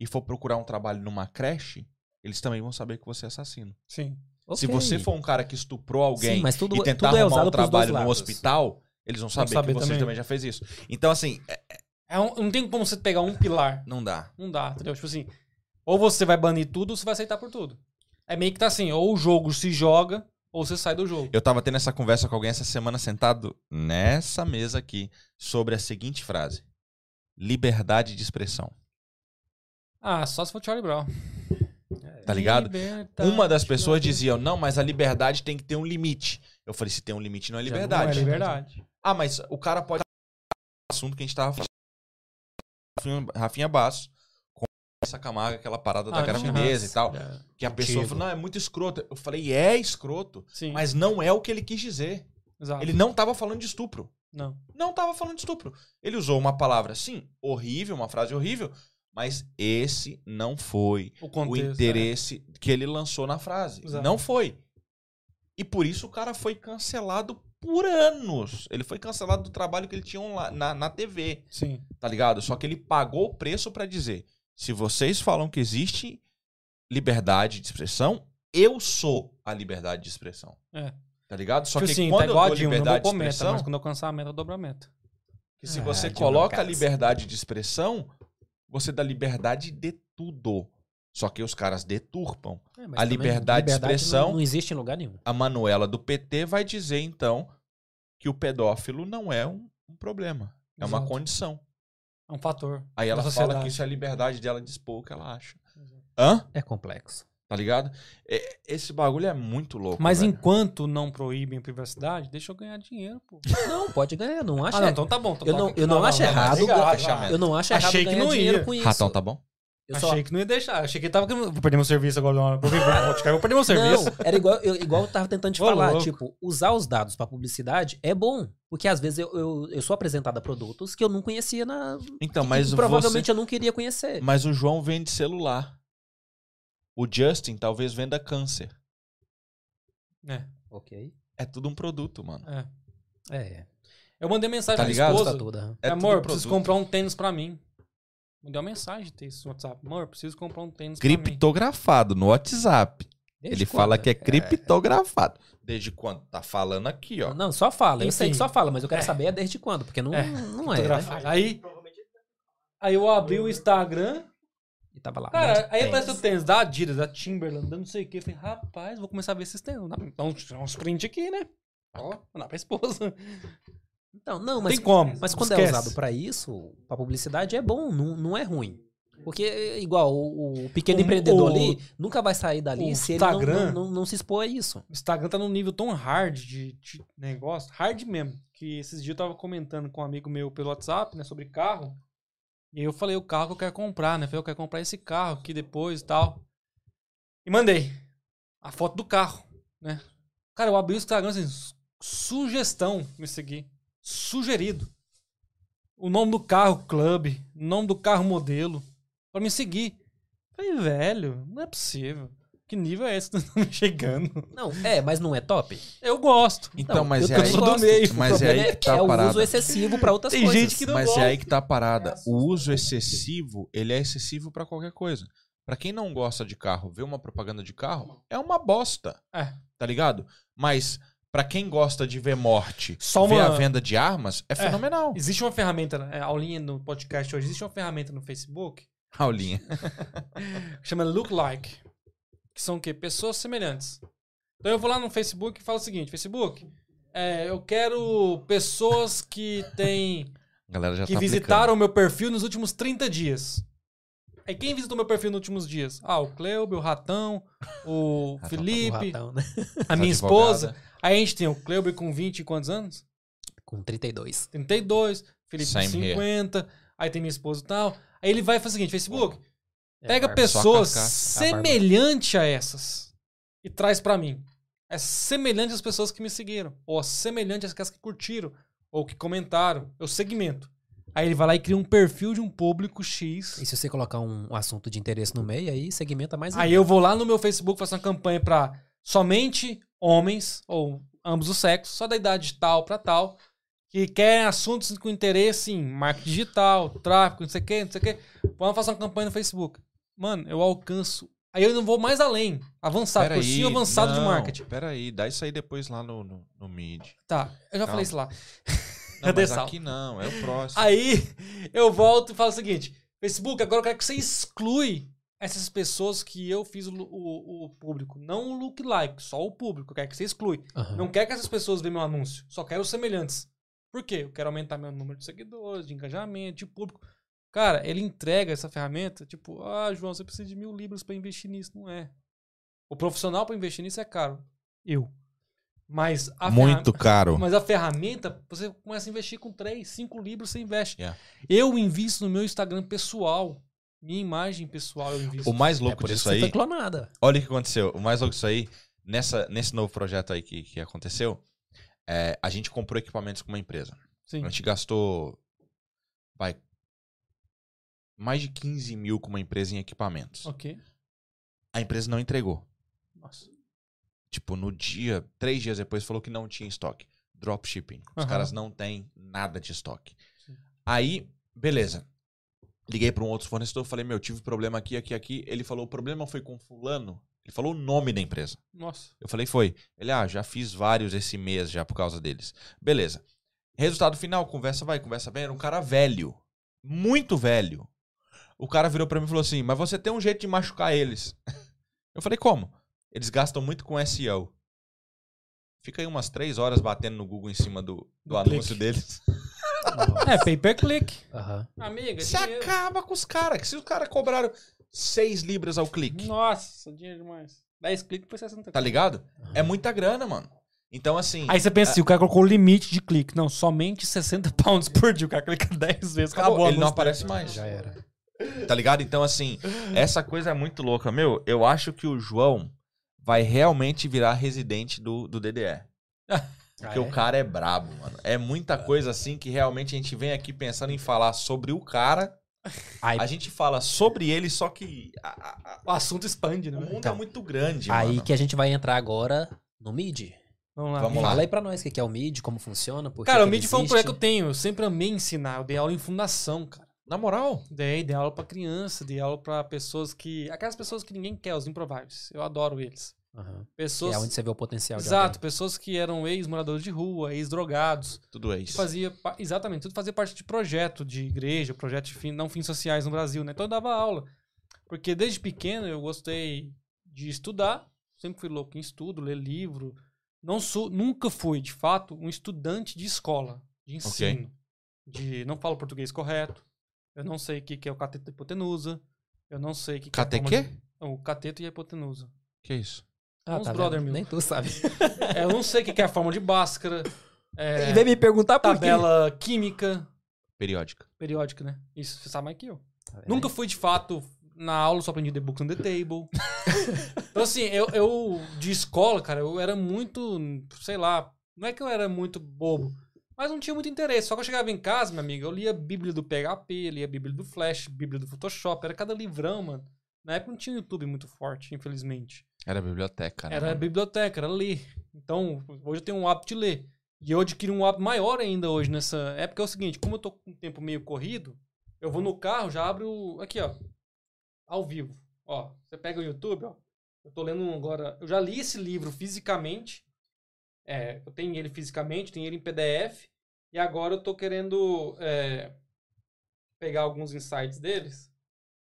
e for procurar um trabalho numa creche, eles também vão saber que você é assassino. Sim. Se Ok. você for um cara que estuprou alguém Sim, mas tudo, e tentar tudo é arrumar usado um pros dois trabalho no lados. hospital, eles vão saber, saber que você também. também. já fez isso. Então, assim, é, É um- não tem como você pegar um pilar. não dá. Não dá, entendeu? Tipo assim, ou você vai banir tudo ou você vai aceitar por tudo. É meio que tá assim, ou o jogo se joga ou você sai do jogo. Eu tava tendo essa conversa com alguém essa semana sentado nessa mesa aqui sobre a seguinte frase: liberdade de expressão. Ah, só se for Charlie Brown. Tá ligado? Liberta- Uma das né? pessoas dizia: não, mas a liberdade tem que ter um limite. Eu falei: se tem um limite, não é Já não é liberdade. É verdade. Ah, mas o cara pode. Assunto que a gente tava falando. Rafinha- Rafinha Basso, com essa camarga, aquela parada Ah, da tinha gravidez razão. e tal. Que a pessoa Contigo. falou, não, é muito escroto. Eu falei, é escroto, Sim, mas não é o que ele quis dizer. exato. Ele não tava falando de estupro. Não. Não tava falando de estupro. Ele usou uma palavra, sim, horrível, uma frase horrível, mas esse não foi O contexto. o né? é. interesse que ele lançou na frase. Exato. Não foi. E por isso o cara foi cancelado por anos. Ele foi cancelado do trabalho que ele tinha onla- na, na TV, Sim. tá ligado? Só que ele pagou o preço pra dizer: se vocês falam que existe liberdade de expressão, eu sou a liberdade de expressão. É. Tá ligado? Só tipo que assim, quando tá igual eu a dou Dilma, não vou liberdade pôr de meta, expressão, mas quando alcançar a meta, eu dobro a meta. que se Ah, você Dilma coloca a Casa. liberdade de expressão, você dá liberdade de tudo. Só que os caras deturpam. É, mas A também liberdade de expressão- Não, não existe em lugar nenhum. a Manuela do PT vai dizer, então, que o pedófilo não é um, um problema. É uma Exato. condição. É um fator. Aí ela Da fala sociedade. que isso é a liberdade dela de expor o que ela acha. Hã? É complexo. Tá ligado? É- esse bagulho é muito louco. Mas então velho. enquanto não proíbem a privacidade, deixa eu ganhar dinheiro, pô. Não, pode ganhar, não acho. Ah, não, então tá bom. então Eu toca não- aqui. eu não acho errado. obrigado, Vou fechar ah, mesmo. Eu não acho errado Achei que ganhar não ia. Ah, dinheiro com isso. Ratão, tá bom? Eu só- Achei que não ia deixar. Achei que ele tava. querendo- Vou perder meu serviço agora. Não. Vou, vir pro podcast, vou perder meu serviço. Não, era igual eu, igual eu tava tentando te Ô, falar. louco. Tipo, usar os dados pra publicidade é bom. Porque às vezes eu, eu, eu sou apresentado a produtos que eu não conhecia na. Então, que mas provavelmente você... eu não queria conhecer. Mas o João vende celular. O Justin talvez venda câncer. É, Ok. É tudo um produto, mano. é. É. Eu mandei mensagem Tá pra ligado? esposa. Tá tudo, aham. É tudo amor, um eu preciso produto. comprar um tênis pra mim. Mandei uma mensagem de texto no WhatsApp. Amor, eu preciso comprar um tênis pra mim. Criptografado no WhatsApp. Desde Ele fala quando? que é criptografado. Desde quando? Tá falando aqui, ó. Não, só fala. Eu sei que é Enfim. só fala, mas eu quero saber é desde quando, porque não É. é. Não é né? Criptografado. Aí, aí eu abri o Instagram. E tava lá. Cara, mas aí tem. aparece o tênis da Adidas, da Timberland, da não sei o que. Eu falei, rapaz, vou um, começar a ver esses tênis. Dá pra- Dá uns, dá uns print aqui, né? Ó, mandar pra esposa. Então, não, Não mas tem como. Mas quando é Esquece. usado pra isso, pra publicidade, é bom, não, não é ruim. Porque, é igual, o, o pequeno O- empreendedor o- ali nunca vai sair dali o se ele não, Instagram- não, não- não se expor a isso. O Instagram tá num nível tão hard de, de negócio, hard mesmo, que esses dias eu tava comentando com um amigo meu pelo WhatsApp, né, sobre carro. E aí eu falei o carro que eu quero comprar, né? Falei, eu quero comprar esse carro aqui depois e tal. E mandei a foto do carro, né? Cara, eu abri o Instagram assim, su- sugestão, me seguir. Sugerido. O nome do carro, clube, nome do carro, modelo, pra me seguir. Falei, velho, não é possível. Que nível é esse que nós estamos chegando? Não, é, mas não é top. Eu gosto. Então, Não, mas eu é também aí. sou do gosto. meio. O Mas é problema aí que tá a é o uso parada. exclusivo pra outras Tem coisas. gente que não Mas gosta. é aí que tá a parada. O uso excessivo, ele é excessivo pra qualquer coisa. Pra quem não gosta de carro, ver uma propaganda de carro é uma bosta. É. Tá ligado? Mas pra quem gosta de ver morte, Só ver a uma- venda de armas é, fenomenal. Existe uma ferramenta, né? é, aulinha no podcast hoje, existe uma ferramenta no Facebook Aulinha. que chama Lookalike, que são o quê? Pessoas semelhantes. Então eu vou lá no Facebook e falo o seguinte, Facebook, é, eu quero pessoas que têm A galera já que tá visitaram o meu perfil nos últimos 30 dias. Aí quem visitou meu perfil nos últimos dias? Ah, o Cleube, o Ratão, o Ratão tá com O Felipe, ratão, né? a Os advogados. minha esposa. Aí a gente tem o Cleube com 20 e quantos anos? Com 32. 32, Felipe Same here. 50, aí tem minha esposa e tal. Aí ele vai e faz o seguinte, Facebook, pega é, pessoa- pessoas só a Cacá, a Bárbara. semelhantes a essas e traz pra mim. É semelhante às pessoas que me seguiram, ou é semelhante às que curtiram, ou que comentaram. Eu segmento. Aí ele vai lá e cria um perfil de um público X. E se você colocar um assunto de interesse no meio, aí segmenta mais. Aí ainda. eu vou lá no meu Facebook, faço uma campanha pra somente homens, ou ambos os sexos, só da idade tal pra tal, que querem assuntos com interesse em marketing digital, tráfego, não sei o que, não sei o que. Vamos fazer uma campanha no Facebook. Mano, eu alcanço Aí eu não vou mais além. Avançado, Pera cursinho aí, avançado de não, marketing. Peraí, dá isso aí depois lá no, no, no mid. Tá, eu Calma. já falei isso lá. Não, Cadê mas Sal? aqui não, é o próximo. Aí eu volto e falo o seguinte: Facebook, agora eu quero que você exclui essas pessoas que eu fiz o, lu- o- o público. Não o lookalike, só o público. Eu quero que você exclui. Aham. É Não quero que essas pessoas vejam meu anúncio. Só quero os semelhantes. Por quê? Eu quero aumentar meu número de seguidores, de engajamento, de público. Cara, ele entrega essa ferramenta, tipo, ah, João, você precisa de mil libras pra investir nisso. Não é. O profissional pra investir nisso é caro. Eu. Mas a ferramenta. Muito caro. Mas a ferramenta, você começa a investir com 3, 5 livros, você investe. Yeah. Eu invisto no meu Instagram pessoal. Minha imagem pessoal eu invisto. O mais É louco por isso disso que você foi aí, clonada. olha o que aconteceu. O mais louco disso aí, nessa, nesse novo projeto aí que, que aconteceu, é, a gente comprou equipamentos com uma empresa. Sim. A gente gastou vai, mais de 15 mil com uma empresa em equipamentos. Ok. A empresa não entregou. Nossa. Tipo, no dia, três dias depois, falou que não tinha estoque. Dropshipping. Os Aham. caras não têm nada de estoque. Sim. Aí, beleza. Liguei para um outro fornecedor, falei, meu, tive problema aqui, aqui, aqui. Ele falou, o problema foi com fulano. Ele falou o nome da empresa. Nossa. Eu falei, foi. Ele, ah, já fiz vários esse mês já por causa deles. Beleza. Resultado final, conversa vai, conversa vem. Era um cara velho. Muito velho. O cara virou pra mim e falou assim: Mas você tem um jeito de machucar eles. Eu falei, como? Eles gastam muito com SEO. Fica aí umas três horas batendo no Google em cima do, do Do anúncio clique. deles. É, pay per click. Aham. Amiga, é Você acaba com os caras. que Se os caras cobraram seis libras ao clique. Nossa, dinheiro demais. 10 cliques foi 60 Tá ligado? É muita grana, mano. Então, assim. Aí você pensa assim, o cara colocou o limite de clique. Não, somente 60 pounds por dia. O cara clica 10 vezes, acabou. acabou, ele a não luz dele. aparece mais. Já era. Tá ligado? Então, assim, essa coisa é muito louca. Meu, eu acho que o João vai realmente virar residente do, do Ah, DDE. Porque Ah, o cara é brabo, mano. É muita coisa assim que realmente a gente vem aqui pensando em falar sobre o cara. Aí- A gente fala sobre ele, só que a- a- a- O assunto expande, né? o mundo Então, é muito grande, Aí mano. que a gente vai entrar agora no MID. Vamos lá. Vamos lá. Fala aí pra nós o que que é o MID, como funciona, por que Cara, que o ele Mid foi um existe. projeto que eu tenho. Eu sempre amei ensinar. Eu dei aula em fundação, cara. Na moral, Dei, dei aula pra criança, dei aula pra pessoas que. Aquelas pessoas que ninguém quer, os improváveis. Eu adoro eles. Aham. Pessoas. É onde você vê o potencial de Exato, pessoas que eram ex-moradores de rua, ex-drogados. tudo é isso. Fazia. pa- Exatamente, tudo fazia parte de projeto de igreja, projeto de fim, não fins sociais no Brasil, né? Então eu dava aula. Porque desde pequeno eu gostei de estudar. Sempre fui louco em estudo, ler livro. Não sou, nunca fui, de fato, um estudante de escola, de ensino. De não falo português correto. Eu não sei o que, que é o cateto da hipotenusa. Eu não sei o que, que é a forma KTQ? o cateto e a hipotenusa. Que isso? alguém. uns tá brother vendo? meu. Nem tu sabe. É, eu não sei o que que é a forma de Bhaskara. É, E vem me perguntar por quê. tabela química Periódica. periódica, né? Isso, você sabe mais que eu. Tá vendo? Nunca fui, de fato, na aula, só aprendi The Books on the Table. então, assim, eu, eu, de escola, cara, eu era muito, sei lá, não é que eu era muito bobo, mas não tinha muito interesse. Só que eu chegava em casa, minha amiga, eu lia Bíblia do PHP, lia Bíblia do Flash, Bíblia do Photoshop, era cada livrão, mano. Na época não tinha um YouTube muito forte, infelizmente. Era biblioteca, né? Era mano? biblioteca, era ler. Então, hoje eu tenho um hábito de ler. E eu adquiri um hábito maior ainda hoje nessa época. É o seguinte, como eu tô com um tempo meio corrido, eu vou no carro, já abro o- aqui, ó. Ao vivo. Ó, você pega o YouTube, ó. Eu tô lendo um agora... Eu já li esse livro fisicamente. É, eu tenho ele fisicamente, tenho ele em PDF. E agora eu tô querendo é, pegar alguns insights deles.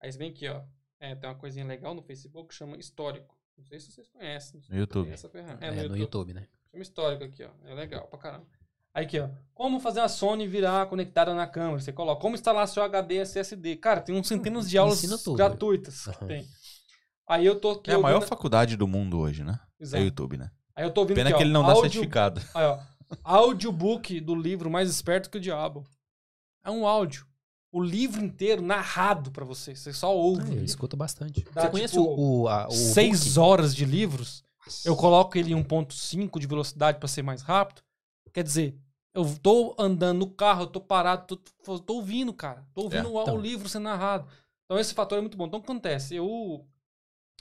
Aí você vem aqui, ó. É, tem uma coisinha legal no Facebook que chama Histórico. Não sei se vocês conhecem. No YouTube. Essa ferramenta. É, no YouTube, né? Filme histórico aqui, ó. É legal pra caramba. Aí aqui, ó. Como fazer a Sony virar conectada na câmera? Você coloca. Como instalar seu HD SSD? Cara, tem uns centenas de aulas Ensina tudo. gratuitas que Aham. tem. Aí eu tô aqui. É a maior ouvindo- faculdade do mundo hoje, né? É Exato. o YouTube, né? Aí eu tô ouvindo Pena aqui, que ó, ele não dá áudio- certificado. Aí, ó. Audiobook do livro Mais Esperto que o Diabo. É um áudio. O livro inteiro narrado pra você. Você só ouve. Ah, o eu livro. escuto bastante. Dá, você conhece tipo, o, o, a, o seis Hulk? horas de livros, eu coloco ele em 1.5 de velocidade para ser mais rápido. Quer dizer, eu tô andando no carro, eu tô parado, tô, tô- tô ouvindo, cara. Tô ouvindo o, então. o livro sendo narrado. Então esse fator é muito bom. Então o que acontece? Eu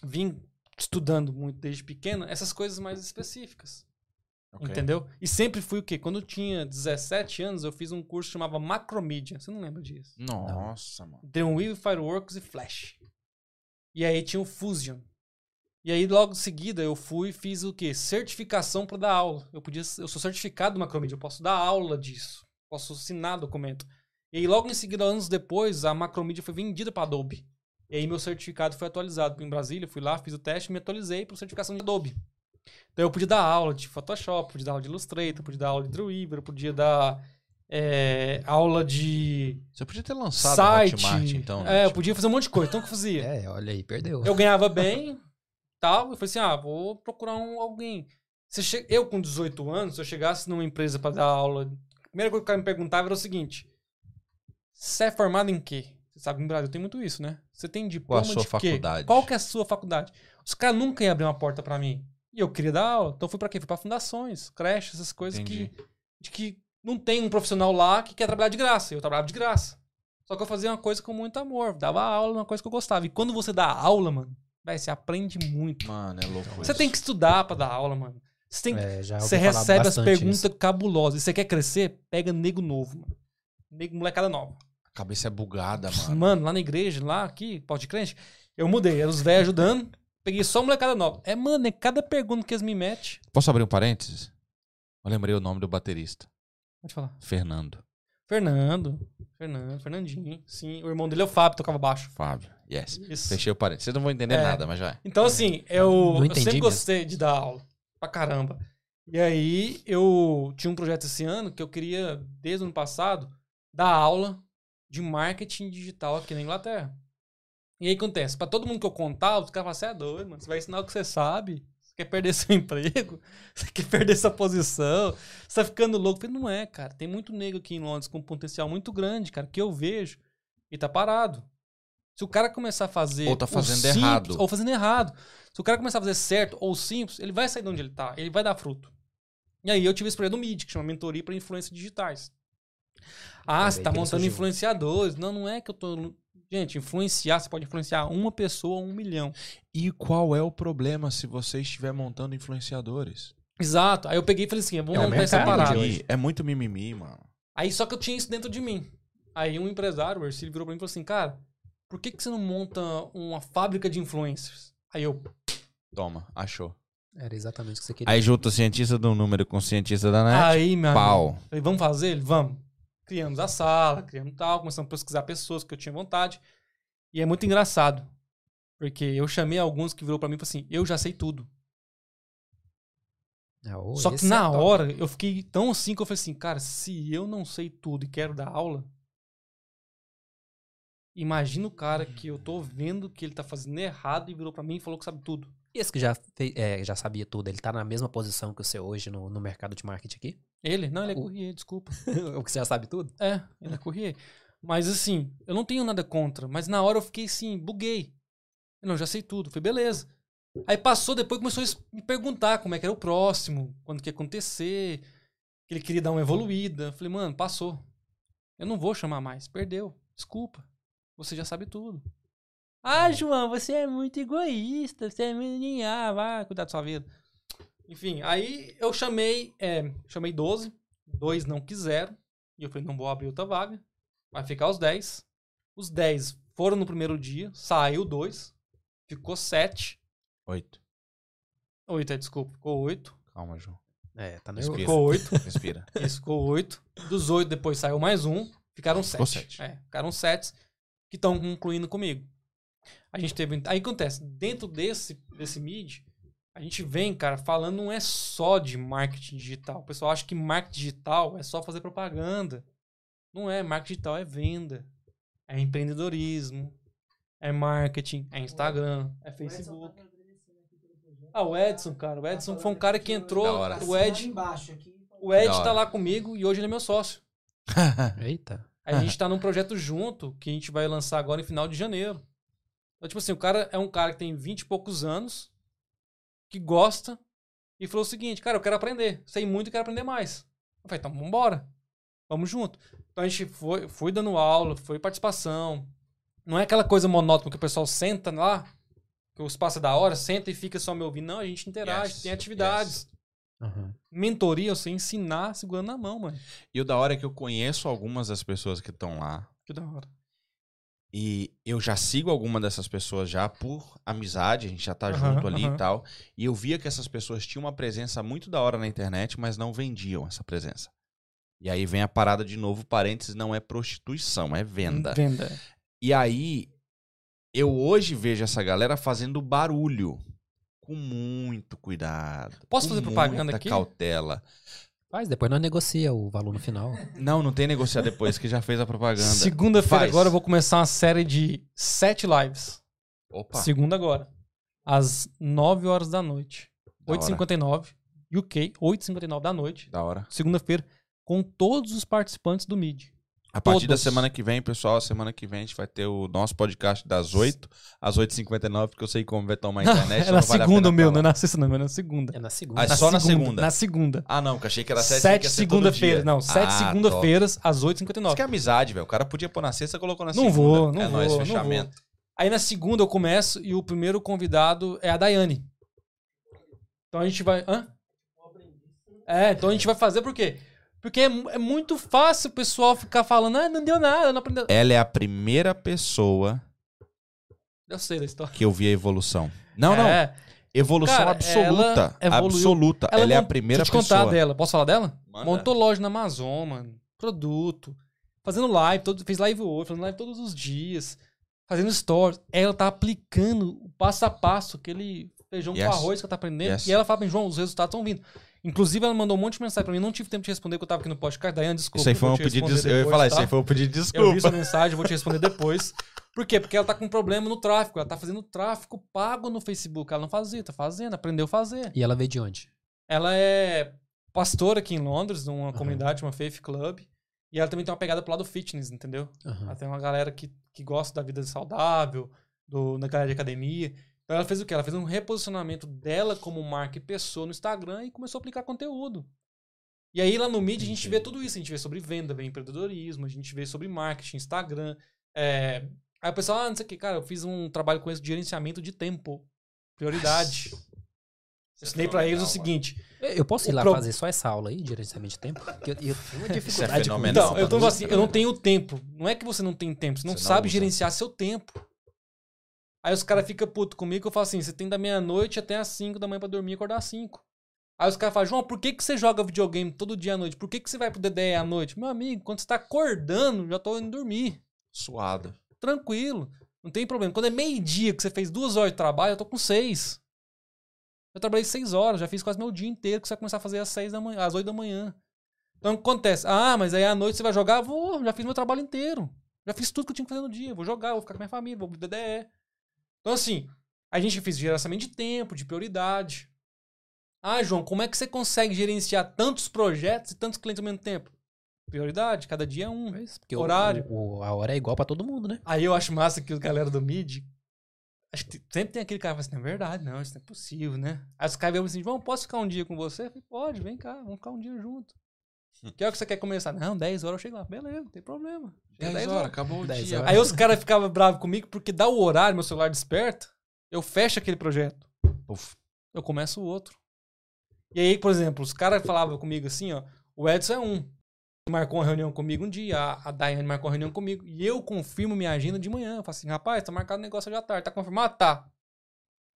vim estudando muito desde pequeno essas coisas mais específicas. Ok. Entendeu? E sempre fui o quê? Quando eu tinha 17 anos, eu fiz um curso que chamava Macromídia. Você não lembra disso? Nossa, mano. Dreamweaver, Fireworks e Flash. E aí tinha o Fusion. E aí, logo em seguida, eu fui e fiz o quê? Certificação para dar aula. Eu podia, eu sou certificado de macromedia, eu posso dar aula disso. Posso assinar documento. E aí, logo em seguida, anos depois, a macromedia foi vendida para Adobe. E aí, meu certificado foi atualizado. Em Brasília, fui lá, fiz o teste, me atualizei para certificação de Adobe. Então, eu podia dar aula de Photoshop, podia dar aula de Illustrator, podia dar aula de Dreamweaver, podia dar é, aula de Você podia ter lançado site. o Hotmart, então. né? é, eu Tipo, podia fazer um monte de coisa. Então, o que eu fazia? É, olha aí, perdeu. Eu ganhava bem, tal. Eu falei assim, ah, vou procurar um, alguém. Se che- Eu, com 18 anos, se eu chegasse numa empresa pra dar aula, a primeira coisa que o cara me perguntava era o seguinte. Você é formado em quê? Você sabe, que no Brasil tem muito isso, né? Você tem diploma sua de quê? faculdade? Qual que é a sua faculdade? Os caras nunca iam abrir uma porta pra mim. E eu queria dar aula. Então fui pra quê? Fui pra fundações, creches, essas coisas Entendi. que, de que não tem um profissional lá que quer trabalhar de graça. Eu trabalhava de graça. Só que eu fazia uma coisa com muito amor. Dava aula, uma coisa que eu gostava. E quando você dá aula, mano, véi, você aprende muito. Mano, é louco. Você tem que estudar pra dar aula, mano. Você, tem que- É, já ouvi você falar recebe as bastante perguntas isso. cabulosas. E você quer crescer? Pega nego novo, mano. Nego molecada nova. A cabeça é bugada, mano. Mano, lá na igreja, lá aqui, pau de crente, eu mudei. Era os velhos ajudando. Peguei só molecada nova. É, mano, é cada pergunta que eles me metem. Posso abrir um parênteses? Eu lembrei o nome do baterista. Pode falar. Fernando. Fernando. Fernando, Fernandinho. Sim, o irmão dele é o Fábio, tocava baixo. Fábio. Yes. Isso. Fechei o parênteses. Vocês não vão entender É. nada, mas já é. Então, assim, eu, Não eu entendi sempre mesmo. gostei de dar aula. Pra caramba. E aí, eu tinha um projeto esse ano que eu queria, desde o ano passado, dar aula de marketing digital aqui na Inglaterra. E aí, acontece? Pra todo mundo que eu contar, os caras falam, você é doido, mano. Você vai ensinar o que você sabe. Você quer perder seu emprego? Você quer perder sua posição? Você tá ficando louco? Eu falei, não é, cara. Tem muito negro aqui em Londres com um potencial muito grande, cara, que eu vejo e tá parado. Se o cara começar a fazer. Ou tá o fazendo simples- errado. Ou fazendo errado. Se o cara começar a fazer certo ou simples, ele vai sair de onde ele tá. Ele vai dar fruto. E aí eu tive esse projeto do MID, que chama Mentoria para Influências Digitais. Ah, Olha você aí tá que ele montando surgiu. influenciadores. Não, não é que eu tô. Gente, influenciar, você pode influenciar uma pessoa, um milhão. E qual é o problema se você estiver montando influenciadores? Exato. Aí eu peguei e falei assim: vamos É um montar essa mercado de parada. hoje. mimimi. É muito mimimi, mano. Aí só que eu tinha isso dentro de mim. Aí um empresário, o Ercílio, virou pra mim e falou assim, cara, por que, que você não monta uma fábrica de influencers? Aí eu, Né? Toma, achou. Era exatamente o que você queria. Aí junta o cientista do número com o cientista da Tipo, net. aí, meu amigo, pau. falei, vamos fazer? Ele, vamos. Criamos a sala, criamos tal, começamos a pesquisar pessoas que eu tinha vontade. E é muito engraçado, porque eu chamei alguns que virou pra mim e falou assim, eu já sei tudo. Ah, ô, Só que esse é na top. hora, eu fiquei tão assim que eu falei assim, cara, se eu não sei tudo e quero dar aula, imagina o cara que eu tô vendo que ele tá fazendo errado e virou pra mim e falou que sabe tudo. E esse que já, fez- é, já sabia tudo, ele tá na mesma posição que o seu hoje no, no mercado de marketing aqui? Ele? Não, ele é O- courrier, desculpa. o que você já sabe tudo? É, ele é courrier. Mas assim, eu não tenho nada contra, mas na hora eu fiquei assim, buguei. Eu não, já sei tudo. Falei, beleza. Aí passou, depois começou a es- me perguntar como é que era o próximo, quando que ia acontecer, que ele queria dar uma evoluída. Falei, mano, passou. Eu não vou chamar mais, perdeu. Desculpa. Você já sabe tudo. Ah, João, você é muito egoísta, você é muito. Ah, vai cuidar da sua vida. Enfim, aí eu chamei, é, chamei 12, dois não quiseram. E eu falei, não vou abrir outra vaga. Vai ficar os 10. Os 10 foram no primeiro dia, saiu dois ficou 7. Oito. 8, é, desculpa, ficou 8. Calma, João. É, tá nervoso. nervoso. Ficou 8. Respira. Isso, ficou 8. Dos 8 depois saiu mais um, ficaram 7. Ficou sete. É, ficaram 7 que estão concluindo comigo. A gente teve. Aí acontece, dentro desse, desse mid, a gente vem, cara, falando não é só de marketing digital. O pessoal acha que marketing digital é só fazer propaganda. Não é, marketing digital é venda, é empreendedorismo, é marketing, é Instagram, é tá Facebook. né, Ah, o Edson, cara, o Edson foi um cara que entrou, Da hora. o Ed, Embaixo aqui. o Ed Da hora. tá lá comigo e hoje ele é meu sócio. Eita. A gente tá num projeto junto que a gente vai lançar agora em final de janeiro. Então, tipo assim, o cara é um cara que tem 20 e poucos anos, que gosta, e falou o seguinte, cara, eu quero aprender. Sei muito e quero aprender mais. Eu falei, então vambora. Vamos junto. Então a gente foi, foi dando aula, foi participação. Não é aquela coisa monótona que o pessoal senta lá, que o espaço é da hora, senta e fica só me ouvindo. Não, a gente interage, Yes, tem atividades. Mentoria, você ensinar segurando na mão, mano. E o da hora é que eu conheço algumas das pessoas que estão lá. Que da hora. E eu já sigo alguma dessas pessoas já por amizade, a gente já tá Aham, junto ali aham. e tal. E eu via que essas pessoas tinham uma presença muito da hora na internet, mas não vendiam essa presença. E aí vem a parada de novo, parênteses, não é prostituição, é venda. Venda. E aí, eu hoje vejo essa galera fazendo barulho. Com muito cuidado. Posso com fazer propaganda muita aqui? cautela. Faz, depois nós negocia o valor no final. Não, não tem negociar depois, que já fez a propaganda. Segunda-feira Faz. agora eu vou começar uma série de sete lives. Opa, Segunda agora. Às 9 horas da noite. Da hora. 8h59. UK, 8h59 da noite. da hora. Segunda-feira. Com todos os participantes do MID. A partir da Todos. semana que vem, pessoal, semana que vem a gente vai ter o nosso podcast das 8 às 8h59, porque eu sei como vai tomar a internet. é na segunda, o meu, não é na sexta, não, é na segunda. É na segunda. Ah, só na segunda. Na segunda. Ah, não, que achei que era 7 Sete segunda-feiras. Não, Ah, sete segunda-feiras, às Isso que 8h59. é amizade, velho. O cara podia pôr na sexta, colocou na Não segunda. vou, não é vou, nóis, não fechamento. Aí na segunda eu começo e o primeiro convidado é a Daiane. Então a gente vai. Hã? É, então a gente vai fazer por quê? Porque é, mu- é muito fácil o pessoal ficar falando, ah, não deu nada, não aprendeu. Ela é a primeira pessoa Eu sei da história. que eu vi a evolução. Não, não. É, Evolução Cara, absoluta. ela evoluiu. absoluta. Ela, Ela é a mont- primeira Deixa eu te contar pessoa. dela. Posso falar dela? Manda. Montou loja na Amazon, mano. Produto. Fazendo live, todo, fez live hoje, fazendo live todos os dias. Fazendo stories. Ela tá aplicando o passo a passo, aquele feijão Yes. com arroz que ela tá aprendendo. Yes. E ela fala pra mim, João, os resultados estão vindo. Inclusive, ela mandou um monte de mensagem pra mim. Não tive tempo de responder, que eu tava aqui no podcast. Daiane, desculpa. Isso aí foi eu um vou te pedido de... responder Eu ia depois, falar, tá? isso aí foi um pedido de Eu vi desculpa. sua mensagem, eu vou te responder depois. Por quê? Porque ela tá com um problema no tráfico. Ela tá fazendo tráfico pago no Facebook. Ela não fazia, tá fazendo, aprendeu a fazer. E ela veio de onde? Ela é pastora aqui em Londres, numa Aham. comunidade, uma faith club. E ela também tem uma pegada pro lado fitness, entendeu? Aham. Ela tem uma galera que, que gosta da vida saudável, do, da galera de academia. Então ela fez o quê? Ela fez um reposicionamento dela como marca e pessoa no Instagram e começou a aplicar conteúdo. E aí lá no mídia a gente vê tudo isso. A gente vê sobre venda, vê empreendedorismo, a gente vê sobre marketing, Instagram. É... Aí o pessoal, ah, não sei o que, cara, eu fiz um trabalho com esse de gerenciamento de tempo. Prioridade. Eu ensinei pra eles o seguinte. Eu- Eu posso ir O lá pro- fazer só essa aula aí, de gerenciamento de tempo? Porque eu, eu tenho né, uma Isso é dificuldade com fenomenal, isso. Então, mano. eu tô falando assim, eu não Cara. tenho tempo. Não é que você não tem tempo, você não Você não sabe usa. gerenciar seu tempo. Aí os caras ficam puto comigo, eu falo assim, você tem da meia-noite até às 5 da manhã pra dormir e acordar às 5. Aí os caras falam, João, por que, que você joga videogame todo dia à noite? Por que, que você vai pro DDE à noite? Meu amigo, quando você tá acordando, já tô indo dormir. Suado. Tranquilo. Não tem problema. Quando é meio-dia que você fez duas horas de trabalho, eu tô com seis. Eu trabalhei seis horas, já fiz quase meu dia inteiro, que você vai começar a fazer às seis da manhã, às oito da manhã. Então o que acontece? Ah, mas aí à noite você vai jogar? Vou, já fiz meu trabalho inteiro. Já fiz tudo que eu tinha que fazer no dia. Vou jogar, vou ficar com minha família, vou pro DDE. Então, assim, a gente fez gerenciamento de tempo, de prioridade. Ah, João, como é que você consegue gerenciar tantos projetos e tantos clientes ao mesmo tempo? Prioridade, cada dia é um. Mas, porque Horário. o- o- a hora é igual pra todo mundo, né? Aí eu acho massa que os galera do mid. Acho que sempre tem aquele cara que fala assim, não é verdade, não, isso não é possível, né? Aí os caras vêm assim, João, posso ficar um dia com você? Eu falei, pode, vem cá, vamos ficar um dia junto. Que hora que você quer começar? Não, 10 horas eu chego lá. Beleza, não tem problema. Chega 10 horas. acabou o 10 dia. horas. Aí os caras ficavam bravos comigo porque dá o horário, meu celular desperta, eu fecho aquele projeto Puf, eu começo o outro. E aí, por exemplo, os caras falavam comigo assim, ó, o Edson é um. Marcou uma reunião comigo um dia, a, a Daiane marcou uma reunião comigo, e eu confirmo minha agenda de manhã. Eu falo assim, rapaz, tá marcado o negócio hoje à tarde, tá confirmado? Tá.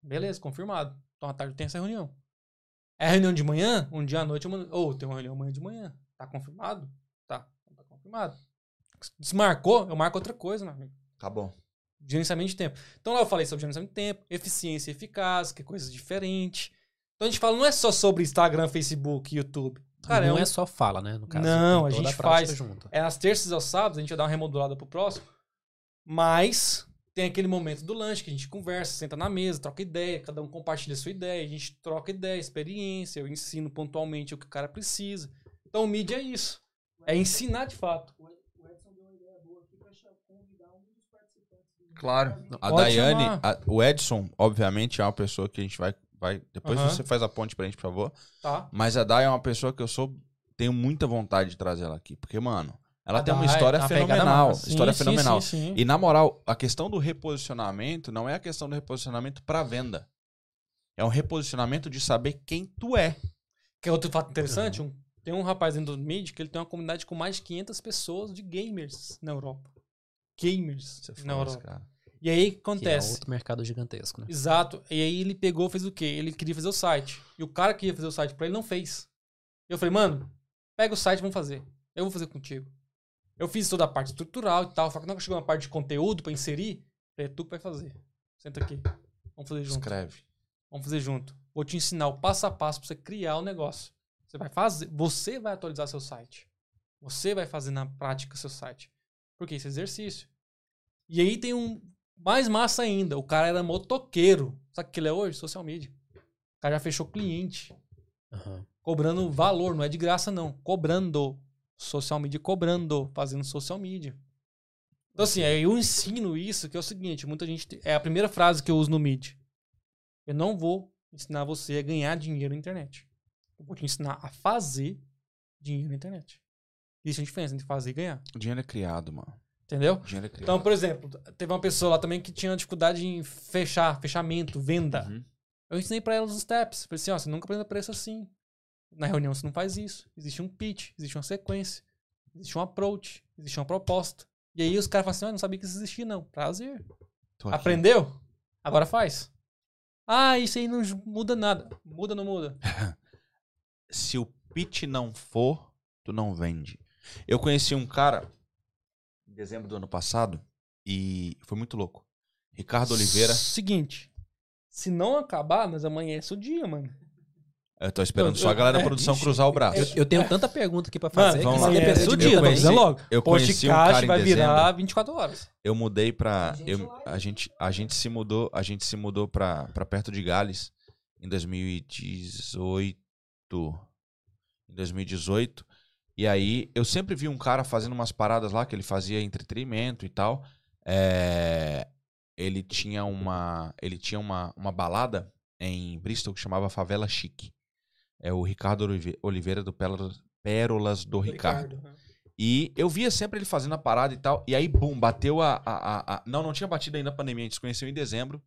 Beleza, confirmado. Então à tarde tem essa reunião. É reunião de manhã? Um dia à noite eu mando. Ô, tem uma reunião amanhã de manhã. Tá confirmado? Tá. Então Tá confirmado. Desmarcou, eu marco outra coisa, meu amigo acabou. gerenciamento de tempo. Então lá eu falei sobre gerenciamento de tempo, eficiência e eficácia, que é coisa diferente. Então a gente fala não é só sobre Instagram, Facebook, YouTube. Cara, não é, um- é só fala, né? No caso, Não, tem a toda gente prática faz. junto. é às terças aos sábados, a gente vai dar uma remodulada pro próximo. Mas tem aquele momento do lanche que a gente conversa, senta na mesa, troca ideia, cada um compartilha a sua ideia, a gente troca ideia, experiência, eu ensino pontualmente o que o cara precisa. Então o mídia é isso. É ensinar de fato. O Ed- o Edson deu uma ideia boa aqui pra cha- convidar um dos participantes. Então, do- Claro. A Pode Daiane, chamar. a- o Edson, obviamente, é uma pessoa que a gente vai. vai depois Aham. você faz a ponte pra gente, por favor. Tá? Mas a Dai é uma pessoa que eu sou. Tenho muita vontade de trazer ela aqui. Porque, mano, ela A tem uma Dai, história tá uma pegada fenomenal. massa. Sim, História sim, fenomenal. sim, sim. E na moral, a questão do reposicionamento não é a questão do reposicionamento pra venda. É um reposicionamento de saber quem tu é. Que é outro fato interessante, um- tem um rapaz dentro do mid que ele tem uma comunidade com mais de 500 pessoas de gamers na Europa. gamers Você na falou isso, é Europa. cara. E aí o que Que é acontece? outro mercado gigantesco, né? Exato. E aí ele pegou, fez o quê? Ele queria fazer o site. E o cara que ia fazer o site pra ele não fez. Eu falei, mano, pega o site, vamos fazer. Eu vou fazer contigo. Eu fiz toda a parte estrutural e tal, só que na hora que chegou uma parte de conteúdo pra inserir, falei, é tu que vai fazer. Senta aqui. Vamos fazer junto. Escreve. Vamos fazer junto. Vou te ensinar o passo a passo pra você criar o negócio. Você vai fazer, você vai atualizar seu site. Você vai fazer na prática seu site. Porque isso é exercício. E aí tem um mais massa ainda. O cara era motoqueiro. Sabe o que ele é hoje? Social media. O cara já fechou cliente, Aham. cobrando valor, não é de graça não, cobrando social media, cobrando, fazendo social media. Então assim, aí eu ensino isso, que é o seguinte, muita gente te- é a primeira frase que eu uso no Meet. Eu não vou ensinar você a ganhar dinheiro na internet. Eu vou te ensinar a fazer dinheiro na internet. Isso é a diferença entre fazer e ganhar, O dinheiro é criado, mano. entendeu? O dinheiro é criado. Então, por exemplo, teve uma pessoa lá também que tinha dificuldade em fechar, fechamento, venda. Uhum. Eu ensinei pra elas os steps. Falei assim, ó, você nunca apresenta preço assim. Na reunião você não faz isso. Existe um pitch, existe uma sequência, existe um approach, existe uma proposta. E aí os caras falam assim, ó, não sabia que isso existia não. Prazer. Tô aqui. Aprendeu? Agora faz. Ah, isso aí não ju- muda nada. Muda ou não muda? se o pitch não for, tu não vende. Eu conheci um cara em dezembro do ano passado e foi muito louco. Ricardo Oliveira. Seguinte. Se não acabar, nós amanhece o dia, mano. Eu tô esperando só a galera é, da produção bicho, cruzar o braço. Eu, eu tenho tanta pergunta aqui pra fazer vamos que lá. se É, depender de Amanhece o mim, dia, eu tô conheci- dizendo logo. eu conheci um Podcast cara em vai dezembro. virar 24 horas. Eu mudei pra. Gente Eu, lá, a, gente, a gente se mudou, a gente se mudou pra, pra perto de Gales em 2018. Em 2018. E aí eu sempre vi um cara fazendo umas paradas lá que ele fazia entretenimento e tal. É, ele tinha uma. Ele tinha uma, uma balada em Bristol que chamava Favela Chique. É o Ricardo Olive- Oliveira do Pérolas, Pérolas do Ricardo. E eu via sempre ele fazendo a parada e tal. E aí, bum, bateu a. a, a- a- Não, não tinha batido ainda a pandemia, a gente se conheceu em dezembro.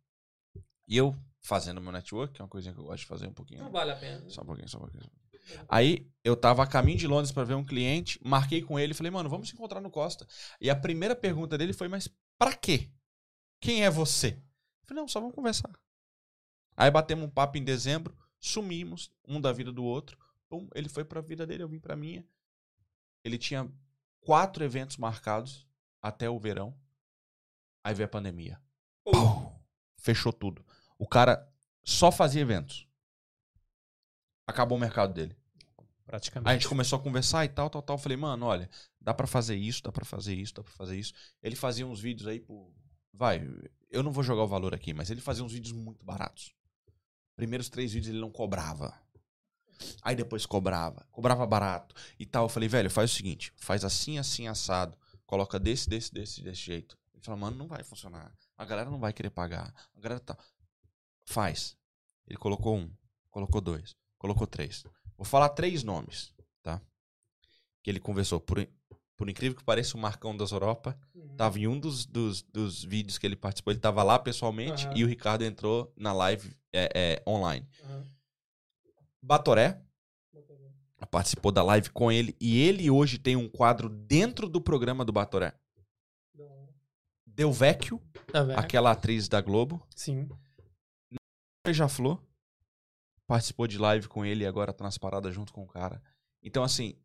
E eu fazendo meu network, que é uma coisinha que eu gosto de fazer um pouquinho. Não vale a pena. Só um pouquinho, só um pouquinho. só um pouquinho. Aí eu tava a caminho de Londres pra ver um cliente, marquei com ele, falei, mano, vamos se encontrar no Costa. E a primeira pergunta dele foi, mas pra quê? Quem é você? Eu falei, não, só vamos conversar. Aí batemos um papo em dezembro, sumimos, um da vida do outro. Pum, ele foi pra vida dele, eu vim pra minha. Ele tinha quatro eventos marcados até o verão. Aí veio a pandemia. Pau! Fechou tudo. O cara só fazia eventos acabou o mercado dele. Aí a Praticamente. gente começou a conversar e tal, tal, tal. Falei, mano, olha, dá pra fazer isso, dá pra fazer isso, dá pra fazer isso. Ele fazia uns vídeos aí por. Vai, eu não vou jogar o valor aqui, mas ele fazia uns vídeos muito baratos. Primeiros três vídeos ele não cobrava. Aí depois cobrava, cobrava barato e tal. Eu falei, velho, faz o seguinte: faz assim, assim, assado. Coloca desse, desse, desse, desse jeito. Ele falou, mano, não vai funcionar. A galera não vai querer pagar. A galera tá. Faz. Ele colocou um, colocou dois, colocou três. Vou falar três nomes, tá? Que ele conversou. Por, por incrível que pareça, o Marcão das Europa tava em um dos, dos, dos vídeos que ele participou. Ele tava lá pessoalmente Aham. e o Ricardo entrou na live é, é, online. Batoré participou da live com ele e ele hoje tem um quadro dentro do programa do Batoré. Deu Vecchio, Tá vendo? aquela atriz da Globo, Sim. Beija-Flor, participou de live com ele e agora tá nas paradas junto com o cara. Então, assim,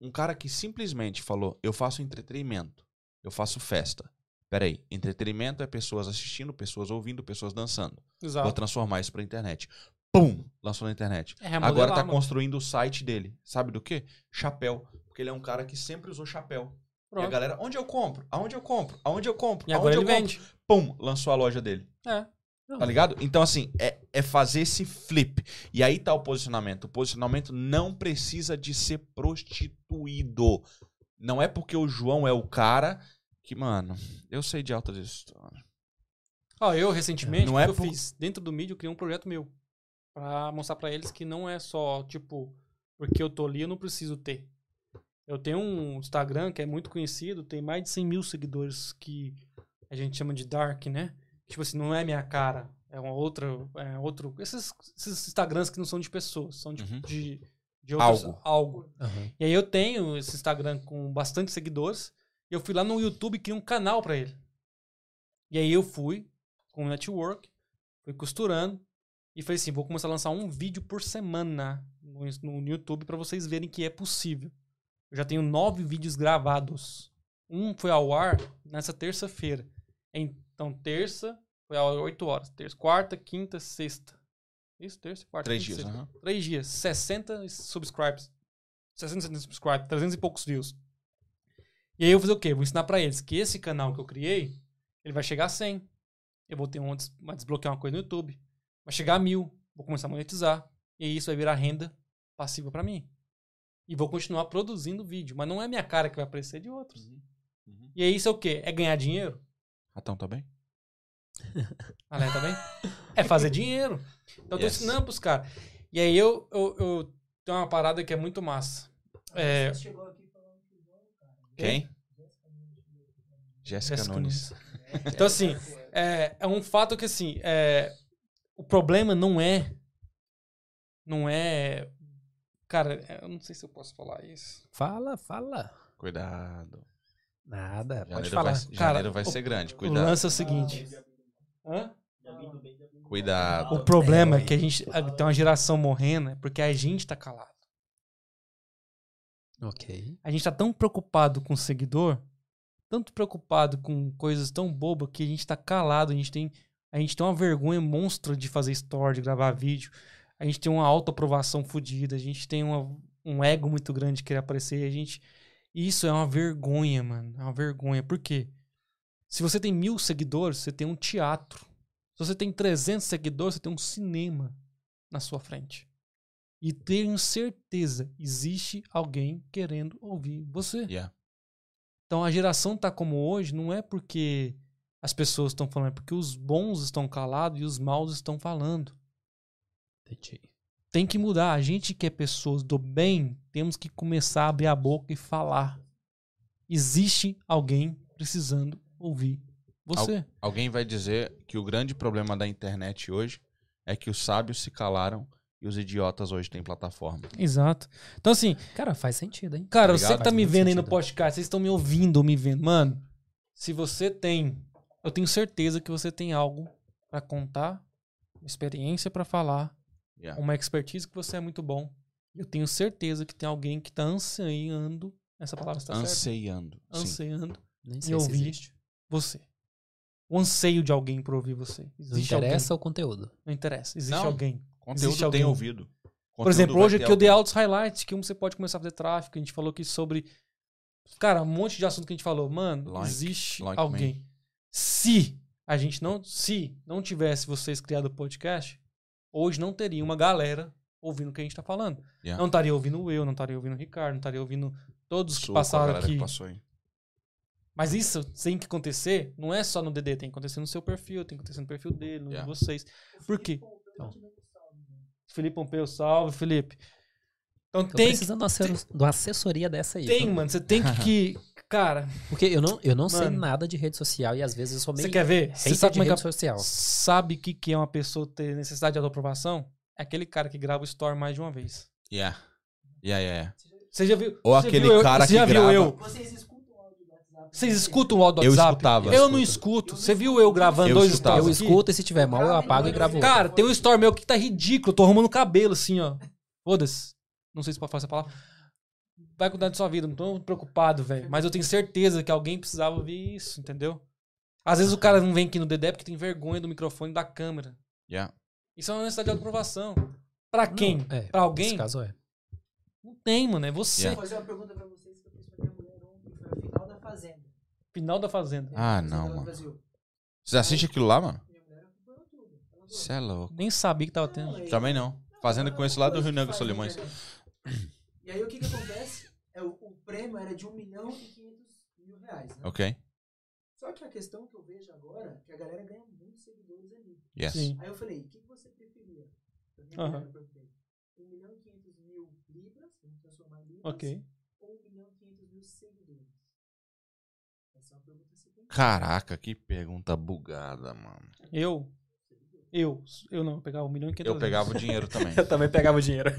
um cara que simplesmente falou: Eu faço entretenimento, eu faço festa. Peraí, entretenimento é pessoas assistindo, pessoas ouvindo, pessoas dançando. Exato. Vou transformar isso pra internet. Pum! Lançou na internet. É, Agora remodelar, tá mano. construindo o site dele. Sabe do quê? Chapéu. Porque ele é um cara que sempre usou chapéu. E a Pronto. galera, onde eu compro? Aonde eu compro? Aonde eu compro? E agora Aonde ele eu vende. Pum, lançou a loja dele. É. Tá ligado? Então, assim, é, é fazer esse flip. E aí tá o posicionamento. O posicionamento não precisa de ser prostituído. Não é porque o João é o cara que, mano, eu sei de altas histórias. Ó, eu recentemente, Não o que é eu por- fiz dentro do mídia, eu criei um projeto meu. Pra mostrar pra eles que não é só, tipo, porque eu tô ali, eu não preciso ter. Eu tenho um Instagram que é muito conhecido, tem mais de 100 mil seguidores que a gente chama de dark, né? Tipo assim, não é minha cara. É uma outra. É outro. Esses, esses Instagrams que não são de pessoas, são tipo, de. Uhum. de, de outras- Algo. algo. Aham. E aí eu tenho esse Instagram com bastante seguidores. Eu fui lá no YouTube e criei um canal pra ele. E aí eu fui com o network, fui costurando e falei assim, vou começar a lançar um vídeo por semana no, no YouTube pra vocês verem que é possível. Eu já tenho nove vídeos gravados. Um foi ao ar nessa terça-feira. Então, terça foi ao ar 8 horas. Terça, quarta, quinta, sexta. Isso, terça, quarta, Três quinta, dias, sexta. aham. Três dias, 60 subscribes. 60, 70 subscribes, 300 e poucos views. E aí eu vou fazer o quê? Vou ensinar pra eles que esse canal que eu criei, ele vai chegar a 100. Eu vou ter um, des- uma- desbloquear uma coisa no YouTube. Vai chegar a mil. Vou começar a monetizar. E aí isso vai virar renda passiva pra mim. E vou continuar produzindo vídeo. Mas não é minha cara que vai aparecer é de outros. Uhum. E aí isso é o quê? É ganhar dinheiro? Ratão, tá bem? Alerta Ah, né, bem? É fazer dinheiro. Então eu tô Yes. ensinando pros caras. E aí eu, eu, eu tenho uma parada que é muito massa. É, Chegou aqui falando que o dono, cara. Quem? Jéssica Jéssica Nunes. Então, assim, é, é um fato que, assim, é, o problema não é. Não é. Cara, é, eu não sei se eu posso falar isso. Fala, fala. Cuidado. Nada, pode Janeiro falar. vai, janeiro Cara, vai o- ser grande. O Cuidado. lance é o seguinte. Ah, Hã? Cuidado. O problema é que a gente a- tem uma geração morrendo é porque a gente tá calado. Ok. A gente tá tão preocupado com o seguidor, tanto preocupado com coisas tão bobas que a gente tá calado, a gente tem a gente tem uma vergonha monstra de fazer story, de gravar vídeo. A gente tem uma autoaprovação fodida, a gente tem uma- um ego muito grande de querer aparecer, a gente isso é uma vergonha, mano. É uma vergonha. Por quê? Se você tem mil seguidores, você tem um teatro. Se você tem 300 seguidores, você tem um cinema na sua frente. E tenho certeza, existe alguém querendo ouvir você. Yeah. Então a geração tá como hoje não é porque as pessoas estão falando, é porque os bons estão calados e os maus estão falando. Entendi. Tem que mudar. A gente que é pessoas do bem, temos que começar a abrir a boca e falar. Existe alguém precisando ouvir você. Alguém vai dizer que o grande problema da internet hoje é que os sábios se calaram e os idiotas hoje têm plataforma. Exato. Então assim, Cara, faz sentido, hein? Cara, Tá você que tá ligado? me Faz muito vendo aí no sentido. podcast, vocês estão me ouvindo ou me vendo. Mano, se você tem. Eu tenho certeza que você tem algo pra contar, uma experiência pra falar, Yeah. uma expertise que você é muito bom. Eu tenho certeza que tem alguém que tá ansiando. Essa palavra está certa? Anseiando. Sim. Ansiando Nem sei Eu se vi. existe. você. O anseio de alguém pra ouvir você. Não Existe interessa o conteúdo. alguém. Não interessa. Existe Não. alguém. Conteúdo Existe tem alguém. ouvido. Por exemplo, hoje aqui eu dei algo. altos highlights, que como você pode começar a fazer tráfico, a gente falou aqui sobre. Cara, um monte de assunto que a gente falou. Mano, Like- existe like alguém. Se a gente não. Se não tivesse vocês criado o podcast, hoje não teria uma galera ouvindo o que a gente tá falando. Yeah. Não estaria ouvindo eu, não estaria ouvindo o Ricardo, não estaria ouvindo todos que Soco, a passaram galera aqui. que passou aí. Mas isso tem que acontecer, não é só no DD, tem que acontecer no seu perfil, tem que acontecer no perfil dele, no Yeah. de vocês. Por quê? Então. Felipe Pompeu, salve, Felipe. Então Tô tem que precisando de uma assessor- de uma assessoria dessa aí. Tem, viu? mano. Você tem que. que- Cara, Porque eu não, eu não sei Mano. nada de rede social e às vezes eu sou meio você quer ver? Você hater sabe de como é rede que. social. a- Sabe o que, que é uma pessoa ter necessidade de autoaprovação? É aquele cara que grava o story mais de uma vez. Yeah. Yeah, yeah, yeah. Você já viu. Ou você aquele viu eu- cara você já que viu grava- eu. Vocês escutam o áudio do WhatsApp? Vocês escutam o áudio do Eu WhatsApp? escutava. Eu não escuto. Você viu eu gravando Eu dois escutava. stories? Eu aqui? escuto e se tiver mal eu apago e gravo. outro. Cara, tem um story meu que tá ridículo. Eu tô arrumando o cabelo assim, ó. Foda-se. Não sei se pode falar essa palavra. Vai cuidar de sua vida, não tô preocupado, velho. Mas eu tenho certeza que alguém precisava ouvir isso, entendeu? Às vezes o cara não vem aqui no Dedé porque tem vergonha do microfone e da câmera. Yeah. Isso é uma necessidade de autoaprovação. Pra quem? é, pra Nesse alguém? caso é. Não tem, mano. É você. Vou fazer uma pergunta pra vocês que eu fiz pra minha mulher ontem. Foi a final da Fazenda. Final da fazenda. Ah, não, Fazenda do mano. Brasil. Vocês assistem aquilo lá, mano? Minha mulher acompanhou tudo. Ela falou, Cê é louco. Nem sabia que tava tendo. "Não, Também não. Fazenda com esse lá do Rio Negro Solimões. E aí o que que acontece? É, o, o prêmio era de 1 milhão e 500 mil reais, né? Ok? Só que a questão que eu vejo agora é que a galera ganha muitos seguidores ali. Yes. Sim. Aí eu falei, o que que você preferia? Pra minha Aham. mulher, eu perguntei, 1 milhão e 500 mil libras, vamos transformar em libras, Ok. ou 1 milhão e 500 mil seguidores? Essa é uma pergunta seguinte. Caraca, que pergunta bugada, mano. Eu. Eu. Eu não. Eu pegava um milhão e quinhentos. Eu pegava o dinheiro também. Eu também pegava o dinheiro.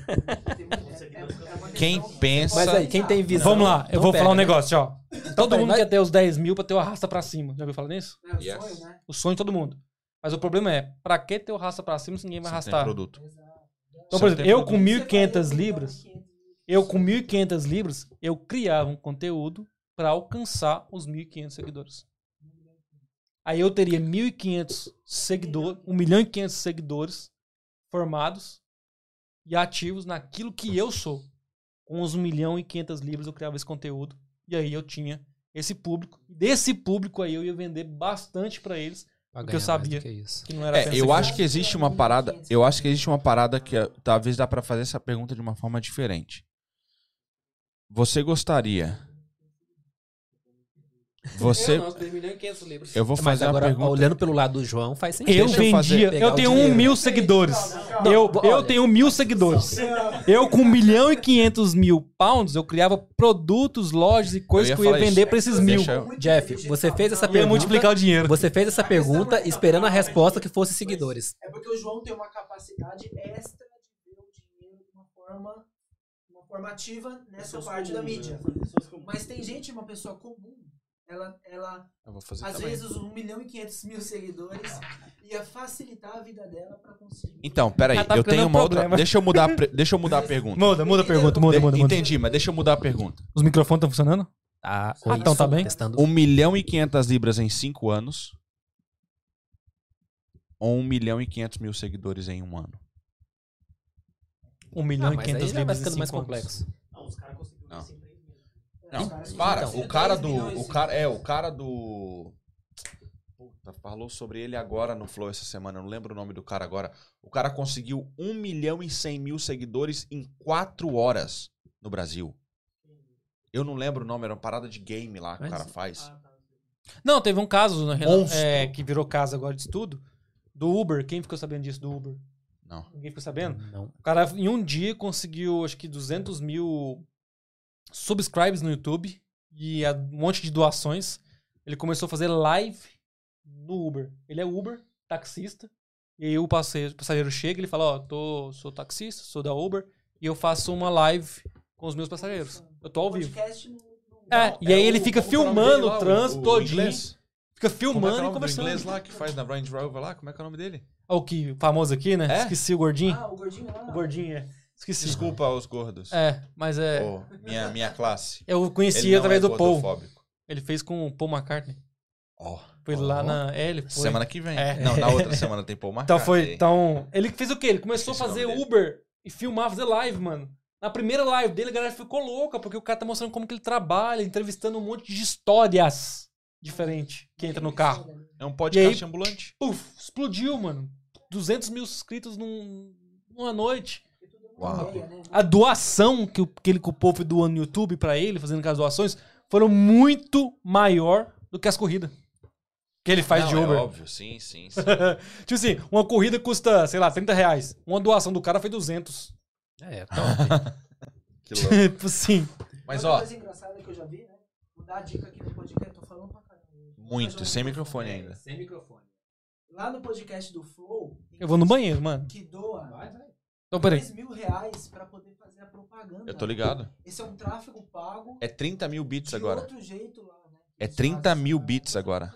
Tem muita- é- é- é uma Quem questão- pensa- Mas aí, quem tem visão. Vamos lá. Eu não vou pega, falar um né? negócio, ó. Todo peraí, mundo vai- quer ter os 10 mil pra ter o arrasta pra cima. Já ouviu falar nisso? né? O Yes. sonho, né? O sonho de todo mundo. Mas o problema é, pra que ter o arrasta pra cima se ninguém vai Você tem arrastar? produto. Exato. Então, Você por exemplo, tem eu produto. com 1.500 Você faria libras, 1.500 eu com 1.500 libras, eu criava um conteúdo pra alcançar os 1.500 seguidores. Aí eu teria 1.500 seguidores, 1 milhão e 500 seguidores formados e ativos naquilo que eu sou. Com os 1 milhão e 500 libras eu criava esse conteúdo e aí eu tinha esse público. Desse público aí eu ia vender bastante pra eles, Pra Porque eu ganhar mais sabia. do que isso. que não era É, apenas eu seguidor. acho que existe uma parada. Eu acho que existe uma parada que ah, talvez dá pra fazer essa pergunta de uma forma diferente. Você gostaria. Você. Eu não, 1 milhão e 500 libras. Eu vou É, Mas fazer uma agora, pergunta. olhando pelo lado do João, faz sentido. Eu Deixa eu fazer- vendia. pegar Eu o tenho um dinheiro. mil seguidores. Não, não, Eu, não. eu Olha. tenho mil seguidores. Eu com 1 milhão e 500 mil pounds, eu criava produtos, lojas e coisas Eu ia que eu ia falar isso. vender pra esses mil. Deixa eu- Muito Jeff, inteligente, você não, fez essa não, Eu ia pergunta. multiplicar o dinheiro. Você fez essa pergunta esperando a resposta que fosse seguidores. É porque o João tem uma capacidade extra de ver o dinheiro de uma forma, uma forma ativa nessa parte da mídia. Mas tem gente, uma pessoa comum, ela, ela Eu vou fazer às também. vezes, os 1 milhão e 500 mil seguidores ia facilitar a vida dela pra conseguir. Então, peraí, Já tá eu ficando tenho um uma outra. problema. Deixa eu mudar, a pre- deixa eu mudar a pergunta. Muda, muda a pergunta, muda, De- muda, muda. Entendi, mas deixa eu mudar a pergunta. Os microfones estão funcionando? Ah, Ah, então tá bem. Testando. 1 milhão e 500 libras em 5 anos ou 1 milhão e 500 mil seguidores em um ano? Ah, 1 milhão e mas aí 500 já vai libras. em ficando mais cinco anos. complexo. Não, os caras conseguiram Não. isso em três meses. É, Não, os caras para, conseguiram o cara três do. milhões O de cara, é, o cara do. Puta, falou sobre ele agora no Flow essa semana, eu não lembro o nome do cara agora. O cara conseguiu 1 milhão e 100 mil seguidores em 4 horas no Brasil. Eu não lembro o nome, era uma parada de game lá que Mas- o cara faz. Ah, tá. Não, teve um caso na real, Monstro. é, que virou caso agora de estudo. Do Uber. Quem ficou sabendo disso do Uber? Não. Ninguém ficou sabendo? Não. O cara, em um dia, conseguiu acho que 200 mil subscribes no YouTube e a- um monte de doações. Ele começou a fazer live no Uber. Ele é Uber, taxista. E aí o passageiro, passageiro chega e ele fala: Ó, tô sou taxista, sou da Uber e eu faço uma live com os meus passageiros. Eu tô ao vivo. Podcast no, no- É, e aí É ele o- fica como que é o nome dele filmando lá, o trânsito todinho. inglês? Fica Como é que é filmando o e nome do inglês conversando. lá que faz na Range Rover lá? Como é que é o nome dele? Olha o que famoso aqui, né? É? Esqueci o gordinho. Ah, o gordinho lá. O gordinho, é. Esqueci. Desculpa aos gordos. É, mas é. Ô, minha, minha classe. Eu Ele conheci não através é do Paul. gordofóbico. Ele fez com o Paul McCartney. Ó. Foi Ó. lá na. É, ele foi. Semana que vem. É. Não, na outra semana tem Paul Então marcado. foi. aí. Então. Ele fez o quê? Ele começou a Esqueci o fazer nome dele. Uber e filmar, fazer live, mano. Na primeira live dele, a galera ficou louca, porque o cara tá mostrando como que ele trabalha, entrevistando um monte de histórias diferentes que entra no carro. né? É um podcast E ambulante. Puf, explodiu, mano. 200 mil inscritos num, numa noite. Uau. Ideia, né? A doação que, o- que ele cupou foi doando no YouTube pra ele, fazendo aquelas doações, foram muito maior do que as corridas que ele faz Não, de Uber. É óbvio, sim, sim, sim. tipo assim, uma corrida custa, sei lá, 30 reais. Uma doação do cara foi 200. É, top. Que louco. tipo assim. Mas ó, Outra coisa engraçada que eu já vi, né? Vou dar a dica aqui no podcast, tô falando pra caramba. muito, Mas, sem ó, microfone ainda. Sem microfone. Lá no podcast do Flow, tem Eu vou no gente banheiro, mano. que doa Então, peraí. 3 mil reais pra poder fazer a propaganda. Eu tô ligado. Esse é um tráfego pago É 30 mil bits de agora. outro jeito lá, né? É Eles 30 fazem, mil né? bits agora.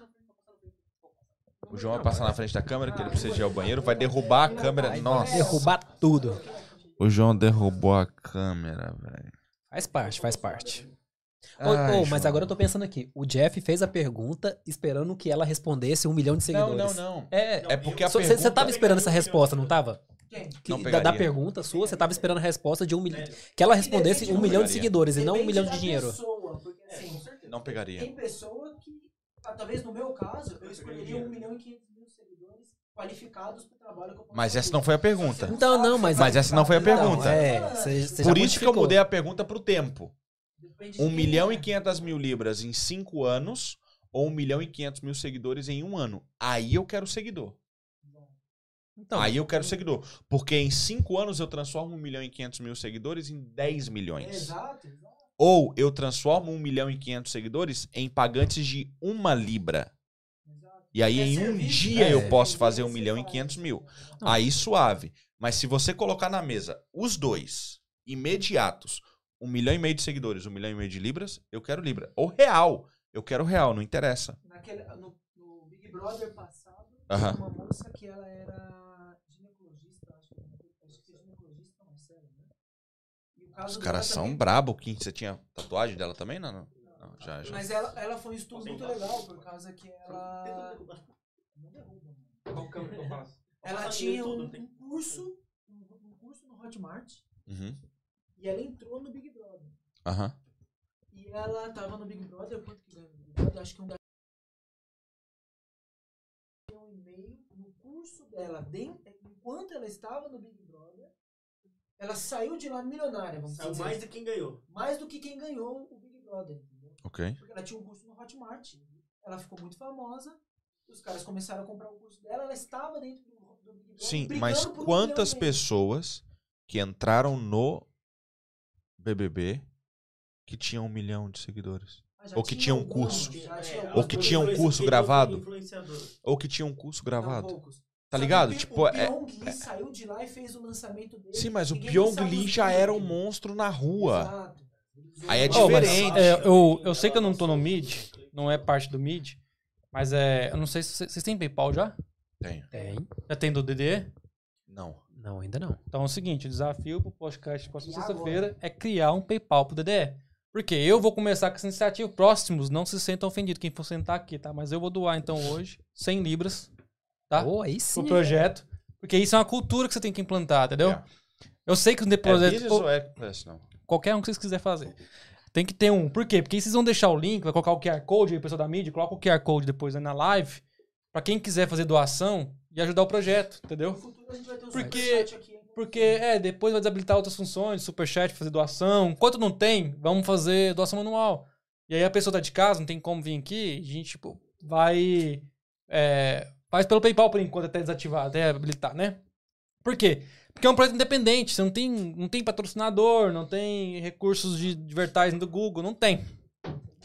O João vai passar na frente da câmera, que ele precisa ir ao banheiro, vai derrubar a câmera. Nossa. Derrubar tudo. O João derrubou a câmera, velho. Faz parte, faz parte. Ô, Ai, ô, mas João. agora eu tô pensando aqui. O Jeff fez a pergunta esperando que ela respondesse um milhão de Não, seguidores. não, não. É. É porque a Você pergunta... tava esperando essa resposta, não tava? Quem? Que- Não da, da pegaria. pergunta sua, você tava esperando a resposta de um milhão. Que ela respondesse um Não milhão de pegaria. seguidores e não um Depende milhão de da dinheiro. Pessoa, porque, É, assim, tá Não pegaria. Tem pessoa que, ah, talvez no meu caso, eu escolheria 1 milhão e 500 mil seguidores qualificados pro trabalho que eu posso Mas essa fazer. não foi a pergunta. Então, não, mas. Mas essa não foi a Então, pergunta. É, você- você já Por isso que eu modificou. mudei a pergunta pro tempo. Depende de 1 quem milhão é. e 500 mil libras em 5 anos ou 1 milhão e 500 mil seguidores em um ano. Aí eu quero seguidor. é. Então, Aí eu quero seguidor. Porque em 5 anos eu transformo 1 milhão e 500 mil seguidores em 10 milhões. Exato, exato. Ou eu transformo 1 milhão e 500 seguidores em pagantes de uma libra. exato. E aí É em um serviço, dia né? eu posso fazer 1 Você milhão e faz. 500 mil. Ah. Aí suave. Mas se você colocar na mesa os dois imediatos, um milhão e meio de seguidores, um milhão e meio de libras, eu quero libra. Ou real. Eu quero real, não interessa. Naquele, no, no Big Brother passado, Aham. tinha uma moça que ela era ginecologista, acho que acho que é ginecologista, Marcelo, né? E o é caso Os dela caras também- são brabo. Kim, você tinha tatuagem dela também? Não, não. Não, já, já. Mas ela, ela foi um estudo muito legal, por causa que ela. Não derruba, mano. Ela tinha um curso, um um curso no Hotmart, Uhum. e ela entrou no Big Brother. Aham. E ela tava no Big Brother, quanto que ganhou no Big Brother? Acho que um da- um e meio no curso dela, dentro, enquanto ela estava no Big Brother, ela saiu de lá milionária, vamos Saiu dizer. mais Mais... do que quem ganhou. mais do que quem ganhou o Big Brother, entendeu? Ok. Porque ela tinha um curso no Hotmart. Ela ficou muito famosa. Os caras começaram a comprar o curso dela. Ela estava dentro do, do Big Brother. Sim, brigando mas por um quantas milhão e meio. pessoas que entraram no BBB que tinham um milhão de seguidores? Ah, já ou que tinha um algumas, curso? já tinha É, algumas. Ou que tinha um influencer- curso que gravado? um influenciador. Ou que tinham um curso Não, gravado? poucos. Tá Só que ligado? o Pi- Tipo, o é- Pyong Lee saiu de lá e fez o lançamento dele. Sim, mas o Ninguém Pyong sabe Lee os já filhos era um dele. monstro na rua. Exato. Aí é Ô, mas, diferente. é, eu, eu sei que eu não tô no mid, não é parte do mid, mas é. Eu não sei se vocês vocês têm PayPal já? Tenho. Tem. Já tem do DDE? Não. É, Não, ainda não. Então é o seguinte, o desafio pro podcast próxima Criar sexta-feira é criar um PayPal pro DDE. Porque eu vou começar com essa iniciativa. Próximos, não se sintam ofendidos. Quem for sentar aqui, tá? Mas eu vou doar então hoje 100 libras, tá? Ô, aí pro sim. projeto. Porque isso é uma cultura que você tem que implantar, entendeu? É. Eu sei que um o É projeto. business ou é press, não? qualquer um que vocês quiserem fazer. Tem que ter um. Por quê? Porque aí vocês vão deixar o link, vai colocar o QR Code aí, pessoal da mídia, coloca o QR Code depois aí na live, pra quem quiser fazer doação e ajudar o projeto, No entendeu? futuro a gente vai ter um Porque- superchat aqui, né? Porque, é, depois vai desabilitar outras funções, superchat, fazer doação. Enquanto não tem, vamos fazer doação manual. E aí a pessoa tá de casa, não tem como vir aqui, a gente, tipo, vai. é, faz pelo PayPal por enquanto, até desativar, até habilitar, né? Por quê? Porque é um projeto independente, você não tem, não tem patrocinador, não tem recursos de advertising do Google, não tem.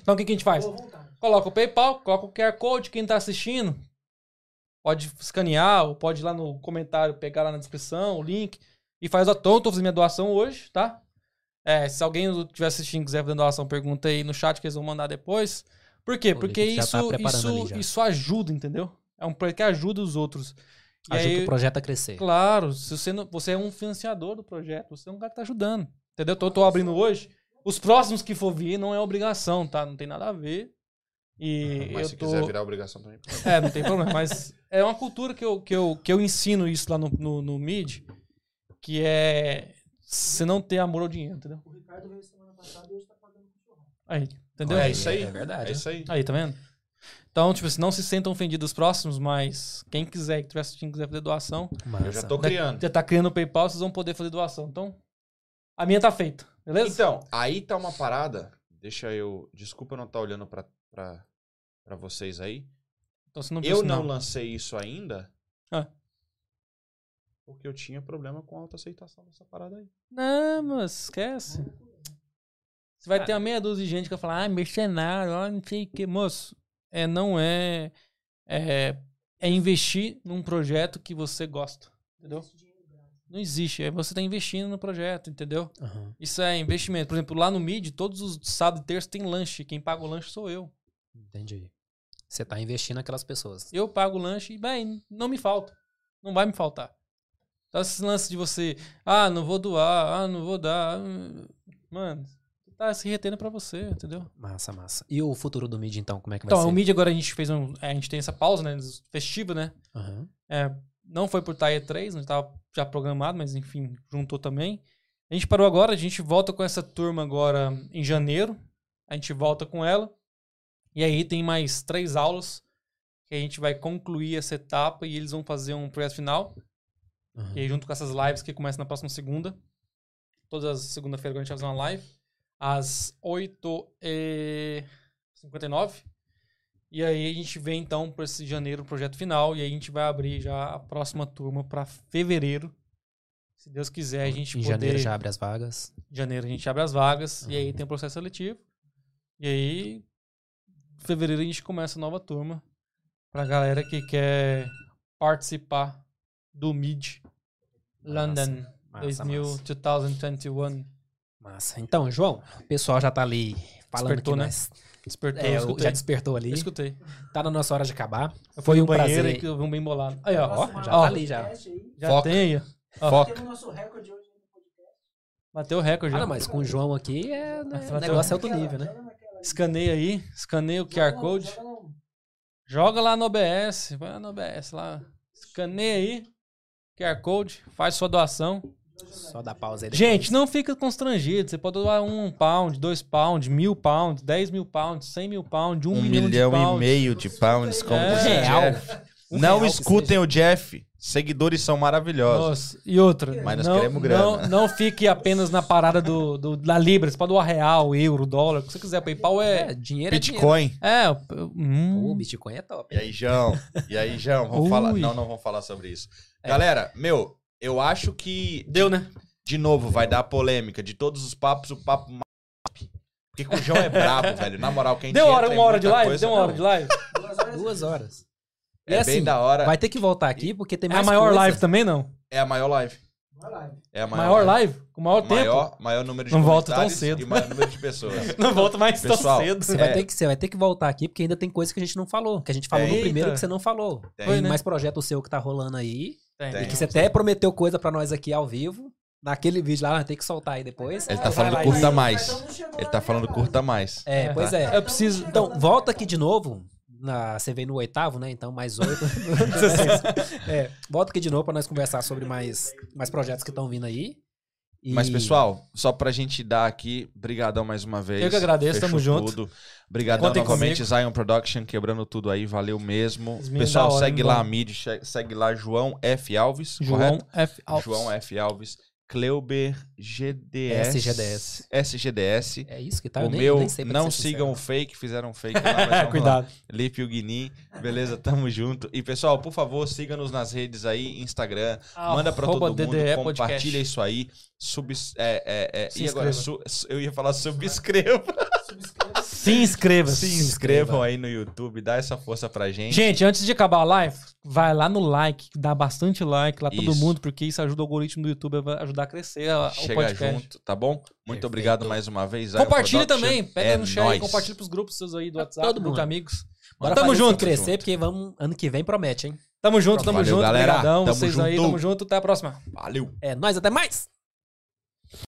Então o que, que a gente faz? Boa vontade. Coloca o PayPal, coloca o QR Code, quem tá assistindo pode escanear, ou pode ir lá no comentário, pegar lá na descrição o link e faz a tonta, eu fiz minha doação hoje, tá? É, se alguém estiver assistindo e quiser fazer doação, pergunta aí no chat que eles vão mandar depois. Por quê? O Porque Liquid já isso, tá preparando ali isso, já. isso ajuda, entendeu? É um projeto que ajuda os outros. E Ajuda aí, o projeto a crescer. Claro, se você, não- você é um financiador do projeto, você é um cara que tá ajudando. Entendeu? Então eu tô abrindo hoje. Os próximos que for vir não é obrigação, tá? Não tem nada a ver. E Mas eu se tô... quiser virar obrigação também. É, não tem problema, mas é uma cultura que eu, que eu, que eu ensino isso lá no, no, no MID, que é você não ter amor ao dinheiro, entendeu? O Ricardo veio semana passada e hoje tá pagando com churrasco. Aí, entendeu? É isso aí. É verdade. É isso aí. Aí, tá vendo? Então, tipo, assim, não se sintam ofendidos os próximos, mas quem quiser, que estiver assistindo, quiser fazer doação, Massa. Eu já tô criando. já tá criando o PayPal, vocês vão poder fazer doação. Então, a minha tá feita, beleza? Então, aí tá uma parada. Deixa eu. Desculpa eu não estar olhando pra, pra, pra vocês aí. Então, se não viu Eu isso, não lancei isso ainda. Ah. Porque eu tinha problema com a autoaceitação dessa parada aí. Não, mas esquece. Você vai ter uma meia dúzia de gente que vai falar, ah, mercenário, ah, não sei o que. Moço, é, não é, é. É investir num projeto que você gosta, entendeu? Esse dinheiro grátis. Não existe. É você tá investindo no projeto, entendeu? Aham. Isso é investimento. Por exemplo, lá no MID, todos os sábados e terças tem lanche. Quem paga o lanche sou eu. Entendi. Você tá investindo naquelas pessoas. Eu pago o lanche e, bem, não me falta. Não vai me faltar. Então, esses lances de você, ah, não vou doar, ah, não vou dar. hum, Mano, você tá se retendo pra você, entendeu? Massa, massa. E o futuro do mid, então, como é que vai Então, o ser? mídia agora a gente fez um. A gente tem essa pausa, né? Festivo, né? Aham. Não foi por Taia 3, não estava já programado, mas enfim, juntou também. A gente parou agora, a gente volta com essa turma agora em janeiro. A gente volta com ela. E aí tem mais três aulas que a gente vai concluir essa etapa e eles vão fazer um projeto final. aham. E aí, junto com essas lives que começam na próxima segunda. Todas as segunda-feira agora a gente vai fazer uma live. Às 8h59. E aí a gente vem então para esse janeiro o projeto final. E aí a gente vai abrir já a próxima turma para fevereiro. Se Deus quiser, a gente Em poder... janeiro já abre as vagas. Em janeiro a gente abre as vagas. E Uhum. aí tem o processo seletivo. E aí, em fevereiro a gente começa a nova turma. Pra galera que quer participar do MID London Massa, massa. 2000, 2021. Massa. Então, João, o pessoal já tá ali falando Despertou, que né? nós- Despertou, é, eu o- escutei. já despertou ali. Eu escutei. Tá na nossa hora de acabar. Eu Foi fui um no banheiro prazer. e que eu vi um bem bolado. Aí, ó, ó, Próximo já ó. tá ali já. podcast aí. Já Foca. tem aí. Ó, Foca. Temos nosso recorde hoje né? no podcast. Bateu o recorde. Ah, já. não, mas com o João aqui é, né, Mas o vai ter negócio é Joga outro nível, né? Joga naquela, Escaneia aí, escaneia o um joga QR no- Code. joga no- Joga lá no OBS, vai lá no OBS lá. Escaneia aí, QR Code, faz sua doação. Só dá pausa aí. depois. Gente, não fica constrangido. Você pode doar um pound, dois pounds, mil pounds, dez mil pounds, cem mil pounds, um, Um milhão, de milhão e pounds. meio de pounds, como É. disse o Real. Jeff. Um Não real que escutem o Jeff. Seguidores são maravilhosos. Nossa, e outra. Mas nós não, queremos grana. Não, não fique apenas na parada do, do- da Libra. Você pode doar real, euro, dólar, o que você quiser. PayPal É, é. dinheiro é Bitcoin. É. dinheiro. hum, Pô, Bitcoin é top. E aí, João? E aí, João? Vamos Ui. É. falar. Não, não vamos falar sobre isso. Galera, meu, eu acho que. deu, né? De novo, vai dar polêmica. De todos os papos, o papo mais. Porque que o João é brabo, velho. Na moral, quem Deu hora, uma hora de live? Deu uma hora de live? Duas horas. Duas horas. É, É bem assim, da hora. Vai ter que voltar aqui porque tem É a mais maior coisa. live também, não? É a maior live. Vai lá. É a maior, Maior live? Com o maior tempo? Maior, maior número de Não volta comentários tão cedo. E maior número de pessoas. Não volto mais Pessoal, tão cedo. Você, vai ter que, você vai ter que voltar aqui porque ainda tem coisa que a gente não falou. Que a gente falou no Eita. primeiro que você não falou. Tem. Tem Foi, né? mais projeto seu que tá rolando aí. Tem. E que você até prometeu coisa pra nós aqui ao vivo. Naquele vídeo lá, nós tem que soltar aí depois. Ele Vai tá falando lá, curta então. mais. Então não chegou Ele na tá minha falando fase. curta mais. É, É, pois tá. é. Eu preciso- Então, volta aqui de novo. Na, você veio no oitavo, né? Então, mais oito. é, volta aqui de novo pra nós conversar sobre mais, mais projetos que estão vindo aí. E- Mas, pessoal, só pra gente dar aqui, brigadão mais uma vez. Eu que agradeço, Fechou tamo junto. tudo. Obrigadão Contem novamente, comigo. Zion Production, quebrando tudo aí, valeu mesmo. Os meninos Pessoal, da hora, segue hein, lá mano? a mídia, che- segue lá João F. Alves, João correto? F. Alves. João F. Alves, Cleuber GDS. SGDS. SGDS. É isso que tá. o eu nem, meu, nem sei pra não ser sincero. sigam o fake, fizeram um fake lá, mas É, vamos lá. cuidado. Lipe e o Guini. Beleza, tamo junto. E pessoal, por favor, siga-nos nas redes aí, Instagram. Manda pra todo Arroba mundo, DDE compartilha Podcast. isso aí. Subs, é, é, é, Se e agora, su- su- eu ia falar subscreva. Subscreva. Se inscreva. Se inscrevam aí no YouTube, dá essa força pra gente. Gente, antes de acabar a live, vai lá no like, dá bastante like lá todo Isso. mundo, porque isso ajuda o algoritmo do YouTube a ajudar a crescer a- o Chega podcast. junto, tá bom? Muito Perfeito. obrigado mais uma vez. Zion Compartilha Production. também, pega É no share, nóis. compartilha pros grupos seus aí do Pra WhatsApp, todo grupo de mundo. amigos. Bora tamo fazer isso junto. crescer, porque vamos, ano que vem promete, hein? Tamo junto, tamo Valeu, junto, galera. obrigadão. Tamo Vocês aí, junto. tamo junto, até a próxima. Valeu! É nós até mais!